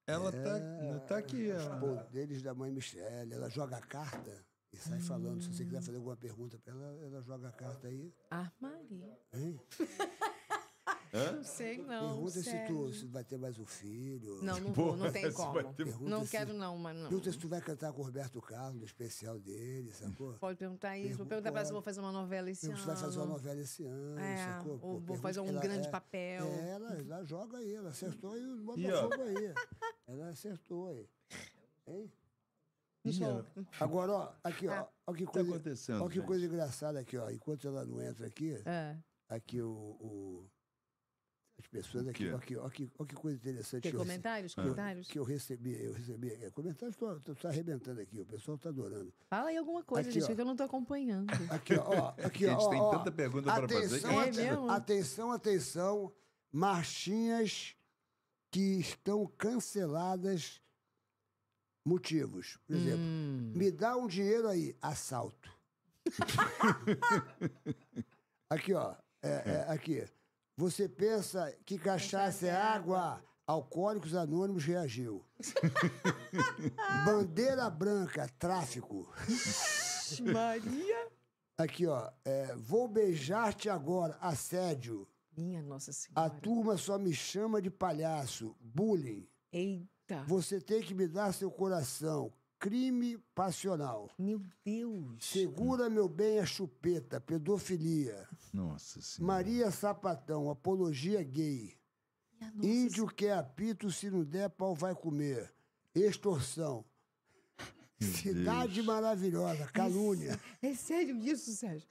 Ela É, tá, tá aqui, os ó. poderes da mãe Michele. Ela joga a carta e sai Hum. falando. Se você quiser fazer alguma pergunta pra ela, ela joga a carta aí. Ah, Maria. Hein? Não sei, não. Pergunta se sério. tu se vai ter mais um filho. Não, não vou, não tem como. Pergunta Não se- quero, não, mas não. Pergunta se tu vai cantar com o Roberto Carlos, no especial dele, sacou? Pode perguntar isso. Vou Pergunta perguntar pra ela se ela. vou fazer uma novela esse Você ano. vai fazer uma novela esse ano, É, sacou? Pô, ou vou pergunta- fazer um ela- grande é- papel. É, ela, ela joga aí, ela acertou e bota fogo aí. Ela acertou aí. Hein? Deixa eu- Agora, ó, aqui, Ah. ó. Olha que coisa, Tá acontecendo, ó que gente? coisa engraçada aqui, ó. Enquanto ela não entra aqui, É. aqui o. o- as pessoas aqui, ó, aqui, ó, que, ó que coisa interessante. Tem que eu rece- comentários? Comentários? que eu recebi, eu recebi. É, comentários, tô, tô, tô arrebentando aqui, o pessoal tá adorando. Fala aí alguma coisa, Aqui, gente, ó. que eu não tô acompanhando. Aqui, ó, ó. Aqui, A gente ó, tem ó, tanta pergunta pra fazer que- Atenção, É ate- mesmo? atenção, atenção. Marchinhas que estão canceladas. Motivos. Por exemplo, Hum. me dá um dinheiro aí. Assalto. aqui, ó. É, é, aqui. Você pensa que cachaça é água? Alcoólicos Anônimos reagiu. Bandeira branca, tráfico. Maria! Aqui, ó. é, vou beijar-te agora. Assédio. Minha Nossa Senhora. A turma só me chama de palhaço. Bullying. Eita, Eita! Você tem que me dar seu coração. Crime passional. Meu Deus! Segura meu bem a chupeta, pedofilia. Nossa senhora. Maria Sapatão, apologia gay. Minha nossa Índio quer apito, se não der, pau vai comer. Extorsão. Cidade Deus. maravilhosa, calúnia. É sério isso, Sérgio?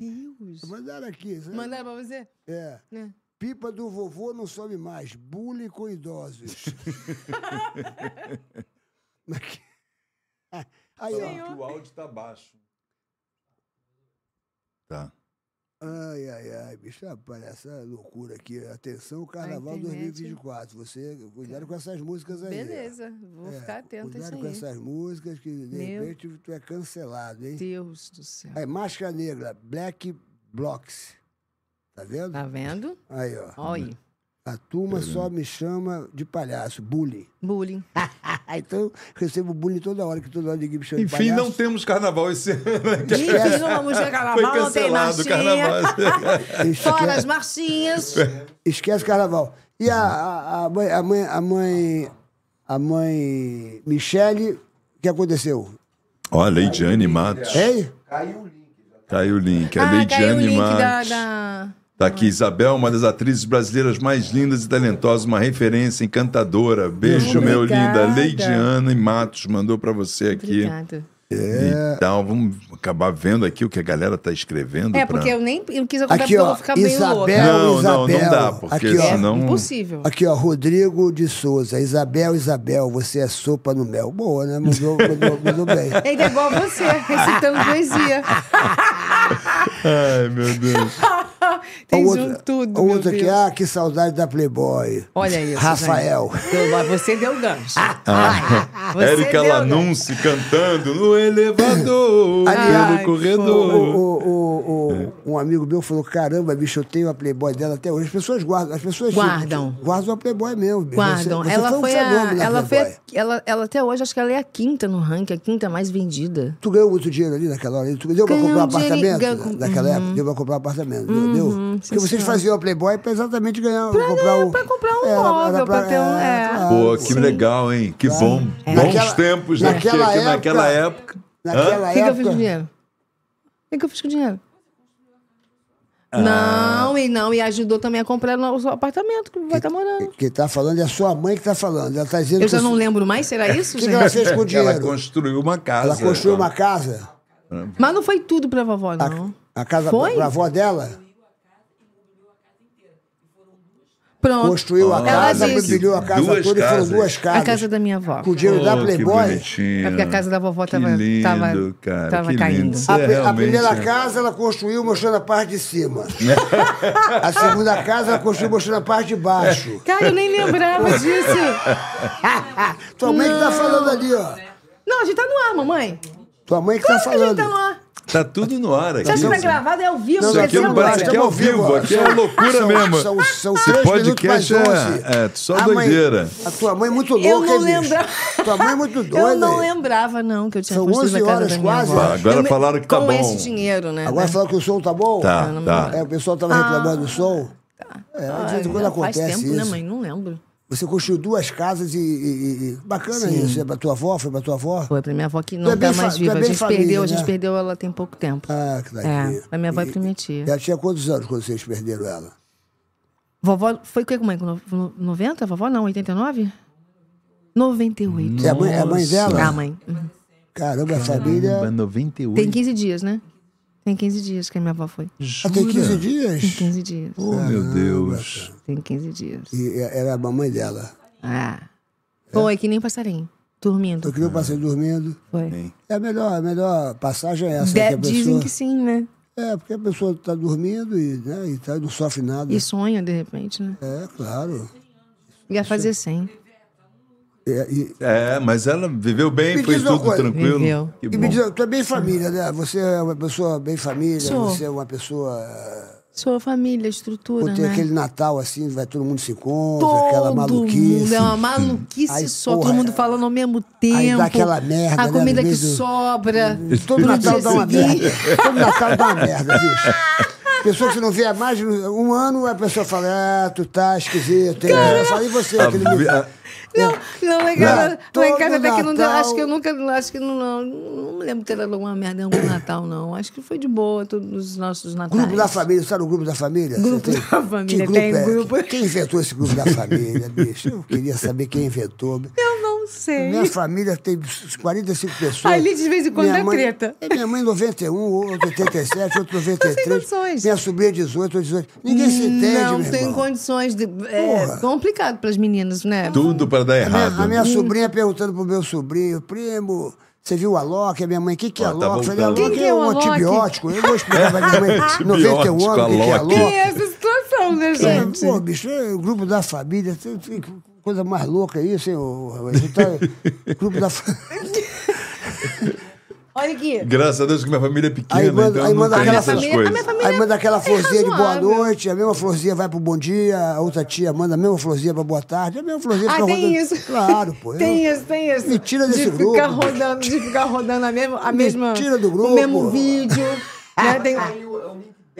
Meu Deus! Mandaram aqui, sabe? Mandaram pra você? É. É. Pipa do vovô não some mais. Bullying com idosos. Mas que- Aí, ó. o áudio tá baixo. Tá. Ai, ai, ai, bicho, rapaz, essa loucura aqui. Atenção, Carnaval A internet- 2024. Você, cuidado com essas músicas aí. ó. Beleza, vou É, ficar atenta a isso Cuidado aí. com essas músicas que, de Meu- repente, tu é cancelado, hein? Deus do céu. Aí, Máscara Negra, Black Blocks. Tá vendo? Tá vendo? Aí, ó. Olha, A turma só me chama de palhaço, bullying. bullying. então, eu recebo bullying toda hora, que toda hora ninguém me chama de Enfim, palhaço. não temos carnaval esse ano. né? Diz que não vamos ter Foi carnaval, não tem cancelado o marchinha. carnaval. Fora as Esquece, marchinhas. esquece carnaval. E a, a, a mãe, a mãe, a mãe, a mãe Michele, o que aconteceu? Ó, Leidiane Matos. É? Hein? Tá aí o link. A Ah, caiu o Leidiane link da, Matos. da- Tá aqui, Isabel, uma das atrizes brasileiras mais lindas e talentosas, uma referência encantadora. Beijo, meu linda. Obrigada. Leidiane Matos mandou pra você aqui. é Obrigada. É. E tal. Então, Vamos acabar vendo aqui o que a galera tá escrevendo. É, pra- porque eu nem eu quis acordar Aqui, porque eu ó, vou ficar meio louca. Isabel, Não, não, não Isabel. dá, porque aqui, ó, É senão- impossível. aqui, ó, Rodrigo de Souza. Isabel, Isabel, você é sopa no mel. Boa, né? Mandou, mandou, mandou bem. Ele é igual a você, recitando poesia. Ai, meu Deus. Tem A outra- um tudo, a meu outra aqui, Deus. ah, que saudade da Playboy. Olha isso, Rafael. Ah, gente. Deu- mas Você deu gancho. Você Ah. Érica deu Lanunce cantando no elevador, Ah. Aliás, pelo O- corredor. o- o- o- É. Um amigo meu falou: caramba, bicho, eu tenho a Playboy dela até hoje. As pessoas guardam. As pessoas Guardam. Guardam a Playboy mesmo. bicho. Guardam. Você- você ela um foi, a, fenômeno na ela, foi Playboy. a, ela, ela até hoje, acho que ela é a quinta no ranking, a quinta mais vendida. Tu ganhou muito dinheiro ali naquela hora? Tu deu pra Ganhei comprar um um dinheiro e apartamento? ganho- Naquela época, deu pra comprar um apartamento, não deu? Uhum, sim, Porque vocês senhora. faziam a Playboy pra exatamente ganhar, pra comprar um... pra comprar um Era- era móvel, pra ter um- é. claro. Pô, que legal, hein? Que bom. Bons Tá. É. Naquela- tempos, né? Porque naquela aqui época- naquela época. Naquela O que, que eu fiz com o época... dinheiro? O que, que eu fiz com o dinheiro? Ah. Não, e não, e ajudou também a comprar o seu apartamento que vai estar morando. Quem tá falando é a sua mãe que tá falando. Ela tá dizendo Eu que já não o- lembro mais, será O isso, que, que ela gente? fez com o dinheiro? Ela construiu uma casa. Ela construiu Tá. uma casa. Mas não foi tudo pra vovó, não. A casa Foi? pra avó dela. Pronto. Construiu a Ela casa, disse. mobiliou a casa Ah, Duas toda e foram casas. duas casas. A casa da minha avó. Com o dinheiro da Oh, Que Playboy. bonitinho. É porque a casa da vovó que tava- lindo, tava- cara, tava que caindo. Lindo. Você A, pri- a É, realmente- primeira casa ela construiu mostrando a parte de cima. a segunda casa ela construiu mostrando a parte de baixo. Cara, eu nem lembrava disso. Tua mãe que tá falando ali, ó. Não, a gente tá no ar, mamãe. Tua mãe que Claro tá que a gente falando. tá no ar. Tá tudo no ar aqui. Você acha que tá gravado? É ao vivo, Não, Isso quer aqui dizer, é um- agora. parece que é ao Estamos ao vivo, vivo, ó. aqui é São- loucura são- mesmo. são- são Esse três podcast minutos mais é- 11. é só A mãe- doideira. a tua mãe é muito louca, Eu não hein, bicho? lembrava. Tua mãe é muito doida. Eu não hein? lembrava, não, que eu tinha São construído 11 a casa horas da minha quase. avó. Tá, agora Eu me- falaram que tá com bom. esse dinheiro, né? Agora fala que o som tá bom? Tá, tá. É, o pessoal tava reclamando do som. É, de vez em quando Ah, Faz acontece tempo, isso. né, mãe? Não lembro. Você construiu duas casas e. e- e- bacana isso. É pra tua avó? Foi pra tua avó? Foi pra minha avó que Tu é não bem tá fa- mais tu é viva. A bem gente família, perdeu, a gente né? perdeu ela tem pouco tempo. Ah, que daqui. É, a minha avó é E- pra minha tia. Ela tinha quantos anos quando vocês perderam ela? Vovó, foi o que, mãe? Com no- no- 90? Vovó não, 89? 98. É a mãe- é a mãe dela? É a mãe. Uhum. Caramba, a É família. 98. Tem 15 dias, né? Tem 15 dias que a minha avó foi. Ela tem 15 dias. Tem 15 dias. Oh, meu Deus. Tem 15 dias. E é- era a mamãe dela. Ah. Foi que nem passarinho. Dormindo. Então, Eu queria passei dormindo. Foi. É a melhor, a melhor passagem é essa. De- que a pessoa, dizem que sim, né? É, porque a pessoa tá dormindo e, né, e tá, não sofre nada. E sonha, de repente, né? É, claro. Ia fazer 100. É, e, É, mas ela viveu bem, Me foi diz uma tudo coisa. tranquilo. Viveu. Que e me bom. diz, tu é bem família, né? Você é uma pessoa bem família, Sou. você é uma pessoa Sua família, Ou estrutura, tem né? aquele Natal assim, vai todo mundo se encontra, aquela Todo maluquice. mundo, é uma maluquice Aí, só, porra, todo mundo falando ao mesmo tempo. dá aquela merda, né, A no comida que meio do- sobra. Todo no Natal dia dá uma seguinte. merda. Todo Natal dá uma merda, bicho. Pessoa que você não vê há mais de um ano, a pessoa fala, ah, tu tá esquisito. hein?" Eu falei, e você? A Aquele... vi- a- Não, não, lá em casa, Não. lá em casa Todo até que não deu. Natal- Acho que eu nunca. Acho que não. Não, não me lembro de ter dado alguma merda em algum Natal, não. Acho que foi de boa todos os nossos natais. Grupo da família, sabe o grupo da família? Grupo Você da família, que é? tem grupo. Quem inventou esse grupo da família, bicho? Eu queria saber quem inventou. Eu não sei. Minha família tem uns 45 pessoas. Ali, de vez em quando, minha dá mãe, treta. É minha mãe 91, outro 87, outro 93. condições. Minha sobrinha é 18, ou 18. Ninguém se entende, Não é meu tem irmão. condições de. É Porra. complicado para as meninas, né? Tudo pra dar A minha, errado. a minha sobrinha perguntando pro meu sobrinho, primo, você viu o Alok? A minha mãe, o que, que é Ó, tá Alok? Eu falei, voltando. Alok Quem é que é o um Alok? antibiótico. Eu vou explicar pra minha mãe, Antibiótico, 91 anos, o que, que é Alok. Tem Alok? essa situação, né, gente? Pô, bicho, é o grupo da família, tem- tem coisa mais louca isso, hein? ô- A gente tá, grupo da família. Olha aqui. Graças a Deus que minha família é pequena, Aí manda, então aí não manda tem aquela essas família- a coisas. minha família- é Aí manda aquela florzinha de boa razoável. noite, a mesma florzinha vai pro bom dia, a outra tia manda a mesma florzinha pra boa tarde, a mesma florzinha Ah, fica tem rodando. isso. Claro, pô. eu- Tem isso, tem isso. Me tira desse de Ficar grupo. rodando, de ficar rodando a mesma. A Me mesma tira do O grupo. mesmo vídeo. né? Tem-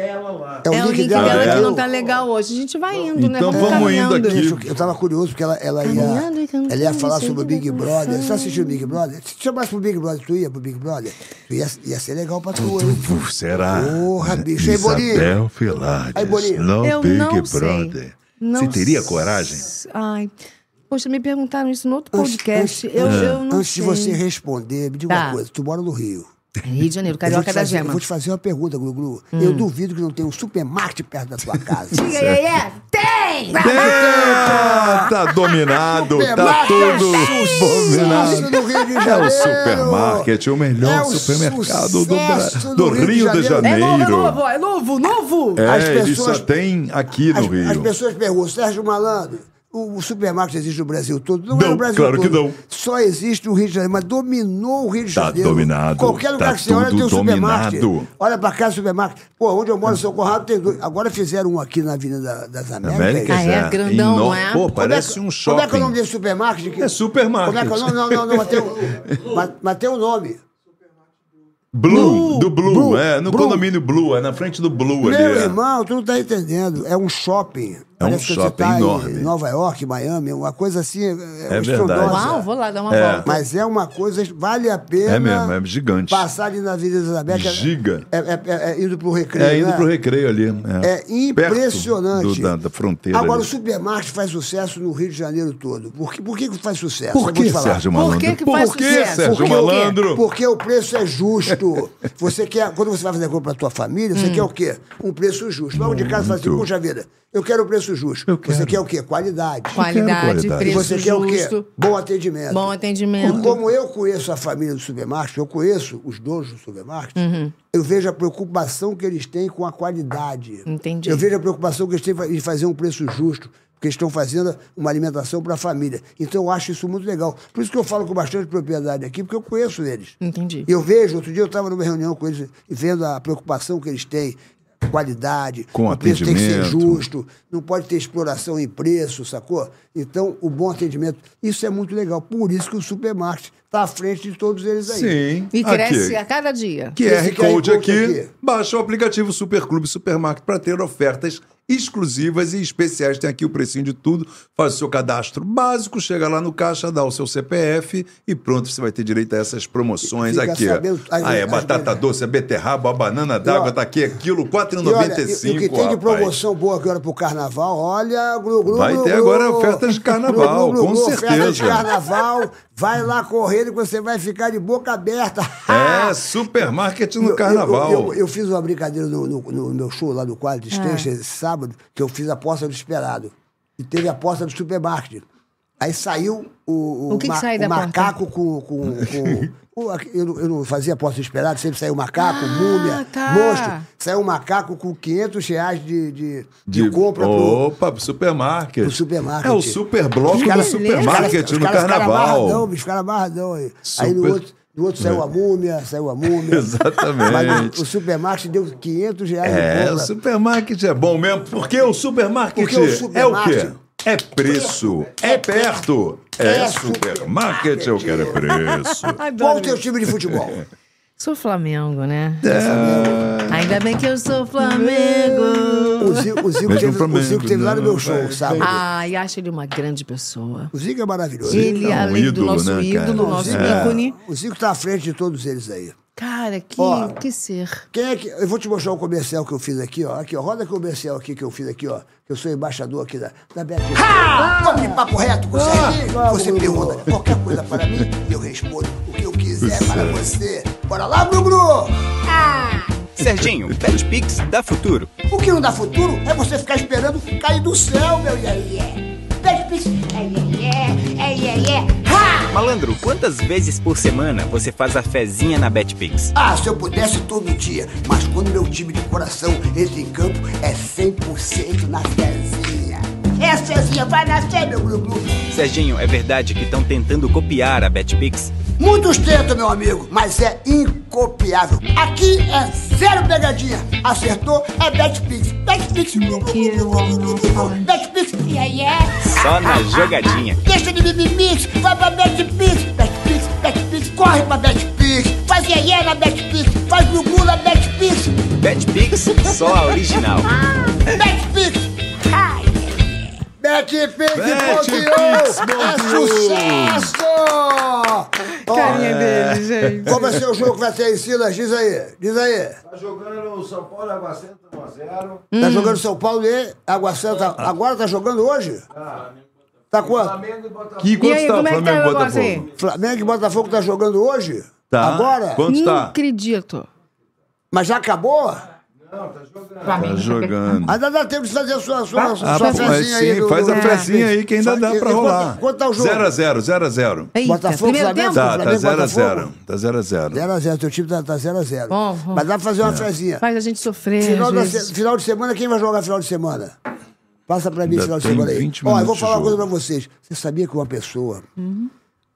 É o é o link, link dela, dela, é? que não tá legal hoje. A gente vai indo, né? Então Vamos vamos indo caminhando. aqui. Isso, eu tava curioso, porque ela, ela ia. Caminhando e cantando, Ela ia falar sei sobre o que Big vai Brother. passar. Você assistiu o Big Brother? Se te chamasse pro Big Brother, tu ia pro Big Brother? Tu Ia, ia ser legal pra tu, hein? Puf, será? Porra, bicho. Aí, Boninho. Isabel Filardes, Aí, Boninho. no Eu Big não sei. Brother. Não Você teria sei. coragem? Ai. Poxa, me perguntaram isso no outro Antes- podcast. antes- eu, É. eu não Antes sei. de você responder, me diga Tá. uma coisa. Tu mora no Rio. Rio de Janeiro, Eu vou, Carioca é te da fazer, eu Gema. Hum. vou te fazer uma pergunta, Glu-Glu. Eu duvido que não tenha um supermarket perto da tua casa. Diga, aí, é. Tem! Tá, tá dominado, tá Supermarket é tudo sucesso dominado. no Rio de É Janeiro. o supermarket, o melhor É o supermercado do, sucesso Bra- do do Rio Rio de de É Janeiro. novo, é novo, é novo, novo! É, As ele pessoas- só tem aqui no As, Rio. as pessoas perguntam, Sérgio Malandro, o, o supermarket existe no Brasil todo? Não, é Não, no Brasil claro todo. que não. Só existe no Rio de Janeiro, mas dominou o Rio de Tá Janeiro. dominado, Qualquer lugar tá que você olha tem um tudo supermarket. dominado. Olha pra cá, supermarket. Pô, onde eu moro, em São Conrado, tem dois. Agora fizeram um aqui na Avenida da- das Américas. América Ah, é? já, Grandão, em não é? Pô, Como é parece que- um shopping. Como é que é o nome desse supermarket? que- É supermarket. Como é que é o nome? Não, não, não, mas tem, o- mas, mas tem o nome. Blue, do Blue, Blue, é, no Blue. condomínio Blue, é na frente do Blue ali. Meu é. irmão, tu não tá entendendo. É um shopping. Parece que shopping você tá enorme. em Nova York, Miami, uma coisa assim. É, É estrondosa. verdade. Uau, vou lá dar uma É. volta. Mas é uma coisa, vale a pena. É mesmo, é gigante. Passar ali na Avenida da Beca. Giga. É, é, é, é indo pro recreio. É indo né? pro recreio ali. É impressionante. Perto do, da, da fronteira. Agora, o ali. supermarket faz sucesso no Rio de Janeiro todo. Por que, por que que faz sucesso? Eu Por vou que, te falar. Sérgio Por Malandro? que que faz sucesso? Sérgio Por que o quê? Malandro? Porque o preço é justo. Você quer, quando você vai fazer compra pra tua família, você quer o quê? Um preço justo. Logo de casa você fala assim, Muito. puxa vida, eu quero um preço justo. Eu quero. Você quer o quê? Qualidade. Qualidade, qualidade. E preço você quer o quê? justo. Bom atendimento. Bom atendimento. E como eu conheço a família do supermarket, eu conheço os donos do supermarket, eu vejo a preocupação que eles têm com a qualidade. Entendi. Eu vejo a preocupação que eles têm em fazer um preço justo, porque eles estão fazendo uma alimentação para a família. Então eu acho isso muito legal. Por isso que eu falo com bastante propriedade aqui, porque eu conheço eles. Entendi. Eu vejo, outro dia eu estava numa reunião com eles e vendo a preocupação que eles têm. Qualidade, Com o preço tem que ser atendimento. justo, não pode ter exploração em preço, sacou? Então, o bom atendimento, isso é muito legal. Por isso que o supermarket está à frente de todos eles É aí. Sim. E cresce a Aqui. cada dia. QR Esse QR Code Code aqui, aqui. baixa o aplicativo Superclube Supermarket para ter ofertas exclusivas e especiais. Tem aqui o precinho de tudo. Faz o seu cadastro básico, chega lá no caixa, dá o seu CPF e pronto, você vai ter direito a essas promoções Fica aqui. ó. sabendo as- ah, é as- batata as- doce, é beterraba, a banana d'água, ó, tá aqui, é quilo E olha, e- e o 4,95. que tem de rapaz. promoção boa agora pro carnaval, olha, glu, glu, Vai glu, ter glu. agora ofertas de carnaval, com Ofertas de certeza. carnaval, vai lá correndo que você vai ficar de boca aberta. É, supermarket Eu- no eu- carnaval. Eu, eu, fiz uma brincadeira no, no- no meu show lá do quadro É. de Station, esse sábado, que eu fiz a aposta do esperado. E teve a aposta do supermarket. Aí saiu o, o, O que que sai o da macaco com. com, com- o- aqui- eu, não- eu não fazia aposta do esperado, sempre saiu macaco, múmia, tá. monstro. Saiu um macaco com 500 reais de, de, de compra pro, Opa, pro supermarket. Pro supermarket. É o superbloco Os do caras- supermarket os caras- os no caras ficaram amarradão, carnaval. bicho, ficaram amarradão aí. Aí no Super- É. outro, no outro saiu a múmia, saiu a múmia. Exatamente. Mas Ah, o, o supermarket deu 500 reais de É, o compra. supermarket é bom mesmo, porque o supermarket, Porque o é o supermarket- quê? É preço, é perto. É supermarket, eu quero é preço. Adoro Qual é o isso. teu time de futebol? Sou Flamengo, né? É. Ainda bem que eu sou Flamengo. O Zico, o Zico Mesmo teve, o Flamengo, Zico teve lá no meu né? show, sabe? Ai, acho ele uma grande pessoa. O Zico é maravilhoso. Ele, é um além do ídolo, nosso né, cara? ídolo, Não, o nosso é. ícone. O Zico tá à frente de todos eles aí. Cara, que, Ó. que ser. Quem é que... Eu vou te mostrar um comercial que eu fiz aqui, ó. Aqui, ó. Roda comercial aqui que eu fiz aqui, ó. Que eu sou embaixador aqui da, da Beto. Vamos em papo reto com você Você pergunta qualquer coisa para mim, eu respondo o que eu quiser para é. você. Bora lá, Bruno! Serginho, Pet Pix dá futuro. O que não dá futuro é você ficar esperando cair do céu, meu iê iê. Pede pix, É, é, é, é, é, é. Ha! Malandro, quantas vezes por semana você faz a fezinha na Betpix? Ah, se eu pudesse todo dia, mas quando meu time de coração entra em campo, é 100% na Cezinha. É, Cezinha, vai nascer, meu glu-glu. Serginho, é verdade que estão tentando copiar a Betpix? Muitos tentam, meu amigo, mas é incopiável. Aqui é zero pegadinha. Acertou, é Betpix. Betpix, que eu amo falar. Betpix, É, é. Só na jogadinha. deixa de mimimix, vai pra Betpix. Betpix, Betpix, corre pra Betpix. Faz iê na Betpix, faz gugu na Betpix. Betpix, só a original. Betpix. Ai, Betpix.io é sucesso! Carinha é. dele, gente. Como vai ser o jogo que vai ter em Silas? Diz aí, diz aí. Tá jogando o São Paulo Água Santa 1x0. Tá jogando São Paulo e Água Santa. Agora tá jogando hoje? Tá quanto? Flamengo e Botafogo. Que E quanto aí, tá o como é que tá Flamengo e o negócio Botafogo? aí? Flamengo e Botafogo tá jogando hoje? Tá. Agora? Quanto Não tá? acredito. Mas já acabou? Tá jogando. Ainda dá tempo de fazer a sua, sua, sua Ah, pô, fezinha mas aí. sim, do- faz a do- fezinha aí que ainda Faz- dá e- pra e quanto- rolar. Quanto tá o jogo? 0x0, 0x0. Eita, Botafogo, primeiro Flamengo? tempo? Tá, tá Flamengo, 0x0. Botafogo? Tá 0x0. 0x0, teu time tá 0x0. Bom, bom. Mas dá pra É. fazer uma fezinha. Faz a gente sofrer. Final, às da vezes. se- final de semana, quem vai jogar final de semana? Passa pra mim Ainda final de tem semana aí. 20 Ó, eu minutos vou de falar uma jogo. coisa pra vocês. Você sabia que uma pessoa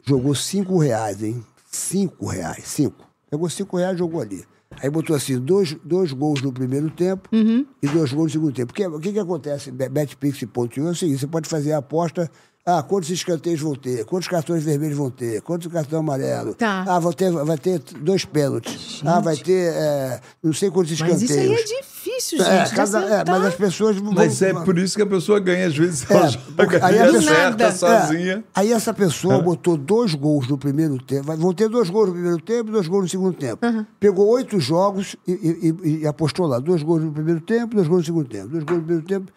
jogou 5 reais, hein? 5 reais, 5. Jogou 5 reais, jogou ali. Aí botou assim, dois, dois gols no primeiro tempo e dois gols no segundo tempo. Porque, o que, que acontece? Be- Betpix.1 é o seguinte, você pode fazer a aposta, ah, quantos escanteios vão ter, quantos cartões vermelhos vão ter, quantos cartão amarelo. Tá. Ah, vai ter, vai ter dois pênaltis. Ah, vai ter é, não sei quantos Mas escanteios. isso aí é difícil, gente. tá. É, de cada- é, acertar. mas as pessoas vão. Mas é vão- por isso que a pessoa ganha, às vezes ela É, joga aí e a pessoa- acerta Nada. sozinha. É. Aí essa pessoa botou dois gols no primeiro tempo. vai- Vão ter dois gols no primeiro tempo e dois gols no segundo tempo. Pegou oito jogos e, e- e- e apostou lá. Dois gols no primeiro tempo, dois gols no segundo tempo. Dois gols no primeiro tempo.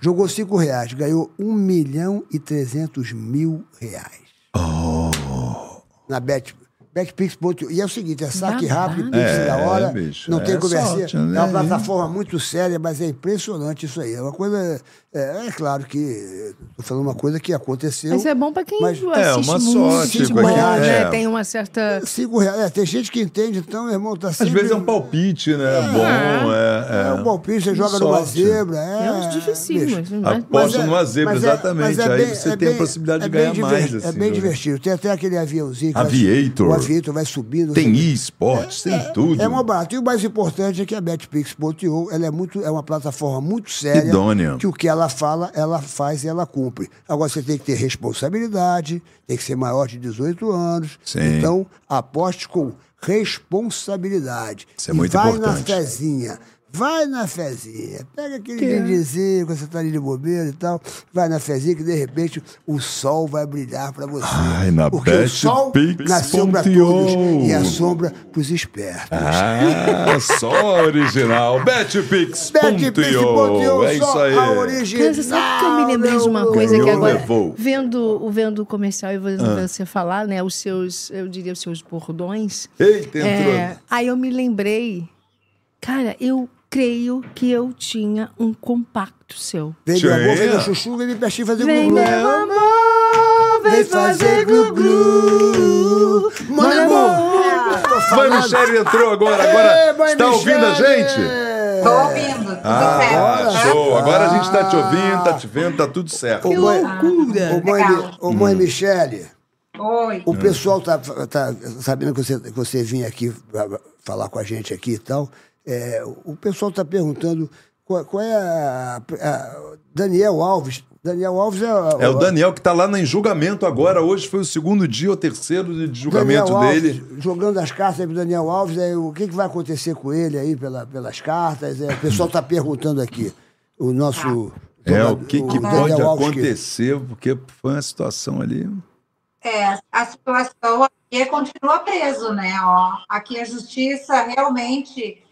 Jogou cinco reais. Ganhou um milhão e trezentos mil reais. Oh. Na Bet. Betpix.io. E é o seguinte, é saque Babado. rápido, pix É, da hora, bicho, não é tem conversinha. sorte, né? É uma plataforma muito séria, mas é impressionante isso aí. É uma coisa... É, é claro que... Estou falando uma coisa que aconteceu. Mas é bom pra quem Mas- assiste É, uma muito, sorte, assiste tipo, muito, é- né? é. Tem uma certa... Cinco reais. É, tem gente que entende, então, meu irmão, tá Às sempre... vezes é um palpite, né? Bom, É é. um palpite, você joga numa Sorte. zebra. É, É, uns dificílimos, bicho. mas- mas- Aposta numa zebra, mas é- exatamente. mas é Aí bem- você é tem a bem- possibilidade é de bem ganhar mais. divertido, assim, É bem né? divertido. Tem até aquele aviãozinho. que vai- Aviator. O aviator vai subindo. assim, Tem subindo. e-sports, tem tudo. É uma barata. E o mais importante é que a Betpix.io ela é, muito, é uma plataforma muito séria. Idônea. Que o que ela fala, ela faz e ela cumpre. Agora você tem que ter responsabilidade, tem que ser maior de 18 anos. Sim. Então, aposte com responsabilidade. Isso é E muito vai importante. na fezinha. Vai na fezinha. Pega aquele brindezinho quando você tá ali de bobeira e tal. Vai na fezinha que, de repente, o sol vai brilhar para você. Ai, na Porque o sol Betpix.io. nasceu para todos e a sombra para os espertos. Ah, só a original. Betpix.io, Betpix.io. É isso só aí. a original. Cara, você sabe que eu me lembrei de uma meu coisa que Ganhou, agora, levou. Ah. vendo, vendo o comercial e vendo você falar, né, os seus, eu diria, os seus bordões, Eita, entrou. é, aí eu me lembrei, cara, eu creio que eu tinha um compacto seu. Vem meu amor, vem Tinha. meu chuchu, vem me pertinho fazer Vem, glu-glu. meu amor, vem fazer glu-glu. Mano, amor, tô Mãe falando. Michele entrou agora. Ei, Agora, mãe está ouvindo a Michele! gente? Tô ouvindo. Tá? Tudo Ah, certo. show. Agora a gente tá te ouvindo, tá te vendo, tá tudo certo. Ah. Ô, mãe, loucura! Ô, mãe, Mi- ô, mãe Michele, Oi. o É. pessoal tá, tá sabendo que você, que você vinha aqui pra- pra falar com a gente aqui e tal. é, o pessoal tá perguntando Qual, qual é a, a- Daniel Alves. Daniel Alves é, É o Daniel que tá lá na- em julgamento agora. Hoje foi o segundo dia ou terceiro de julgamento Daniel Alves, dele. Jogando as cartas aí pro Daniel Alves, aí, o que, que vai acontecer com ele aí pela- pelas cartas? É, o pessoal tá perguntando aqui. O nosso. É, o jogador- que, que Daniel pode Alves que- acontecer, porque foi uma situação ali. É, a situação aqui é, continua preso, né? Ó, aqui a justiça realmente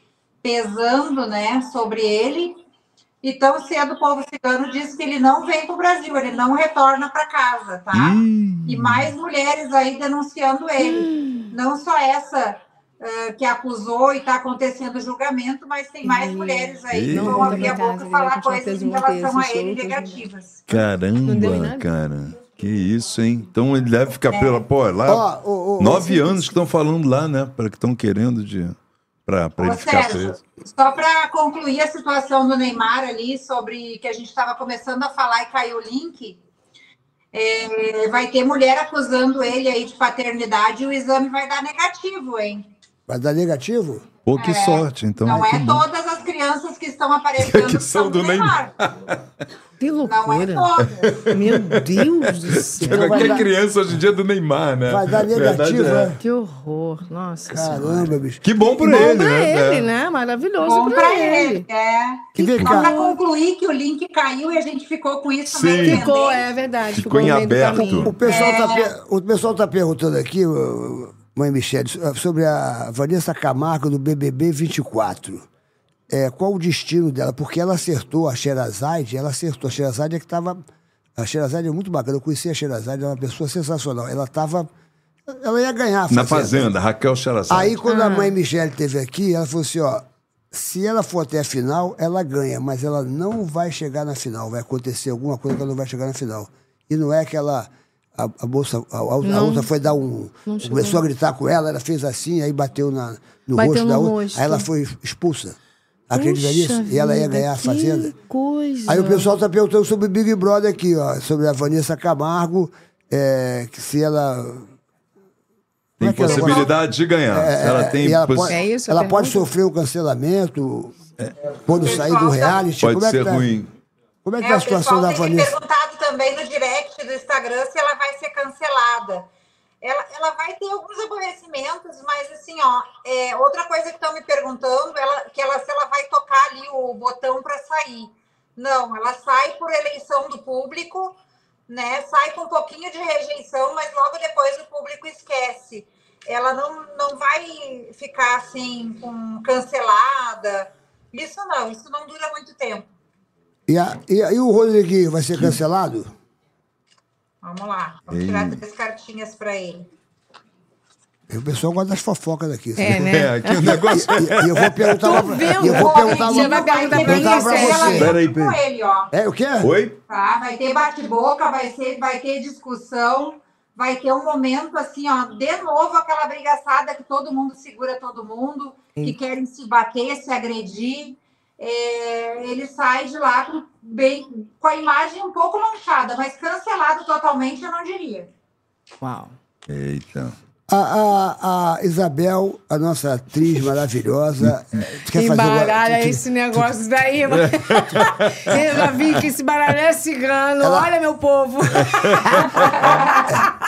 pesando, né, sobre ele. Então, E tão cedo o povo cigano diz que ele não vem para o Brasil, ele não retorna para casa, tá? E mais mulheres aí denunciando Hum. ele. Não só essa eh, que acusou e está acontecendo o julgamento, mas tem mais Ih. mulheres aí que Ih. vão Não, abrir a não dá, boca ele vai e falar continuar coisas preso, em vão ter relação a esses ele outros, né? negativas. Não deu em Caramba, nada. cara. Que isso, hein? Então ele deve ficar pela. Pô, lá. Ó, o- o- nove anos que estão falando lá, né? Para que estão querendo de. Pra, pra Ô, ele ficar Sérgio, preso. Só para concluir a situação do Neymar ali, sobre que a gente estava começando a falar e caiu o link, é, vai ter mulher acusando ele aí de paternidade e o exame vai dar negativo, hein? Vai dar negativo? Pô, que sorte, então. Não que é bom. todas as crianças que estão aparecendo Que que são são do do Neymar. Que Ah. Não é loucura. todas. Meu Deus do céu. vai Qualquer dar- criança hoje em dia é do Neymar, né? Vai dar Verdade negativo, é. né? Que horror. Nossa Senhora. Caramba, bicho. Que bom por Bom ele, pra né? ele, É. né? Maravilhoso Bom pra, para ele. ele. É. Que vem Só para cá. concluir que o link caiu e a gente ficou com isso né, Sim. meio Ficou, pendente. é verdade. Ficou em no meio do aberto. caminho. O pessoal, tá, per- o pessoal tá perguntando aqui, ô, mãe Michele, so- ah, sobre a Vanessa Camargo do BBB 24. É, qual o destino dela? Porque ela acertou a Xerazade, ela acertou. A Xerazade é que estava. A Xerazade é muito bacana. Eu conheci a Xerazade, ela é uma pessoa sensacional. Ela estava. Ela ia ganhar. a Fazenda. Na Fazenda, Raquel Charazade. Aí Ah. quando a mãe Michele teve aqui, ela falou assim, ó, se ela for até a final, ela ganha, mas ela não vai chegar na final, vai acontecer alguma coisa que ela não vai chegar na final. E não é que ela a, a bolsa a, a- a outra foi dar um começou a gritar com ela, ela fez assim, aí bateu na no Bateu rosto da no outra, rosto. aí ela foi expulsa. Acredita nisso? E ela ia ganhar a que fazenda. Coisa. Aí o pessoal tá perguntando sobre o Big Brother aqui, ó, sobre a Vanessa Camargo, é, que se ela Como Tem é que ela- possibilidade de ganhar. ela tem E ela possi- pode, É isso a ela pode pergunta? sofrer o cancelamento quando sair do reality. É. pode como é que ser tá- ruim. Como é que É, tá a o situação pessoal da tem me Vanessa? perguntado também no direct do Instagram se ela vai ser cancelada. Ela, ela vai ter alguns aborrecimentos, mas assim, ó, é, outra coisa que estão me perguntando, ela, que ela, se ela vai tocar ali o botão para sair. Não, ela sai por eleição do público, né? Sai com um pouquinho de rejeição, mas logo depois o público esquece. Ela não, não vai ficar assim, com cancelada. Isso não, isso não dura muito tempo. E, a- e, a- e o Rodriguinho vai ser cancelado? Vamos lá, vamos tirar três cartinhas para ele. O pessoal gosta das fofocas daqui. É, sabe? né? É, aqui o negócio é. E, e eu vou perguntar lá pra, vendo? e eu vou Ô, perguntar gente, lá você vai perguntar pra perguntar mim, pra Marcela? você. Peraí, com peraí. ele, ó. É, o quê? Oi? Tá? Vai ter bate-boca, vai, ser- vai ter discussão, vai ter um momento assim, ó, de novo aquela brigaçada que todo mundo segura todo mundo, que querem se bater, se agredir. É, ele sai de lá com, bem, com a imagem um pouco manchada, mas cancelado totalmente, eu não diria. Uau. Eita. A, a- a Isabel, a nossa atriz maravilhosa. É. eh, tu quer fazer agora? Embaralha Tu- tu- esse negócio É. daí. mano. Eu já vi que esse baralho é cigano. Ela- Olha, meu povo.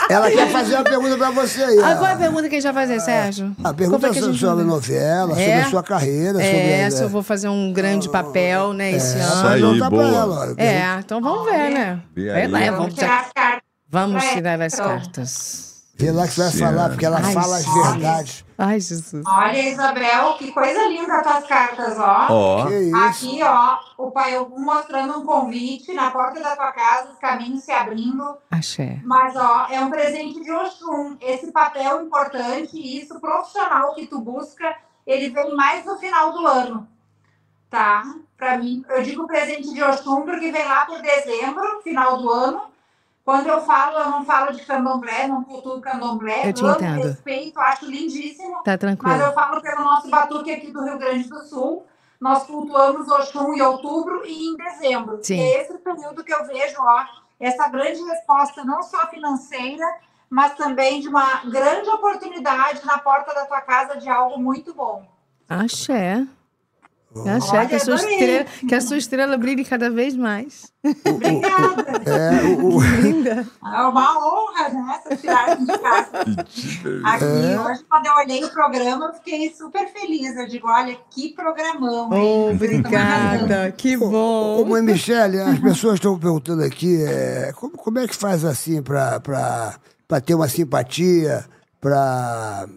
Ela quer fazer uma pergunta pra você aí. ó. Ah, qual é a pergunta que a gente vai fazer, Sérgio? A Qual foi pergunta é que sobre, gente sobre a vai- novela, sobre É? a sua carreira, sobre. né? Ah, É, a- se eu vou fazer um grande papel, né, esse Ela ano. vai Aí, perguntar pra boa. ela, ó. É, então vamos ver, né? Vê Vai aí. lá, Vamos vamos, tirar as cartas. vamos É, tirar as então. cartas. Vê lá que você vai falar, porque ela Ai, fala as sim. verdades. Ai, Jesus. Olha, Isabel, que coisa linda as tuas cartas, ó. Ó. Que isso? Aqui, ó, o pai Ogum mostrando um convite na porta da tua casa, os caminhos se abrindo. Axé. Mas, ó, é um presente de Oxum. Esse papel importante e isso profissional que tu busca, ele vem mais no final do ano, tá? Pra mim, eu digo presente de Oxum porque vem lá por dezembro, final do ano. Quando eu falo, eu não falo de candomblé, não cultuo candomblé. Eu te amo, entendo. respeito, acho lindíssimo. Tá Mas tranquilo. eu falo pelo nosso batuque aqui do Rio Grande do Sul. Nós cultuamos Oxum um em outubro e em dezembro. Sim. E é esse período que eu vejo, ó, essa grande resposta, não só financeira, mas também de uma grande oportunidade na porta da tua casa de algo muito bom. Axé. Axé, que, a sua adorei. estrela, que a sua estrela brilhe cada vez mais. É, o, o- Linda. É uma honra, né? Essas tiragens de casa. É. Aqui, hoje, quando eu olhei o programa, eu fiquei super feliz. Eu digo, olha, que programão, hein? Obrigada, que Ô, bom. mãe é, Michele, as pessoas estão perguntando aqui é, como, como é que faz assim pra, pra, pra ter uma simpatia, pra.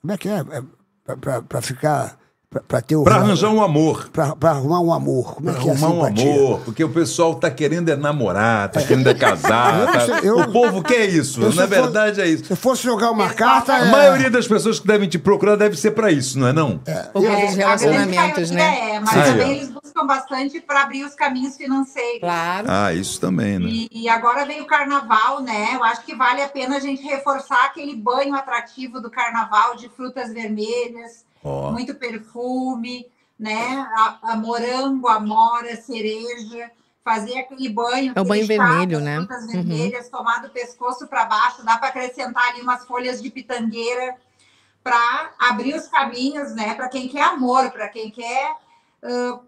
Como é que é? É, Pra, pra, pra ficar. Pra, pra ter o. Pra arranjar um amor. Pra, pra arrumar um amor. Como é Pra que é a arrumar um simpatia? amor, porque o pessoal tá querendo é namorar, tá querendo é casar. Eu tá- sei, eu- O povo quer isso, Eu, se na for- verdade é isso. Se eu fosse jogar uma carta. A é- maioria das pessoas que devem te procurar deve ser pra isso, não é não? Por causa dos É, a grande relacionamentos, maioria né? É, mas Aí, também ó. eles buscam bastante para abrir os caminhos financeiros. Claro. Ah, isso também, né? E, e agora vem o carnaval, né? Eu acho que vale a pena a gente reforçar aquele banho atrativo do carnaval de frutas vermelhas, Ó. muito perfume, né? A, a morango, amora, cereja. Fazer aquele banho. É o banho aquele chá vermelho, das né? Frutas Uhum. vermelhas, tomar do pescoço para baixo, dá para acrescentar ali umas folhas de pitangueira para abrir os caminhos, né? Para quem quer amor, para quem quer. ãh,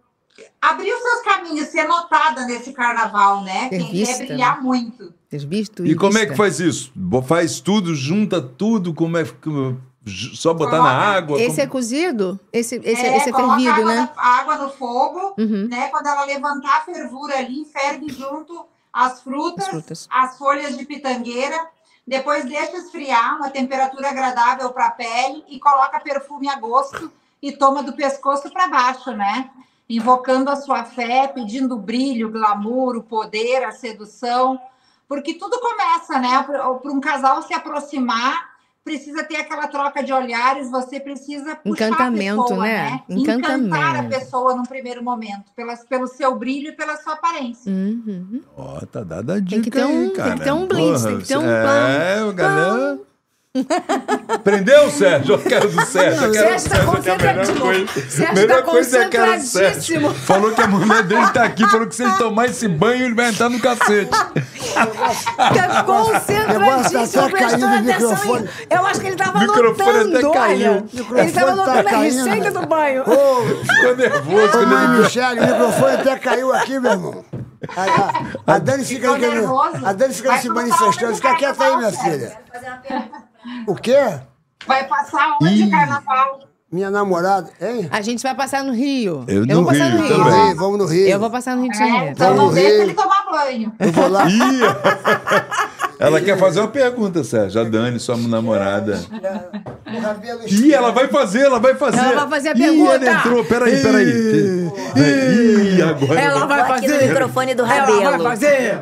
abrir os seus caminhos, ser notada nesse carnaval, né? Ser Quem vista, quer brilhar muito. Vocês visto E como é que vista? faz isso? Bo- Faz tudo, junta tudo, como é que- j- só botar na Coloca- água? Esse é como- cozido? Esse, esse, esse é coloca a fervido, água né? na- a água no fogo, Uhum. né? Quando ela levantar a fervura ali, ferve junto as frutas, As as, frutas. folhas de pitangueira. Depois deixa esfriar, uma temperatura agradável para a pele e coloca perfume a gosto e toma do pescoço para baixo, né? Invocando a sua fé, pedindo brilho, glamour, o poder, a sedução. Porque tudo começa, né? Para um casal se aproximar, precisa ter aquela troca de olhares, você precisa puxar Encantamento, a pessoa, né? né? Encantar a Encantamento. pessoa num primeiro momento, pelas, pelo seu brilho e pela sua aparência. Uhum. Ó, tá dada a dica Tem que ter um- aí, tem que cara. ter um blitz, tem que ter um É, o galera... Prendeu, Sérgio? Eu quero do Sérgio. eu quero do Sérgio tá que é a melhor concentradíssimo. coisa. Sérgio tá Melhor coisa é a cara do concentradíssimo. Sérgio. Falou que a mulher dele tá aqui, falou que se ele tomar esse banho, ele vai entrar no cacete. Tá negócio tá concentradíssimo, até caindo prestando o atenção. microfone. em- Eu acho que ele tava O microfone até anotando, caiu. olha. O Ele microfone tava tá anotando a caindo. receita do banho. Ô, Ficou nervoso. ô, quando ele- mãe Michele, o microfone até caiu aqui, meu irmão. A, a- a Dani fica, Ficou naquele- nervoso? a Dani fica Vai se botar manifestando. onde Fica vai quieta botar aí, o minha Sérgio? filha. O quê? Vai passar onde, carnaval? Minha namorada, hein? A gente vai passar no Rio. Eu vou no passar Rio no Rio. também. Sim, vamos no Rio. Eu vou passar no Rio de É, Janeiro. então Vamos não ver. deixa ele tomar banho. Eu vou lá. Ih! Ela quer fazer uma pergunta, Sérgio. A Dani, sua namorada. O cabelo Ih, ela vai fazer, ela vai fazer. Ela vai fazer a Ih, pergunta. ela entrou, peraí, peraí. Ih, agora. Ela vai Aqui no fazer. microfone do Ela vai Rabelo. fazer.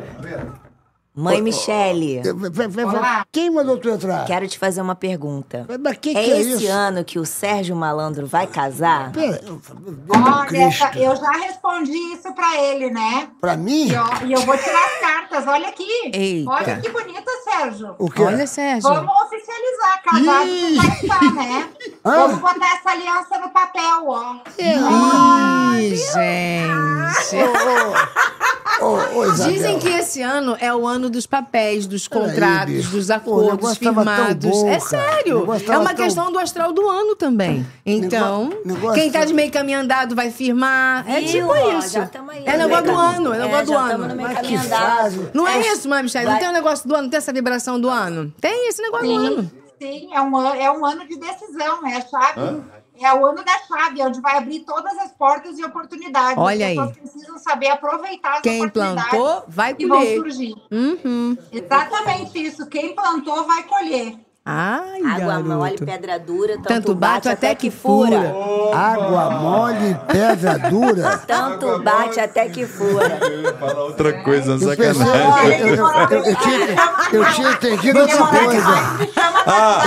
Mãe Michele, Vem, vem, vem. Olá. Quem mandou tu entrar? quero te fazer uma pergunta. Mas que que é é esse isso? ano que o Sérgio Malandro vai casar? Pera, eu- meu Deus do Olha, Cristo. essa- eu já respondi isso para ele, né? Pra mim, E, ó, e eu vou tirar as cartas, olha aqui. Eita. Olha que bonita, Sérgio. o quê? Olha, Sérgio. Vamos oficializar, casado não vai estar, né? Vamos botar essa aliança no papel, ó. Ih, gente. Ô, ô, ô, Isabel. Dizem que esse ano é o ano dos papéis, dos Peraí, contratos, bicho. dos O acordos negócio tava tão firmados. bom, é cara. O sério. negócio É tava uma tão- questão do astral do ano também. Então, negócio quem tá tava- de meio caminho andado vai firmar. É Viu, tipo ó, isso. já tamo aí, é né, negócio do cara? ano, é É, negócio do já tamo no ano. meio Mas que caminho andado. fase. Não é, É, isso, mãe, Michelle. Não vai- tem o negócio do ano, não tem essa vibração do ano. Tem esse negócio do ano. Sim, é um, an- é um ano de decisão, é a chave. É o ano da chave, é onde vai abrir todas as portas e oportunidades. Olha as aí. pessoas precisam saber aproveitar as Quem oportunidades plantou, vai que vão colher. surgir. Uhum. Exatamente isso. Quem plantou vai colher. Ai, Água garoto. mole, pedra dura, tanto, Tanto bate até que fura. Água mole, pedra dura. Tanto bate até que fura. Falar outra coisa, Eu, pensei, sacanagem. eu, eu, eu- eu tinha, eu tinha entendido outra coisa.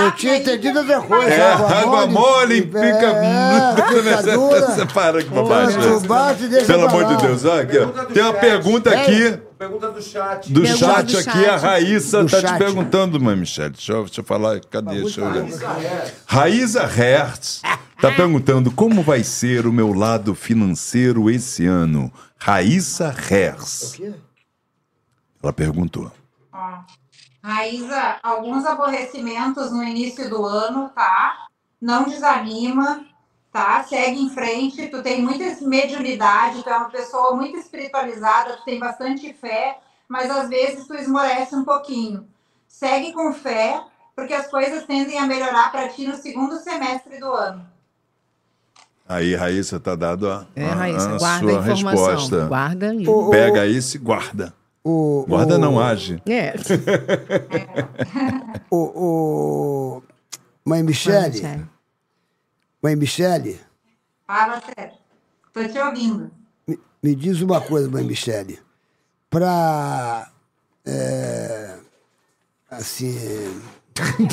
Eu tinha entendido outra coisa. Ah. É, água mole pica. É, pica dura. Para que Bate, bate e deixa né? Pelo pra amor lá. de Deus, olha aqui, ó. Tem uma pergunta aqui. Pergunta do chat. Do Pergunta chat do aqui, chat. a Raíssa Do tá te chat. perguntando, mãe Michelle. Deixa eu, deixa eu falar, cadê? Deixa eu olhar. Raíssa Hertz tá perguntando como vai ser o meu lado financeiro esse ano. Raíssa Hertz. Ela perguntou. Raíza, alguns aborrecimentos no início do ano, tá? Não desanima, tá? Segue em frente, tu tem muita mediunidade, tu é uma pessoa muito espiritualizada, tu tem bastante fé, mas às vezes tu esmorece um pouquinho. Segue com fé, porque as coisas tendem a melhorar para ti no segundo semestre do ano. Aí, Raíssa, tá dado a, É, a- Raíssa, a guarda sua a informação. resposta. Guarda aí. Pega isso e guarda. guarda não age. É. O, o- Mãe Michele, Mãe Michele, Fala sério. Tô te ouvindo. me, me diz uma coisa, Mãe Michele. Pra. é, assim.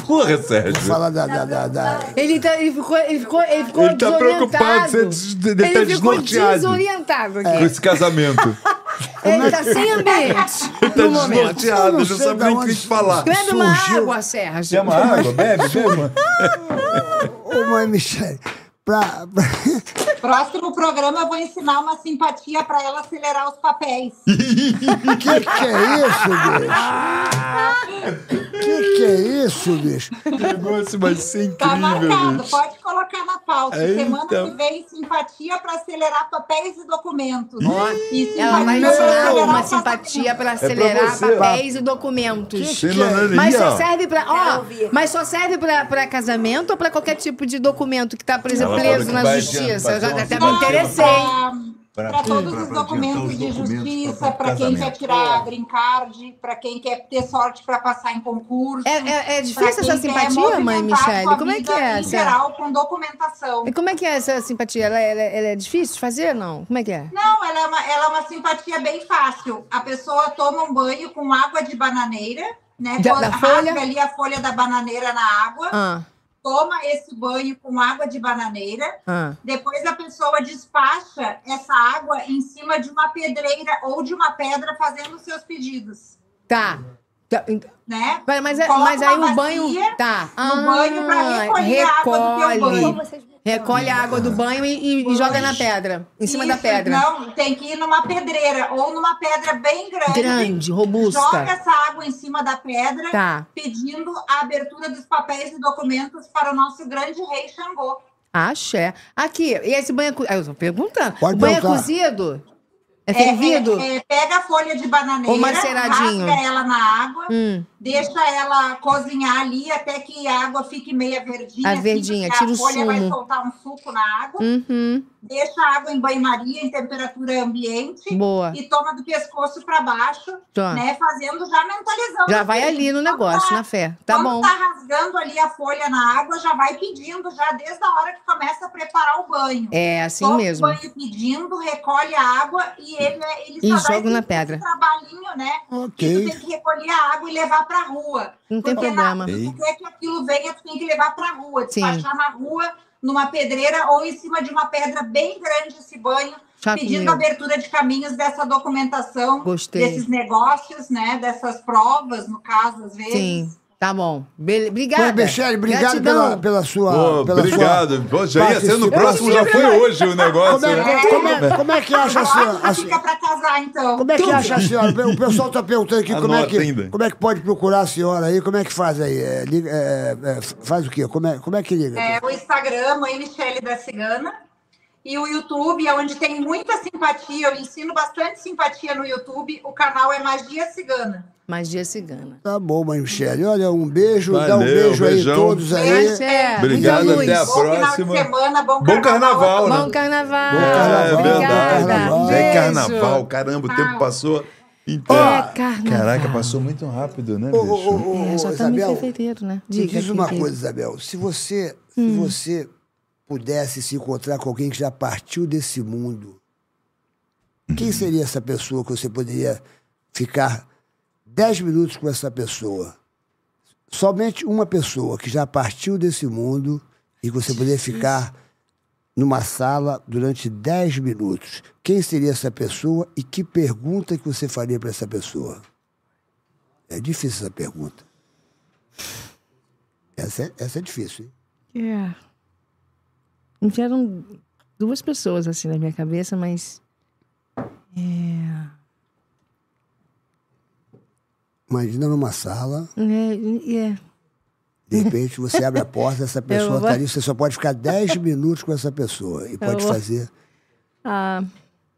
Porra, Sérgio. Vou falar da- da- da- da, Ele, tá, ele ficou, ele ficou, ele ficou Ele tá desorientado. preocupado, você des- ele tá Ele ficou desnorteado. É. desorientado aqui. Com esse casamento. Ele tá sem ambiente. Ele tá no momento. Eu desnorteado, não não, sei sabe da nem o onde- que te falar. Bebe uma Surgiu- água, Sérgio. Quer uma água? Bebe, bebe. uma- Ô, mãe Michele, pra, pra- Próximo programa eu vou ensinar uma simpatia para ela acelerar os papéis. que que é isso, bicho? Que que é isso, bicho? Negócio vai ser Tá incrível, marcado, bicho. pode colocar na pauta. Aí, Semana então. que vem, simpatia para acelerar papéis e documentos. E simpatia Ela vai pra ensinar acelerar uma os simpatia para É pra acelerar você. é? papéis e documentos. Sem lanaria, Mas só ó. serve pra. Quero Ó, ouvir. mas só serve pra, pra casamento ou pra qualquer tipo de documento que tá, por exemplo, Ela preso falou que na vai justiça? Eu adiantar, já até me vai interessei. Pra- Para todos pra- os pra adiantar documentos os de documentos justiça, pra- pra para quem quer casamento. É. tirar green card, para quem quer ter sorte para passar em concurso. É, é- é difícil pra essa quem quer simpatia, mãe movimentar Michele? sua Como é que vida é Em essa? geral, com documentação. E como é que é essa simpatia? Ela, ela- ela é difícil de fazer? Não? Como é que é? Não, ela é, uma, ela é uma simpatia bem fácil. A pessoa toma um banho com água de bananeira, né? Da- Quando da rasga folha? ali a folha da bananeira na água, Ah, toma esse banho com água de bananeira. ah. Depois a pessoa despacha essa água em cima de uma pedreira ou de uma pedra fazendo os seus pedidos, Tá. Tá, ent- né? Mas, mas, Coloca mas aí uma o banho. bacia Tá. Ah, no banho pra recolher a água do teu recolhe. banho. Recolhe a água do banho e, e- e joga na pedra. Em cima da Isso, pedra. Não, tem que ir numa pedreira ou numa pedra bem grande. Grande, é assim, Joga robusta. essa água em cima da pedra Tá. pedindo a abertura dos papéis e documentos para o nosso grande rei Xangô. Axé. Aqui, e esse banho. é co- Ah, eu tô perguntando. Pode o banho é perguntar. cozido? É fervido? é- é, pega a folha de Ou bananeira, maceradinho. rasga ela na água, Hum, deixa ela cozinhar ali até que a água fique meia verdinha. A assim, verdinha, porque tira o A folha vai sumo. soltar um suco na água. uhum. Deixa a água em banho-maria, em temperatura ambiente. Boa. E toma do pescoço para baixo, Tá. né? Fazendo, já mentalizando. Já vai assim, ali no quando negócio, tá- na fé. Tá quando bom. tá rasgando ali a folha na água, já vai pedindo, já desde a hora que começa a preparar o banho. É assim Toma mesmo. O banho pedindo, recolhe a água e ele, é, ele E só dá joga esse na pedra. trabalhinho, né? Tu Ok. tem que recolher a água e levar para rua. Não tem Porque problema. Na, se tu quer que aquilo venha, tu tem que levar para rua. Sim. Despachar na rua, numa pedreira ou em cima de uma pedra bem grande esse banho, Chato pedindo mesmo. abertura de caminhos dessa documentação, Gostei. desses negócios, né? Dessas provas, no caso, às vezes. Sim. Tá bom. Bele... Obrigada. Mãe Michele, obrigado Gratidão. pela, pela sua. Pô, pela sua- obrigado. Pô, já ia ser no participação. próximo, já foi hoje o Como negócio. é, né? como, como é, como é que acha a senhora? Agora a fica senhora- para casar, então. como é que acha a senhora? O pessoal está perguntando aqui como é, Anota que, ainda. como é que pode procurar a senhora aí, como é que faz aí? É, liga- é, é, faz o quê? Como é, como é que liga? É, o Instagram, Mãe Michele da Cigana. E o YouTube, é onde tem muita simpatia. Eu ensino bastante simpatia no YouTube. O canal é Magia Cigana. Magia cigana. Tá bom, mãe Michele. Olha, um beijo, dá um Valeu, beijo aí beijão. a todos aí. Axé. Muita Obrigado, luz. até a Bom final de É, próxima. semana, bom Bom carnaval. carnaval, né? Bom carnaval. Bom carnaval, Obrigada. é verdade. Já É Beijo. carnaval, caramba, o tempo passou. Então, É carnaval. Caraca, passou muito rápido, né, Ô, ô, ô, bicho? ô, É, já estamos em Isabel, fevereiro, né? me Diga, diz uma querido. coisa, Isabel. Se você, se você pudesse se encontrar com alguém que já partiu desse mundo, quem seria essa pessoa que você poderia ficar 10 minutos com essa pessoa? Somente uma pessoa que já partiu desse mundo e que você poderia ficar numa sala durante 10 minutos. Quem seria essa pessoa e que pergunta que você faria para essa pessoa? É difícil essa pergunta. Essa é, essa é difícil, hein? É. Não Vieram duas pessoas assim na minha cabeça, mas. Imagina numa sala né, É, é. De repente, você abre a porta, essa pessoa vou- está ali, você só pode ficar 10 minutos com essa pessoa e pode vou- fazer Ah,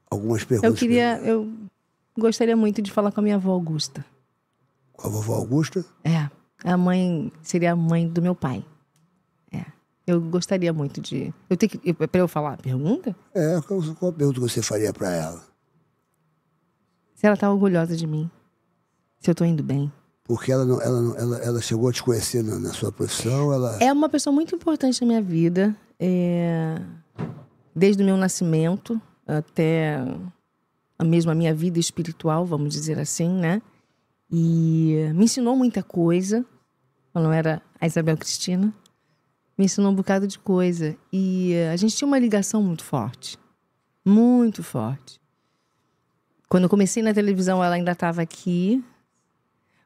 algumas eu perguntas. queria. Eu gostaria muito de falar com a minha avó Augusta. Com a vovó Augusta, É. A mãe seria a mãe do meu pai. É. Eu gostaria muito de. Eu tenho que. eu- é Pra eu falar a pergunta? é, qual, qual a pergunta que você faria para ela? Se ela tá orgulhosa de mim. Se eu tô indo bem. Porque ela, não, ela, não- ela, ela chegou a te conhecer na, na sua profissão, ela... É uma pessoa muito importante na minha vida. é, Desde o meu nascimento até a mesma minha vida espiritual, vamos dizer assim, né? E me ensinou muita coisa. Eu não era a Isabel Cristina. Me ensinou um bocado de coisa. E eh, a gente tinha uma ligação muito forte. Muito forte. Quando eu comecei na televisão, ela ainda estava aqui.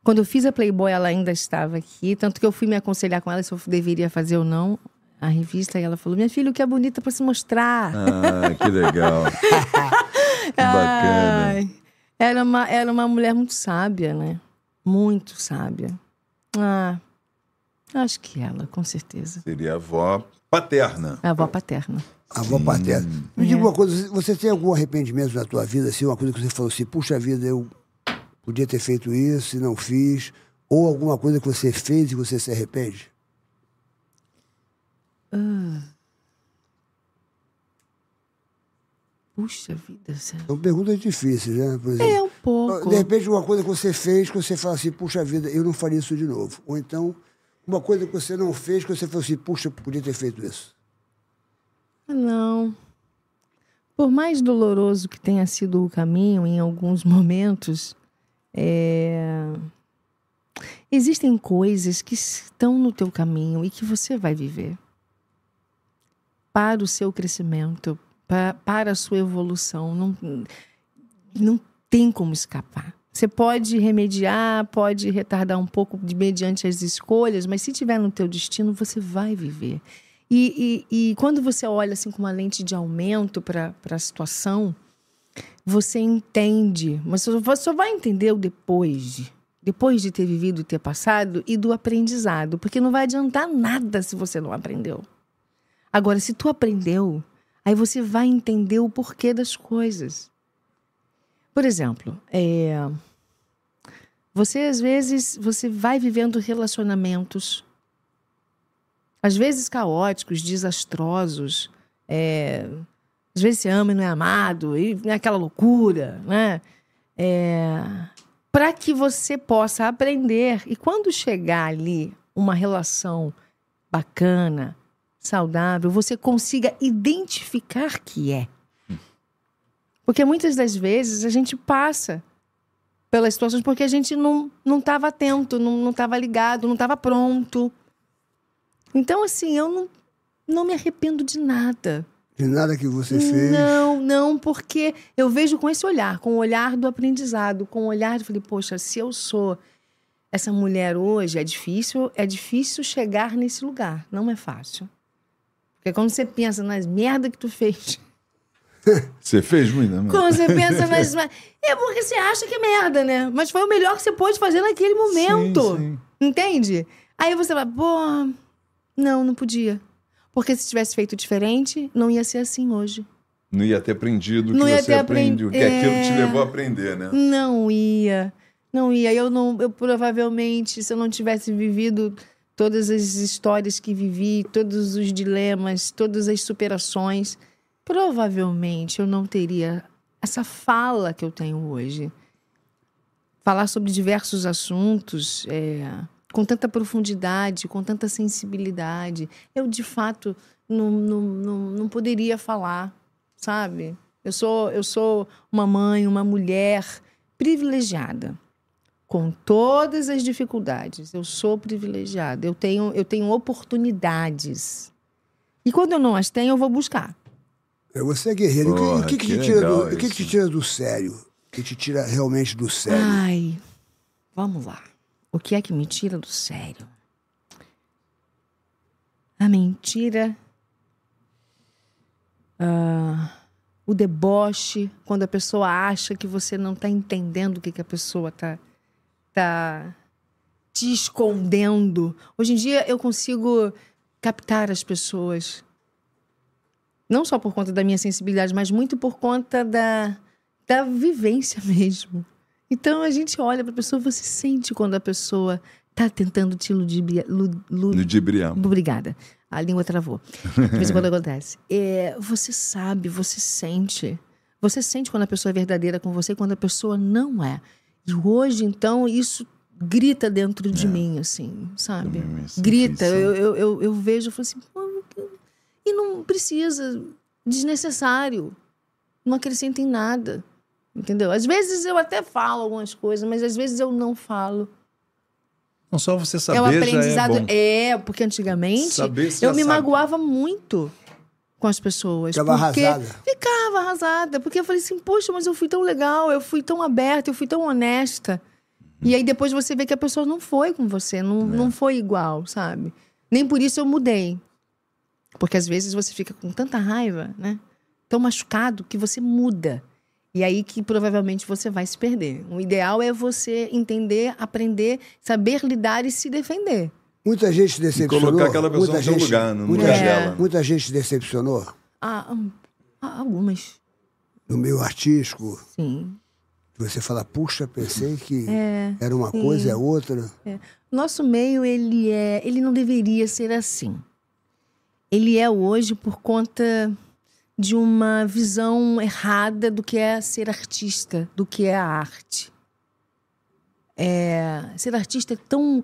Quando eu fiz a Playboy, ela ainda estava aqui. Tanto que eu fui me aconselhar com ela se eu deveria fazer ou não a revista. E ela falou: Minha filha, o que é bonita para se mostrar. Ah, que legal. Bacana. Ai, era, uma, era uma mulher muito sábia, né? Muito sábia. Ah, acho que ela, com certeza. Seria a avó paterna. A avó paterna. A avó paterna. Me diga uma coisa, você tem algum arrependimento na tua vida, assim, uma coisa que você falou assim, puxa vida, eu podia ter feito isso e não fiz, ou alguma coisa que você fez e você se arrepende? Puxa vida, Sérgio. São perguntas difíceis, né? Por exemplo, É um pouco. de repente uma coisa que você fez que você fala assim, puxa vida, eu não faria isso de novo. Ou então, uma coisa que você não fez que você falou assim, puxa, podia ter feito isso. Não. Por mais doloroso que tenha sido o caminho em alguns momentos, é, existem coisas que estão no teu caminho e que você vai viver para o seu crescimento, pa- para a sua evolução. Não, não tem como escapar. Você pode remediar, pode retardar um pouco de mediante as escolhas, mas se tiver no teu destino, você vai viver. E, e- e quando você olha assim com uma lente de aumento para a situação, você entende, mas só, você só vai entender o depois de, depois de ter vivido e ter passado e do aprendizado, porque não vai adiantar nada se você não aprendeu. Agora, se tu aprendeu, aí você vai entender o porquê das coisas. Por exemplo, é, você às vezes você vai vivendo relacionamentos às vezes caóticos, desastrosos, é, às vezes você ama e não é amado, e é aquela loucura, né? É, para que você possa aprender e quando chegar ali uma relação bacana, saudável, você consiga identificar que é. Porque muitas das vezes a gente passa pelas situações porque a gente não não estava atento, não estava ligado, não estava pronto. Então, assim, eu não, não me arrependo de nada. De nada que você fez. Não, não, porque eu vejo com esse olhar, com o olhar do aprendizado, com o olhar de falei, poxa, se eu sou essa mulher hoje, é difícil, é difícil chegar nesse lugar, não é fácil. Porque quando você pensa nas merda que tu fez, Você fez muita né? merda. quando você pensa nas é porque você acha que é merda, né? Mas foi o melhor que você pôde fazer naquele Sim, momento. sim. Entende? Aí você vai, pô, não, não podia. Porque se tivesse feito diferente, não ia ser assim hoje. Não ia ter aprendido o que Não ia você ter aprendeu. O que apren- aquilo te É. levou a aprender, né? Não ia. Não ia. Eu não, eu provavelmente, se eu não tivesse vivido todas as histórias que vivi, todos os dilemas, todas as superações, provavelmente eu não teria essa fala que eu tenho hoje. Falar sobre diversos assuntos é, com tanta profundidade, com tanta sensibilidade. Eu, de fato, não, não, não, não poderia falar, sabe? Eu sou, eu sou uma mãe, uma mulher privilegiada. Com todas as dificuldades, eu sou privilegiada. Eu tenho, eu tenho oportunidades. E quando eu não as tenho, eu vou buscar. É você é guerreiro. E o que- Porra, o que, que, que te tira legal do, o que, que te isso. tira do sério? O que te tira realmente do sério? Ai, vamos lá. O que é que me tira do sério? A mentira. ah, o deboche, quando a pessoa acha que você não está entendendo o que, que a pessoa está tá te escondendo. Hoje em dia eu consigo captar as pessoas. Não só por conta da minha sensibilidade, mas muito por conta da, da vivência mesmo. Então a gente olha pra pessoa, você sente quando a pessoa tá tentando te ludibria, lu- lu- Ludibriar. Obrigada. A língua travou. De vez em quando acontece. É, você sabe, você sente. Você sente quando a pessoa é verdadeira com você e quando a pessoa não é. E hoje, então, isso grita dentro É. de mim, assim, sabe? Grita. Eu, eu, eu, eu vejo e falo assim, "Pô, e não precisa, desnecessário. Não acrescenta em nada. Entendeu? Às vezes eu até falo algumas coisas, mas às vezes eu não falo. Não só você é um saber já é aprendizado. bom. É, porque antigamente Saber, você eu já me sabe. magoava muito com as pessoas. Ficava porque arrasada. Ficava arrasada. Porque eu falei assim, poxa, mas eu fui tão legal, eu fui tão aberta, eu fui tão honesta. E aí depois você vê que a pessoa não foi com você, não, É. não foi igual, sabe? Nem por isso eu mudei. Porque às vezes você fica com tanta raiva, né? Tão machucado que você muda. E aí que provavelmente você vai se perder. O ideal é você entender, aprender, saber lidar e se defender. Muita gente se decepcionou. colocar aquela pessoa muita no seu gente- lugar, no muita lugar gente- dela. Muita gente se decepcionou Há, hum, há algumas, no meio artístico. sim. Você fala, puxa, pensei que É, era uma sim. coisa, é outra. Nosso meio, ele é. Ele não deveria ser assim. Ele é hoje por conta de uma visão errada do que é ser artista, do que é a arte. É, ser artista é tão,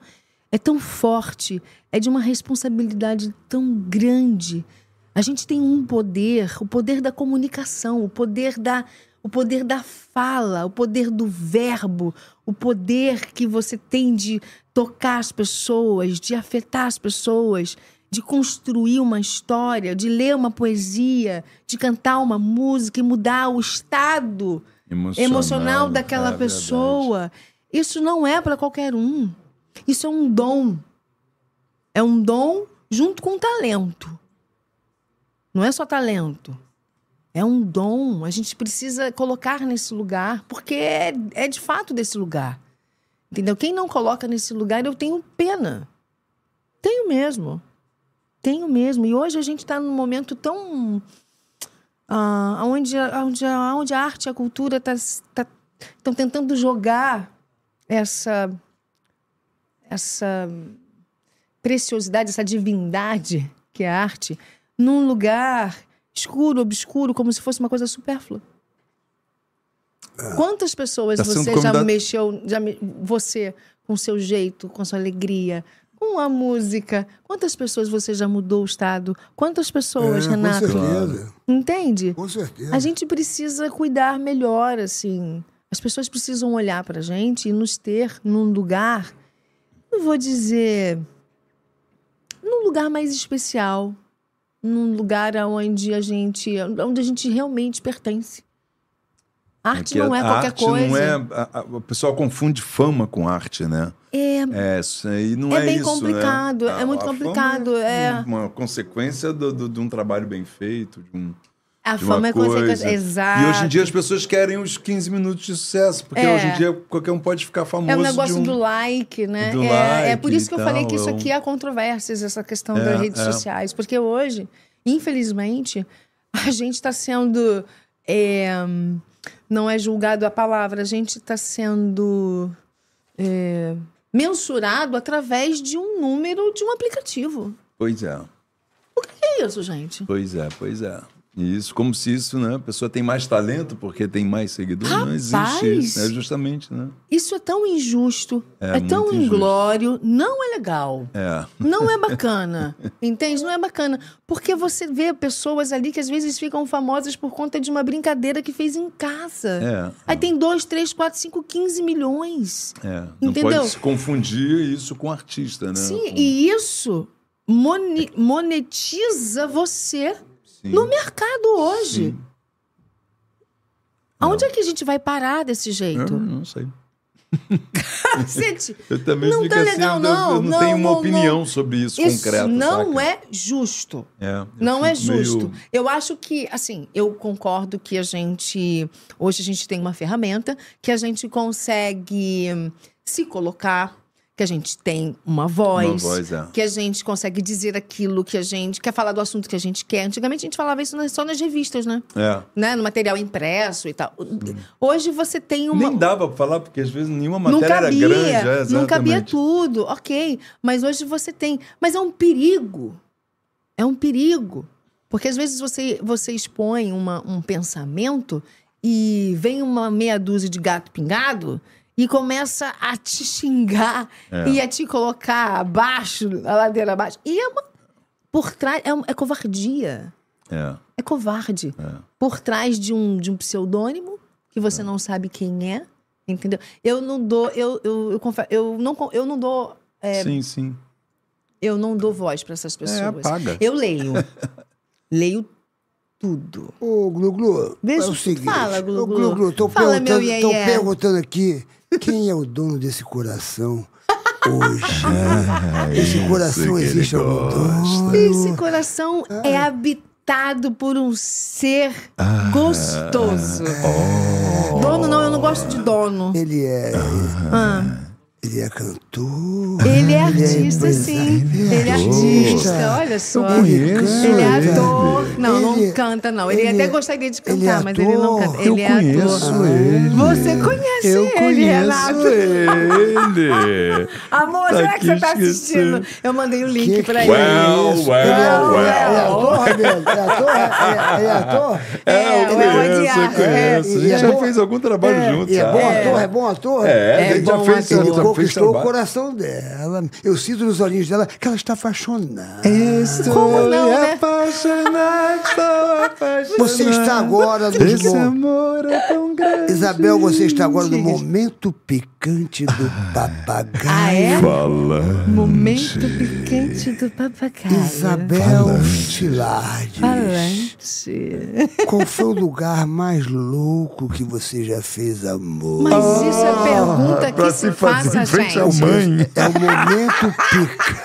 é tão forte, é de uma responsabilidade tão grande. A gente tem um poder, o poder da comunicação, o poder da, o poder da fala, o poder do verbo, o poder que você tem de tocar as pessoas, de afetar as pessoas, de construir uma história, de ler uma poesia, de cantar uma música e mudar o estado Emocional, emocional é daquela verdade. pessoa. Isso não é para qualquer um. Isso é um dom. É um dom junto com talento. Não é só talento. É um dom. A gente precisa colocar nesse lugar, porque é, é de fato desse lugar. Entendeu? Quem não coloca nesse lugar, eu tenho pena. Tenho mesmo. Tenho mesmo. E hoje a gente está num momento tão. ah, onde, a- onde, a- onde a arte e a cultura tá estão tentando jogar essa. essa preciosidade, essa divindade que é a arte, num lugar escuro, obscuro, como se fosse uma coisa supérflua. Quantas pessoas Tá sendo você já convidado- mexeu, já me- você com seu jeito, com sua alegria, com a música? Quantas pessoas você já mudou o estado? Quantas pessoas, É, Renato? Com certeza. Entende? Com certeza. A gente precisa cuidar melhor, assim. As pessoas precisam olhar pra gente e nos ter num lugar, não vou dizer, num lugar mais especial, num lugar onde a gente, onde a gente realmente pertence. Arte que não é a qualquer arte coisa. Não é, a, a, o pessoal confunde fama com arte, né? É, É, isso aí não É é, bem isso, né? complicado, é A- muito a fama complicado, é. Uma consequência do, do- de um trabalho bem feito, de um. a de uma fama é coisa. consequência. Exato. E hoje em dia as pessoas querem os 15 minutos de sucesso, porque É. hoje em dia qualquer um pode ficar famoso. É o negócio de um... do like, né? do é, é like por isso que e eu falei tal, que isso é um- aqui há controvérsias, essa questão É, das redes é. sociais. Porque hoje, infelizmente, a gente está sendo. é, não é julgado a palavra, a gente está sendo. é, mensurado através de um número de um aplicativo. Pois é, Que isso, gente? pois é, pois é. E isso, como se isso, né? A pessoa tem mais talento porque tem mais seguidores. Não existe isso, né? Rapaz! Justamente, né? Isso é tão injusto, é, É tão muito injusto. inglório, não é legal. É. Não é bacana, entende? Não é bacana. Porque você vê pessoas ali que às vezes ficam famosas por conta de uma brincadeira que fez em casa. É. Aí tem 2, 3, 4, 5, 15 milhões. É, não Entendeu? pode se confundir isso com artista, né? Sim, Com- e isso moni- monetiza você sim, no mercado hoje. sim. Aonde é que a gente vai parar desse Eu jeito? É, não sei. É. Gente, Eu também Não fico tá assim, legal, eu não, eu não, não, tenho uma não, opinião sobre isso, isso concreta. não saca? é justo. É, eu Não é fico meio- justo. Eu acho que, assim, eu concordo que a gente. Hoje a gente tem uma ferramenta que a gente consegue hum, se colocar, que a gente tem uma voz, Uma voz, é. que a gente consegue dizer aquilo que a gente quer falar do assunto que a gente quer. Antigamente a gente falava isso nas- só nas revistas, né? É. né? No material impresso e tal. Hoje você tem uma Nem dava pra falar, porque às vezes nenhuma não matéria cabia, era grande. é, não cabia exatamente. tudo, ok. Mas hoje você tem. Mas é um perigo. É um perigo. Porque às vezes você, você expõe uma- um pensamento e vem uma meia dúzia de gato pingado e começa a te xingar É. e a te colocar abaixo, a ladeira abaixo. E é uma, por trás. É, um- é covardia. É. É covarde. Por trás de um, de um pseudônimo que você não sabe quem é, entendeu? Eu não dou, eu, eu, eu confesso, eu não, con- eu não dou. é, Sim, sim. É, Eu não dou voz É, para essas pessoas. apaga. Eu leio. leio tudo. Ô, Glu-Glu, Deixa é o seguinte. Fala, Ô, Glu-Glu. Glu-Glu, estão Fala, meu perguntando, tão iê-iê. perguntando aqui quem é o dono desse coração hoje. né? Esse coração existe algum dono? Esse coração é habitado por um ser Ah. gostoso. Dono não, eu não gosto de dono. Ele é. Ah. Ele é cantor. Ele é artista, sim. Ele é artista, olha só. Ele é ator. Não, não canta, não. Ele, até gostaria de cantar, mas ele é não canta. Ele é Ah. ator. Você conhece ele, é Renato? ele. Amor, Tá será que você aqui tá esquecendo. assistindo? Eu mandei o link pra ele. Well, well, well. É ator? É, eu é conheço, eu odiado. conheço. A É, gente e é já bom- fez algum trabalho ah. junto. E é bom sabe? ator, é bom ator? É, a gente já fez Ele outra- fez conquistou o trabalho. coração dela. Eu sinto nos olhinhos dela que ela está apaixonada. Como é não, né? Você está agora no Esse amor é tão grande. Isabel, você está agora no momento picante do papagaio. Ah, é? Fala. Momento picante do papagaio. Isabel Filardes. Falante. Qual foi o lugar mais louco que você já fez amor? Mas isso é pergunta que se faça, gente. É o momento picante.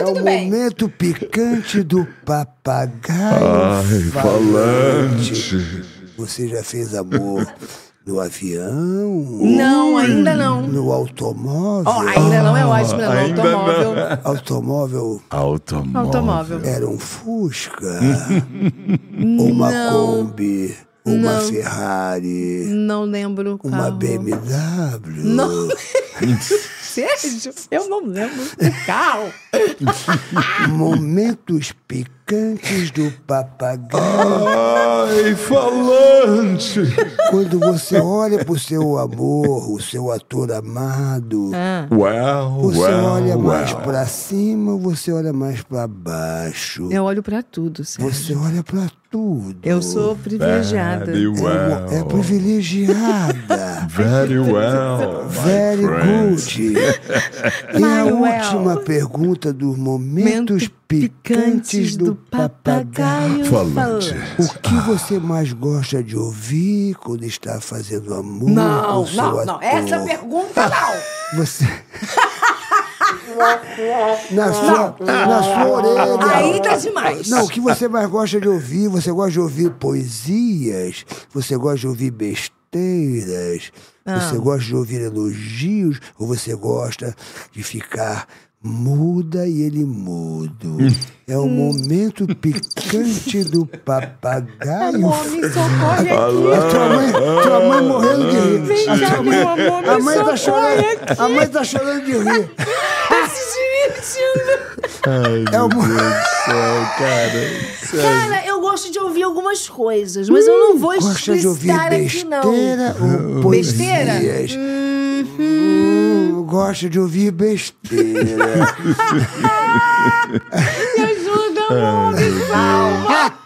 é o momento picante do papagaio Ai, falante. Você já fez amor no avião? Não, ainda não. No automóvel? Ó, ainda não é ótimo, né? No Ainda automóvel. Automóvel. Automóvel. Automóvel. Era um Fusca. ou uma Não. Kombi. ou Uma Não. Ferrari. Não lembro o carro. Uma BMW. Não. Sérgio, eu não lembro o carro. Momentos picantes do papagaio. Ai, falante. Quando você olha pro seu amor, o seu ator amado, É. Uau, você uau, olha mais uau. pra cima, você olha mais pra baixo. Eu olho pra tudo, Sérgio. Você olha pra tudo. Eu sou privilegiada. Very well. É privilegiada. Very well. my Very friends. good. E a última pergunta dos momentos picantes do papagaio Falante. O que você mais gosta de ouvir quando está fazendo amor Não, com seu não, ator? não. Essa é pergunta não. Você... Na sua, na sua orelha. Aí tá demais. Não, o que você mais gosta de ouvir? Você gosta de ouvir poesias? Você gosta de ouvir besteiras? Ah. Você gosta de ouvir elogios? Ou você gosta de ficar muda e ele mudo? É Hum. o momento picante do papagaio. Amor, me socorre A tua mãe, tua mãe morrendo de rir. Vem A cá, tua mãe- meu amor, me a mãe tá socorre chorando. aqui. A mãe tá chorando de rir. Tá se divertindo. Ai, meu Deus do céu, cara. Sério. Cara, eu gosto de ouvir algumas coisas, mas eu não vou Hum, Gosta de ouvir explicitar aqui, não. besteira ou poesias? Uhum. Besteira? Hum, gosta de ouvir besteira. Me ajuda, amor, me salva.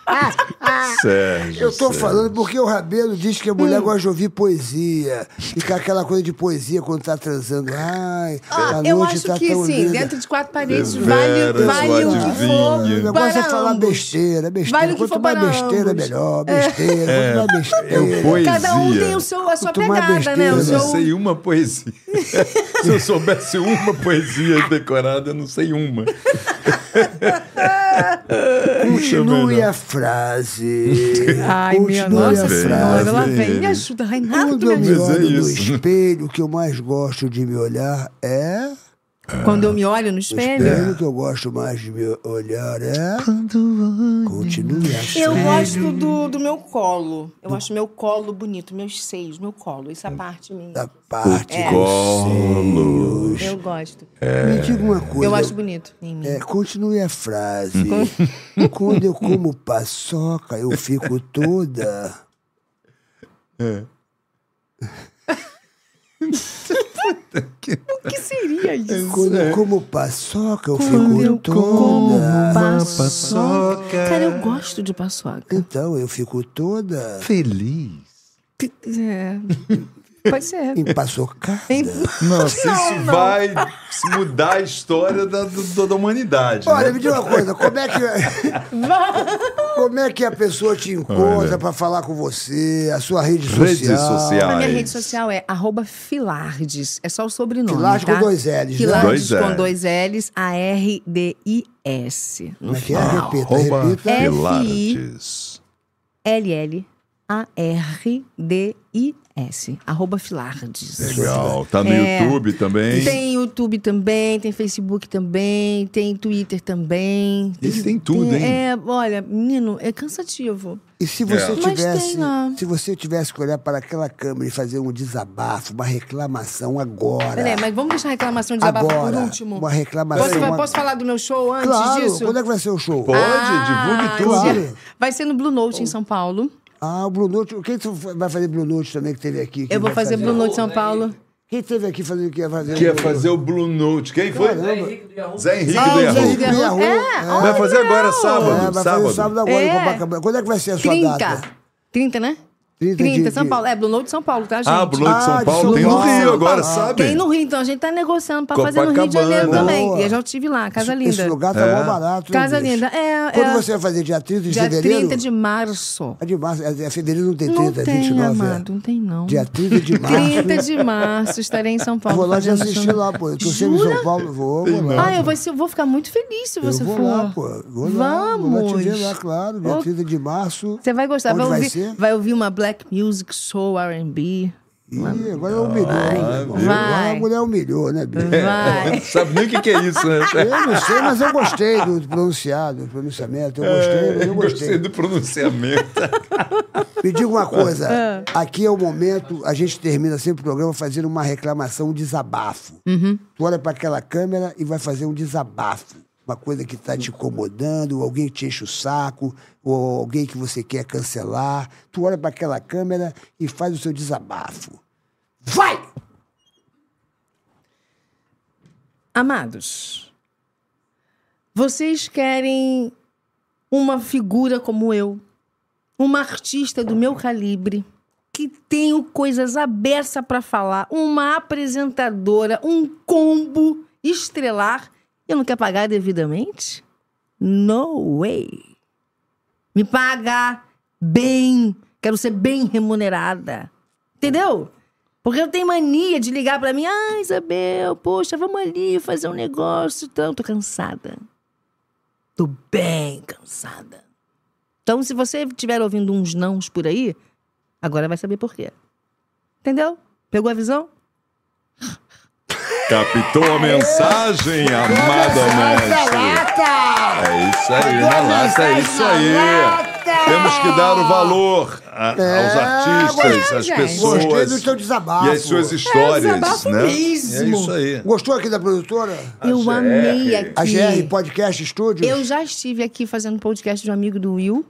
Sérgio. Eu tô Sérgio. falando porque o Rabelo diz que a mulher gosta de ouvir poesia. Fica aquela coisa de poesia quando tá transando. Ai, Ah, a eu noite acho tá que tão sim, linda. dentro de quatro paredes vale, Deveras, vale o que Vladimir. O for. negócio é para um falar ambos. besteira, besteira. Vale o que Quanto for mais para besteira, ambos. melhor. Besteira, É. quanto mais besteira. É poesia. Cada um tem o seu, a sua Quanto mais pegada, né? besteira, O Eu seu... não sei uma poesia. Se eu soubesse uma poesia decorada, eu não sei uma. Continue a frase. Ai, minha Continue nossa a senhora, frase. ela vem. Me ajuda, Quando Reinaldo, eu me me ajuda. olho no espelho, o que eu mais gosto de me olhar é. Quando eu me olho no O espelho espelho. que eu gosto mais de me olhar é. Continue a frase. Eu gosto do, do meu colo. Eu acho meu colo bonito, meus seios, meu colo. Essa parte minha. Tá Da parte é. Colo. Eu gosto. Me diga uma coisa. Eu acho bonito em mim. É, continue a frase. Hum. Quando eu como paçoca, eu fico toda. O que É. seria isso? Quando eu como paçoca, eu fico toda. paçoca. Cara, eu gosto de paçoca. Então, eu fico toda. Feliz. É. Pode ser. Empaçocada. Nossa, Não, isso não. vai mudar a história da, do- do- da humanidade. Olha, né? me diga uma coisa, como é que. como é que a pessoa te encontra pra falar com você, a sua rede social? Redes A sociais. minha rede social é arroba Filardes. É só o sobrenome. Filardes tá? com dois Ls, né? Filardes Dois com Ls. dois L's, A-R-D-I-S. Como é que é? Ah, final. Repita, Ah, Arroba repita. Pilates. L-L-A-R-D-I-S. Arroba Filardes. Legal. Tá no É. YouTube também. Tem YouTube também, tem Facebook também, tem Twitter também. Esse tem tudo, hein? É, olha, menino, é cansativo. E se você É. Mas tem tivesse, lá. se você tivesse que olhar para aquela câmera e fazer um desabafo, uma reclamação agora. Peraí, mas vamos deixar a reclamação de desabafo por Agora, último. uma reclamação, Posso, uma- posso falar do meu show antes claro, disso? quando é que vai ser o show? Pode, Ah, divulgue tudo. dia- Vai ser no Blue Note em São Paulo. Ah, o Blue Note, quem tu vai fazer Blue Note também que teve aqui? Quem Eu vou vai fazer Blue Note em São Paulo. Quem teve aqui fazendo o que ia fazer? Que é fazer o Blue Note. Quem foi? Zé Henrique Ah, do o Zé Henrique Yahoo. do Yahoo. É, É. Vai fazer agora É, sábado. vai fazer Sábado. sábado agora É. em Copacabana. Quando é que vai ser a sua 30. data? 30, né? 30 de- 30, São de- Paulo. É, Blue Note de São Paulo, tá, gente? Ah, Blue Note de Ah, São de Paulo. São Tem no Paulo. Rio agora, Ah, sabe? Tem no Rio, então a gente tá negociando pra fazer no Rio de Copacabana. Janeiro também. Boa. E eu já estive lá, Casa Linda. Esse lugar tá É. mó barato. né, Casa bicho? Linda, é, Quando é. você vai fazer? Dia 30 de Dia fevereiro? 30 de março. É de março. É, é fevereiro não tem 30, Não é tem, 29. é. amado, não tem não. Dia 30 de março. 30 de março, estarei em São Paulo. Vou lá te fazendo assistir show. lá, pô. Eu tô sempre em São Paulo, vou, vou lá. Ah, eu vou, ser- vou ficar muito feliz se Eu você vou for. lá, pô. Vou lá, vou lá te ver lá, Vamos. claro. Dia Ô, 30 de março. Você vai gostar, Onde vai vai ouvir, ser? vai ouvir uma black music, soul, R&B. Ih, agora humilhou, né? Ah, viu? Agora a Vai. mulher humilhou, né, bicho? Vai. Não sabe nem o que, que é isso, né? Eu não sei, mas eu gostei do pronunciado, do pronunciamento. Eu gostei, mas eu É, Gostei É, gostei. do pronunciamento. Me diga uma coisa. Aqui é o momento, a gente termina sempre o programa fazendo uma reclamação, um desabafo. Tu olha para aquela câmera e vai fazer um desabafo. Uma coisa que está te incomodando, ou alguém que te enche o saco, ou alguém que você quer cancelar. Tu olha para aquela câmera e faz o seu desabafo. Vai! Amados, vocês querem uma figura como eu, uma artista do meu calibre, que tenho coisas aberta para falar, uma apresentadora, um combo estrelar, e eu não quero pagar devidamente? No way. Me paga bem, quero ser bem remunerada. Entendeu? Porque eu tenho mania de ligar pra mim, ah, Isabel, poxa, vamos ali fazer um negócio, então tô cansada. Tô bem cansada. Então, se você estiver ouvindo uns nãos por aí, agora vai saber por quê. Entendeu? Pegou a visão? Captou a É. mensagem, amada mestre. É isso aí, na lata, é isso aí. Temos que dar o valor a- aos artistas, gostei, às gente. É, Gostei do pessoas teu desabafo. e às suas É, histórias, desabafo né? mesmo. É isso aí. Gostou aqui da produtora? eu GR. amei A aqui. GR Podcast Studios? Eu já estive aqui fazendo podcast de um amigo do Will.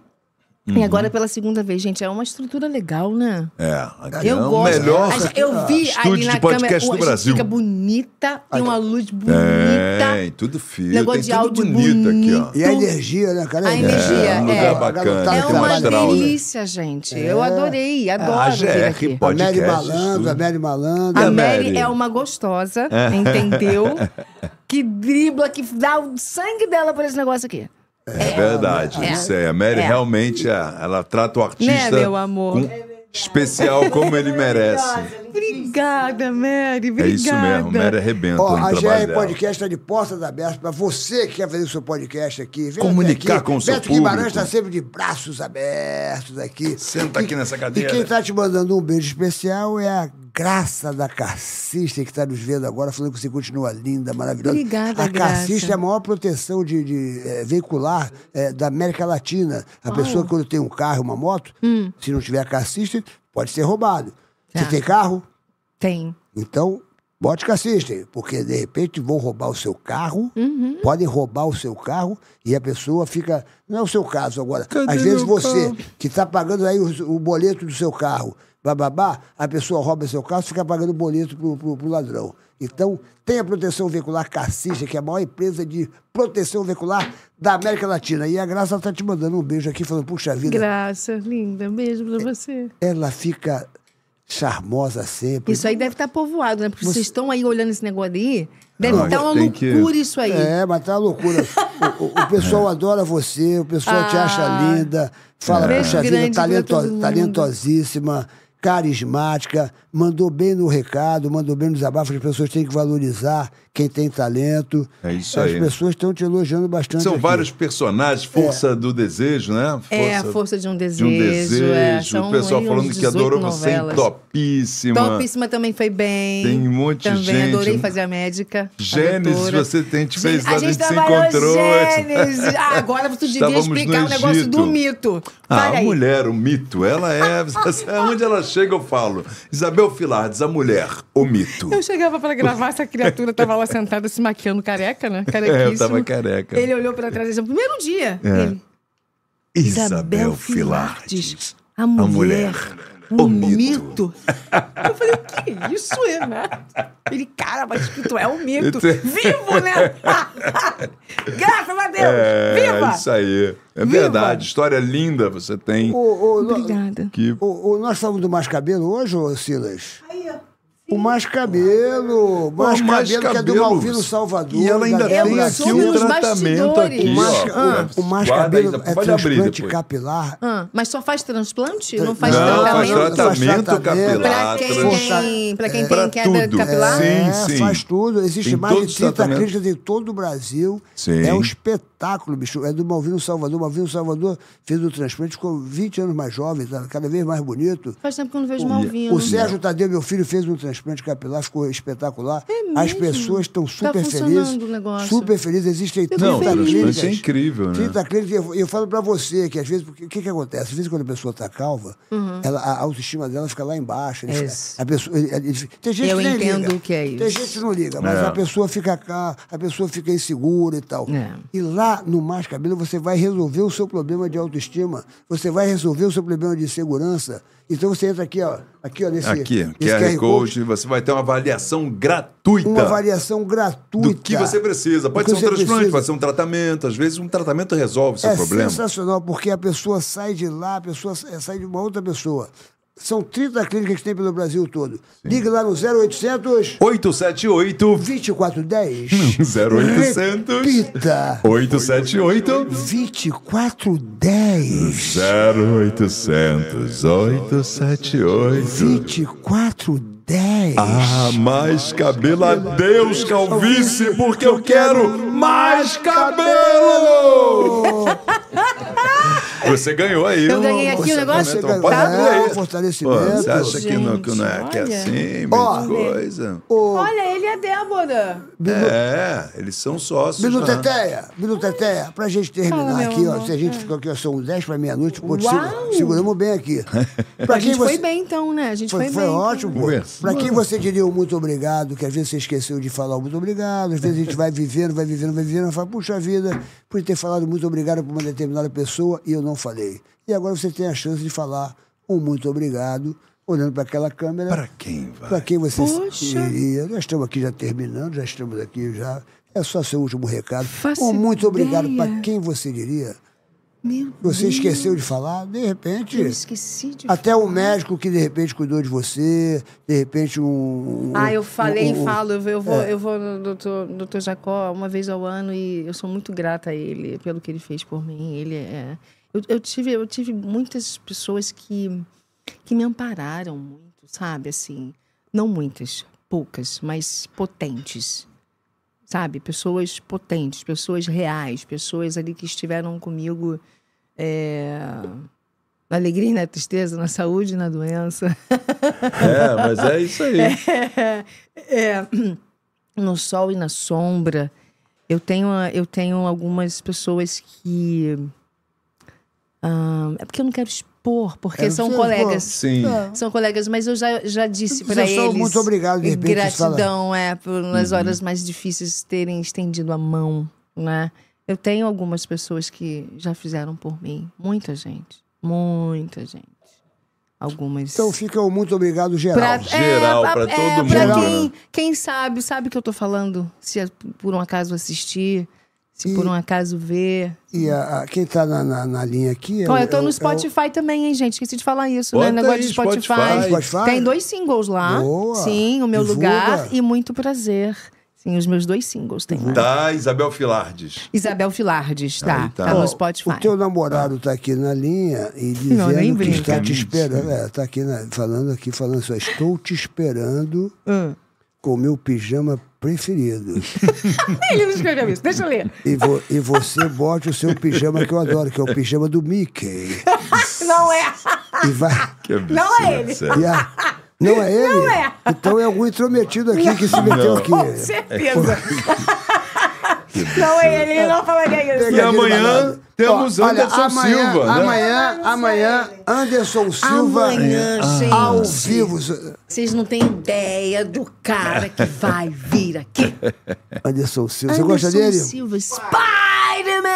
E agora pela segunda vez, gente. É uma estrutura legal, né? É, aqui Eu um é o gosto. melhor. A gente- eu vi estúdio ali na de podcast câmera do uma Brasil. fica bonita e uma luz bonita. É, e tudo fio, tem Negócio de tudo áudio bonito, aqui, ó. E a energia, né, cara? A energia, É, um lugar é. bacana, É uma astral, né? delícia, gente. Eu adorei, adoro a vir GR aqui. pode- A Mary podcast, Malandro, tudo. a Mary Malandro. A a Mary Mary? é uma gostosa, entendeu? Que dribla, que dá o sangue dela pra esse negócio aqui. É verdade, É. isso aí. A Mary É. realmente, é, ela trata o artista Né, meu amor? com especial como ele merece. Obrigada, Mary. Obrigada. É isso mesmo, Mary arrebenta Ó, no a é trabalho GR dela. Podcast está de portas abertas para você que quer fazer o seu podcast aqui. Vem Comunicar até aqui. com o seu Beto Guimarães público. está sempre de braços abertos aqui. Senta aqui nessa E cadeira. quem está te mandando um beijo especial é a Graça da Carcista, que está nos vendo agora, falando que você continua linda, maravilhosa. Obrigada, A Graça. Carcista é a maior proteção de, de, eh, veicular eh, da América Latina. A Uau. pessoa, quando tem um carro, uma moto, Hum. Tá. se não tiver Carcista, pode ser roubado. Você tem carro? Tem. Então, bote Carcista, porque de repente vão roubar o seu carro. Uhum. Podem roubar o seu carro e a pessoa fica. Não é o seu caso agora. Cadê Às vezes meu você, carro? que está pagando aí o, o boleto do seu carro, bababá, a pessoa rouba seu carro e fica pagando o boleto pro, pro, pro ladrão. Então, tem a proteção veicular Carcista, que é a maior empresa de proteção veicular da América Latina. E a Graça está te mandando um beijo aqui, falando, puxa vida, Graça, linda. Beijo pra você. ela fica charmosa sempre. Isso aí deve estar povoado, né? Porque vocês estão aí olhando esse negócio aí. Deve Não, estar uma tem loucura que- isso aí. É. É, mas tá uma loucura. O, o- o pessoal adora você, o pessoal te acha linda, fala, Ah, é. Beijo puxa vida, grande pra talento- todo mundo." talentosíssima, carismática, mandou bem no recado, mandou bem nos abafos, as pessoas têm que valorizar quem tem talento. É isso As aí. pessoas estão te elogiando bastante. São aqui. vários personagens, força do desejo, né? É, a força de um de um desejo. desejo. é. o São pessoal aí uns falando que 18 adorou você em novelas. topíssima. Topíssima também foi bem. Tem um monte de também, gente. adorei fazer a médica. a Gênesis, doutora. você tem, te Gente, fez lá, a gente se trabalhou encontrou. Gênesis. Ah, agora tu devia Estávamos no explicar o negócio Egito. do mito. Ah, Para a aí. mulher, o mito, ela é. Onde ela chega, eu falo. Isabel Filardes, a mulher, o mito. Eu chegava pra gravar, essa criatura tava lá sentada se maquiando careca, né? É, eu Carequíssimo. tava careca. Ele olhou pra trás e disse, primeiro dia. É. Ele, é Isabel Filardes, a a mulher, mulher, o mito. Eu falei, que isso, Renato? Ele, cara, mas que tu é um mito. Esse- Vivo, né? Graças a Deus! É, Viva! isso aí. É verdade. História linda você tem. Obrigada. Que- nós falamos do Mais Cabelo hoje, ô Silas? O Mais Cabelo, mais, Pô, Mais cabelo, que é do Cabelo. Malvino Salvador. E ela ainda da tem Débora aqui Silva. um Eu sou nos tratamento aqui, O mais, ó. ah, o mais Guarda cabelo aí, é pode abrir transplante depois. capilar. Ah, mas só faz transplante? Não faz Não, faz tratamento? tratamento Pra capilar. quem, pra quem tem queda tudo. capilar? Sim, É, sim. faz tudo. Existe Tem mais de todos os 30 tratamentos. clínicas em todo o Brasil. Sim. É um espetáculo, bicho. É do Malvino Salvador. Malvino Salvador fez o transplante, ficou 20 anos mais jovem, tá cada vez mais bonito. Faz tempo que eu não vejo O- Malvino. O Sérgio Tadeu, meu filho, fez um transplante capilar, ficou espetacular. É As mesmo? pessoas estão Tá super funcionando felizes. o negócio. Super felizes. Existem Fico 30 Não, o transplante é clínicas. incrível, né? 30 clínicas. E eu- Eu falo pra você que às vezes, porque- o que, que acontece? Às vezes, quando a pessoa tá calva, Uhum. ela- a autoestima dela fica lá embaixo. Ele É fica- isso. a pessoa, ele- ele- tem gente Eu que nem entendo liga. o que é isso. Tem gente que não liga, mas É. a pessoa fica cá, a pessoa fica insegura e tal. É. E lá no Mais Cabelo você vai resolver o seu problema de autoestima, você vai resolver o seu problema de segurança. Então você entra aqui, ó, aqui, ó, nesse, Aqui, nesse QR Code, você vai ter uma avaliação gratuita. uma variação gratuita. do que você precisa. Do Pode ser um que você transplante, precisa. pode ser um tratamento. Às vezes um tratamento resolve o seu é problema. sensacional, porque a pessoa sai de lá, a pessoa sa- sai de uma outra pessoa. São 30 clínicas que tem pelo Brasil todo. Ligue lá no 0800 878 2410. 0800 Repita. 878 2410. 0800 878 2410. Ah, mais cabelo. Adeus, calvície, porque eu quero mais cabelo! Você ganhou aí. Eu um- ganhei aqui o negócio? Pode Tá abrir aí. bom. Pô, você acha que não, que não é, Gente, que é olha. assim, Ó, mesma coisa? Olha, ele é Débora. É, eles são sócios. Bilu né? Teteia, Bilu Teteia, pra gente terminar Fala, meu aqui, ó, amor. É. se a gente ficou aqui, ó, são 10 pra meia-noite, pô, Uau! segura- seguramos bem aqui. Pra a quem gente você... foi bem, então, né? A gente foi, Foi, foi bem. ótimo, pô. Pra quem você diria o muito obrigado, que às vezes você esqueceu de falar o muito obrigado, às vezes a gente vai vivendo, vai vivendo, vai vivendo, e fala, puxa vida, por ter falado muito obrigado pra uma determinada pessoa e eu não falei. E agora você tem a chance de falar um muito obrigado, olhando pra aquela câmera. Pra quem vai? Pra quem você iria. Nós estamos aqui já terminando, já estamos aqui já. É só seu último recado. um muito obrigado pra quem você diria. Meu Você Deus. esqueceu de falar, de repente. Eu esqueci de Até o médico que de repente cuidou de você, de repente um. um- Ah, eu falei um- e falo. Eu, eu vou, É. eu vou no doutor, doutor Jacó uma vez ao ano e eu sou muito grata a ele pelo que ele fez por mim. Ele é. Eu, eu tive, eu tive muitas pessoas que que me ampararam muito, sabe? Assim, não muitas, poucas, mas potentes. Sabe? Pessoas potentes, pessoas reais, pessoas ali que estiveram comigo é, na alegria e na tristeza, na saúde e na doença. É, mas é isso aí. É, é, no sol e na sombra. Eu tenho, a- eu tenho algumas pessoas que. ah, é porque eu não quero expor, porque É, são você- colegas. Sim. São colegas, mas eu já, já disse Você para só eles. muito obrigado, de repente, Gratidão, é, por nas Uhum. horas mais difíceis terem estendido a mão, né? Eu tenho algumas pessoas que já fizeram por mim. Muita gente. Muita gente. Algumas. Então fica o muito obrigado geral. Pra- é, pra- é, pra Quem, quem sabe, sabe o que eu tô falando? Se é por um acaso assistir, se por um acaso ver. E a- a- quem tá na, na- na linha aqui é. Ó, o- eu tô é o- é no o- Spotify também, hein, gente? Esqueci de falar isso, Bota né? Negócio aí, de Spotify. Spotify. Tá Spotify? Tem dois singles lá. Boa. Sim, O Meu Divulga. Lugar e Muito Prazer. Sim, os meus dois singles tem Tá. lá. Da Tá, Isabel Filardes. Isabel Filardes, tá. Aí tá. tá. no Ó, Spotify. O teu namorado tá aqui na linha e dizendo Não, nem que brinca. está te esperando. É, tá aqui na- falando aqui, falando só, estou te esperando Hum. com o meu pijama preferido. Ele não escreveu isso, deixa eu ler. E, vo- e você bote o seu pijama que eu adoro, que é o pijama do Mickey. não é. E vai. Que Não é ele. absurdo. E a- Não é ele? Não é. Então é algum intrometido aqui que é? se meteu Não. aqui. Com certeza. Não é ele, ele não falaria isso. E amanhã temos Olha, Anderson amanhã, Silva, né? Amanhã, amanhã, Anderson Silva é, Amanhã, gente. ao vivo. Vocês não têm ideia do cara que vai vir aqui. Anderson Silva, você gosta dele? Anderson Silva, Spider-Man!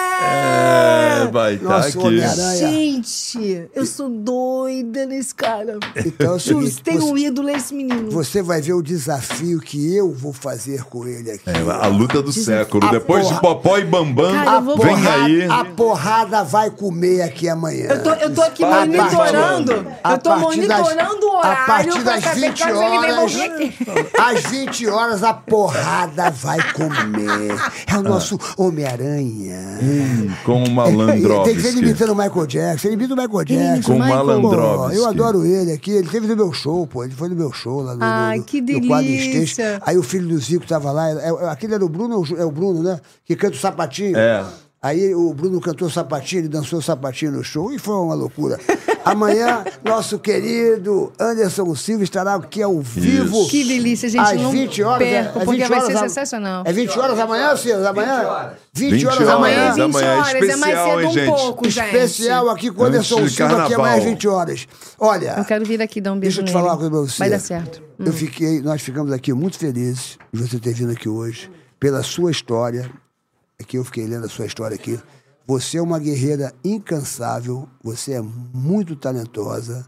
É, vai estar Nossa, né? aqui. Homem-Aranha. Gente, eu sou doida nesse cara. Então é o seguinte, Juro, tem você- um ídolo esse menino. Você vai ver o desafio que eu vou fazer com ele aqui. É, a luta do século. Depois de porra- Popó e Bambam, Cara, eu vou- vem porrada- aí. A porrada vai comer aqui amanhã. Eu tô, eu tô aqui A partir- monitorando. a Eu tô partir das- monitorando o horário. A partir pra das saber 20 quando ele vai horas. morrer. Às 20 horas a porrada vai comer. É Ah. o nosso Homem-Aranha. Hum, com o Tem que ver ele Malandrovski. imitando o Michael Jackson. Ele imita o Michael Jackson. Com o Michael. Malandrovski. Pô, Eu adoro ele aqui. Ele teve no meu show, pô. Ele foi no meu show lá no, Ai, no, que no quadro delícia. Stage. Aí o filho do Zico tava lá. É- é- Aquele era o Bruno, é o Ju- é o Bruno, né? Que canta o sapatinho. É. Aí o Bruno cantou sapatinho, ele dançou sapatinho no show e foi uma loucura. Amanhã, nosso querido Anderson Silva estará aqui ao vivo. Que delícia, gente. Às não 20 horas. é- perco, é porque 20 vai horas ser a- sensacional. É 20 horas amanhã, Silvio? Amanhã? 20 horas amanhã. amanhã, 20 horas, é mais especial, cedo hein, um gente? pouco, gente. Especial aqui com É o um Anderson estilo Silva, que é carnaval. mais 20 horas. Olha, Eu quero vir aqui dar um beijo deixa eu te nele. falar uma coisa pra você. Vai dar certo. Hum. Eu fiquei, nós ficamos aqui muito felizes de você ter vindo aqui hoje, pela sua história. Aqui eu fiquei lendo a sua história aqui. Você é uma guerreira incansável, você é muito talentosa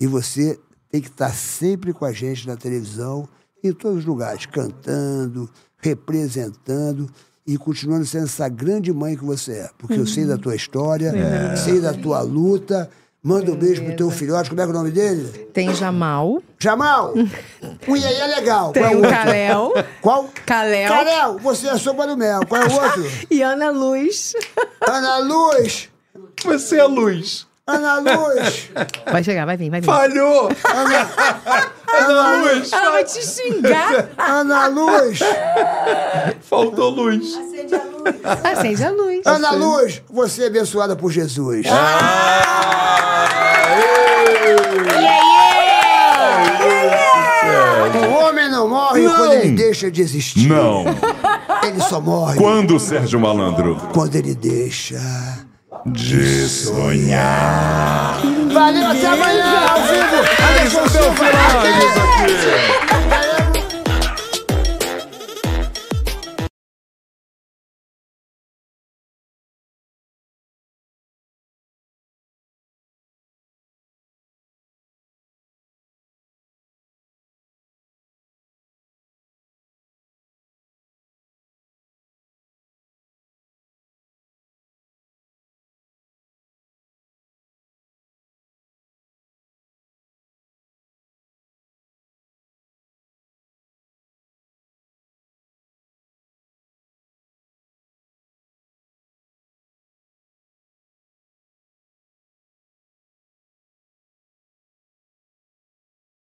e você tem que estar sempre com a gente na televisão, em todos os lugares, cantando, representando e continuando sendo essa grande mãe que você é. Porque eu sei da tua história, Uhum. É. sei da tua luta. Manda um beijo pro teu filhote, como é que é o nome dele? Tem Jamal. Jamal! O Iê é legal. Tem Qual é o outro? Kalel. Qual? Kalel. Kalel, você é sopa do mel. Qual é o outro? E Ana Luz. Ana Luz! Você é luz. Ana Luz! Vai chegar, vai vir, vai vir. Falhou! Ana, Ana Luz. Ela vai te xingar. Ana Luz! Faltou luz. Acende a Ah, luz. Ana Assim. Luz, você é abençoada por Jesus. Ah! O homem não morre Não. quando ele deixa de existir. Não. Ele só morre Quando, Sérgio Malandro? quando ele deixa. De sonhar. Valeu, até amanhã, ao vivo. Anderson Silva. Filardes aqui. Valeu.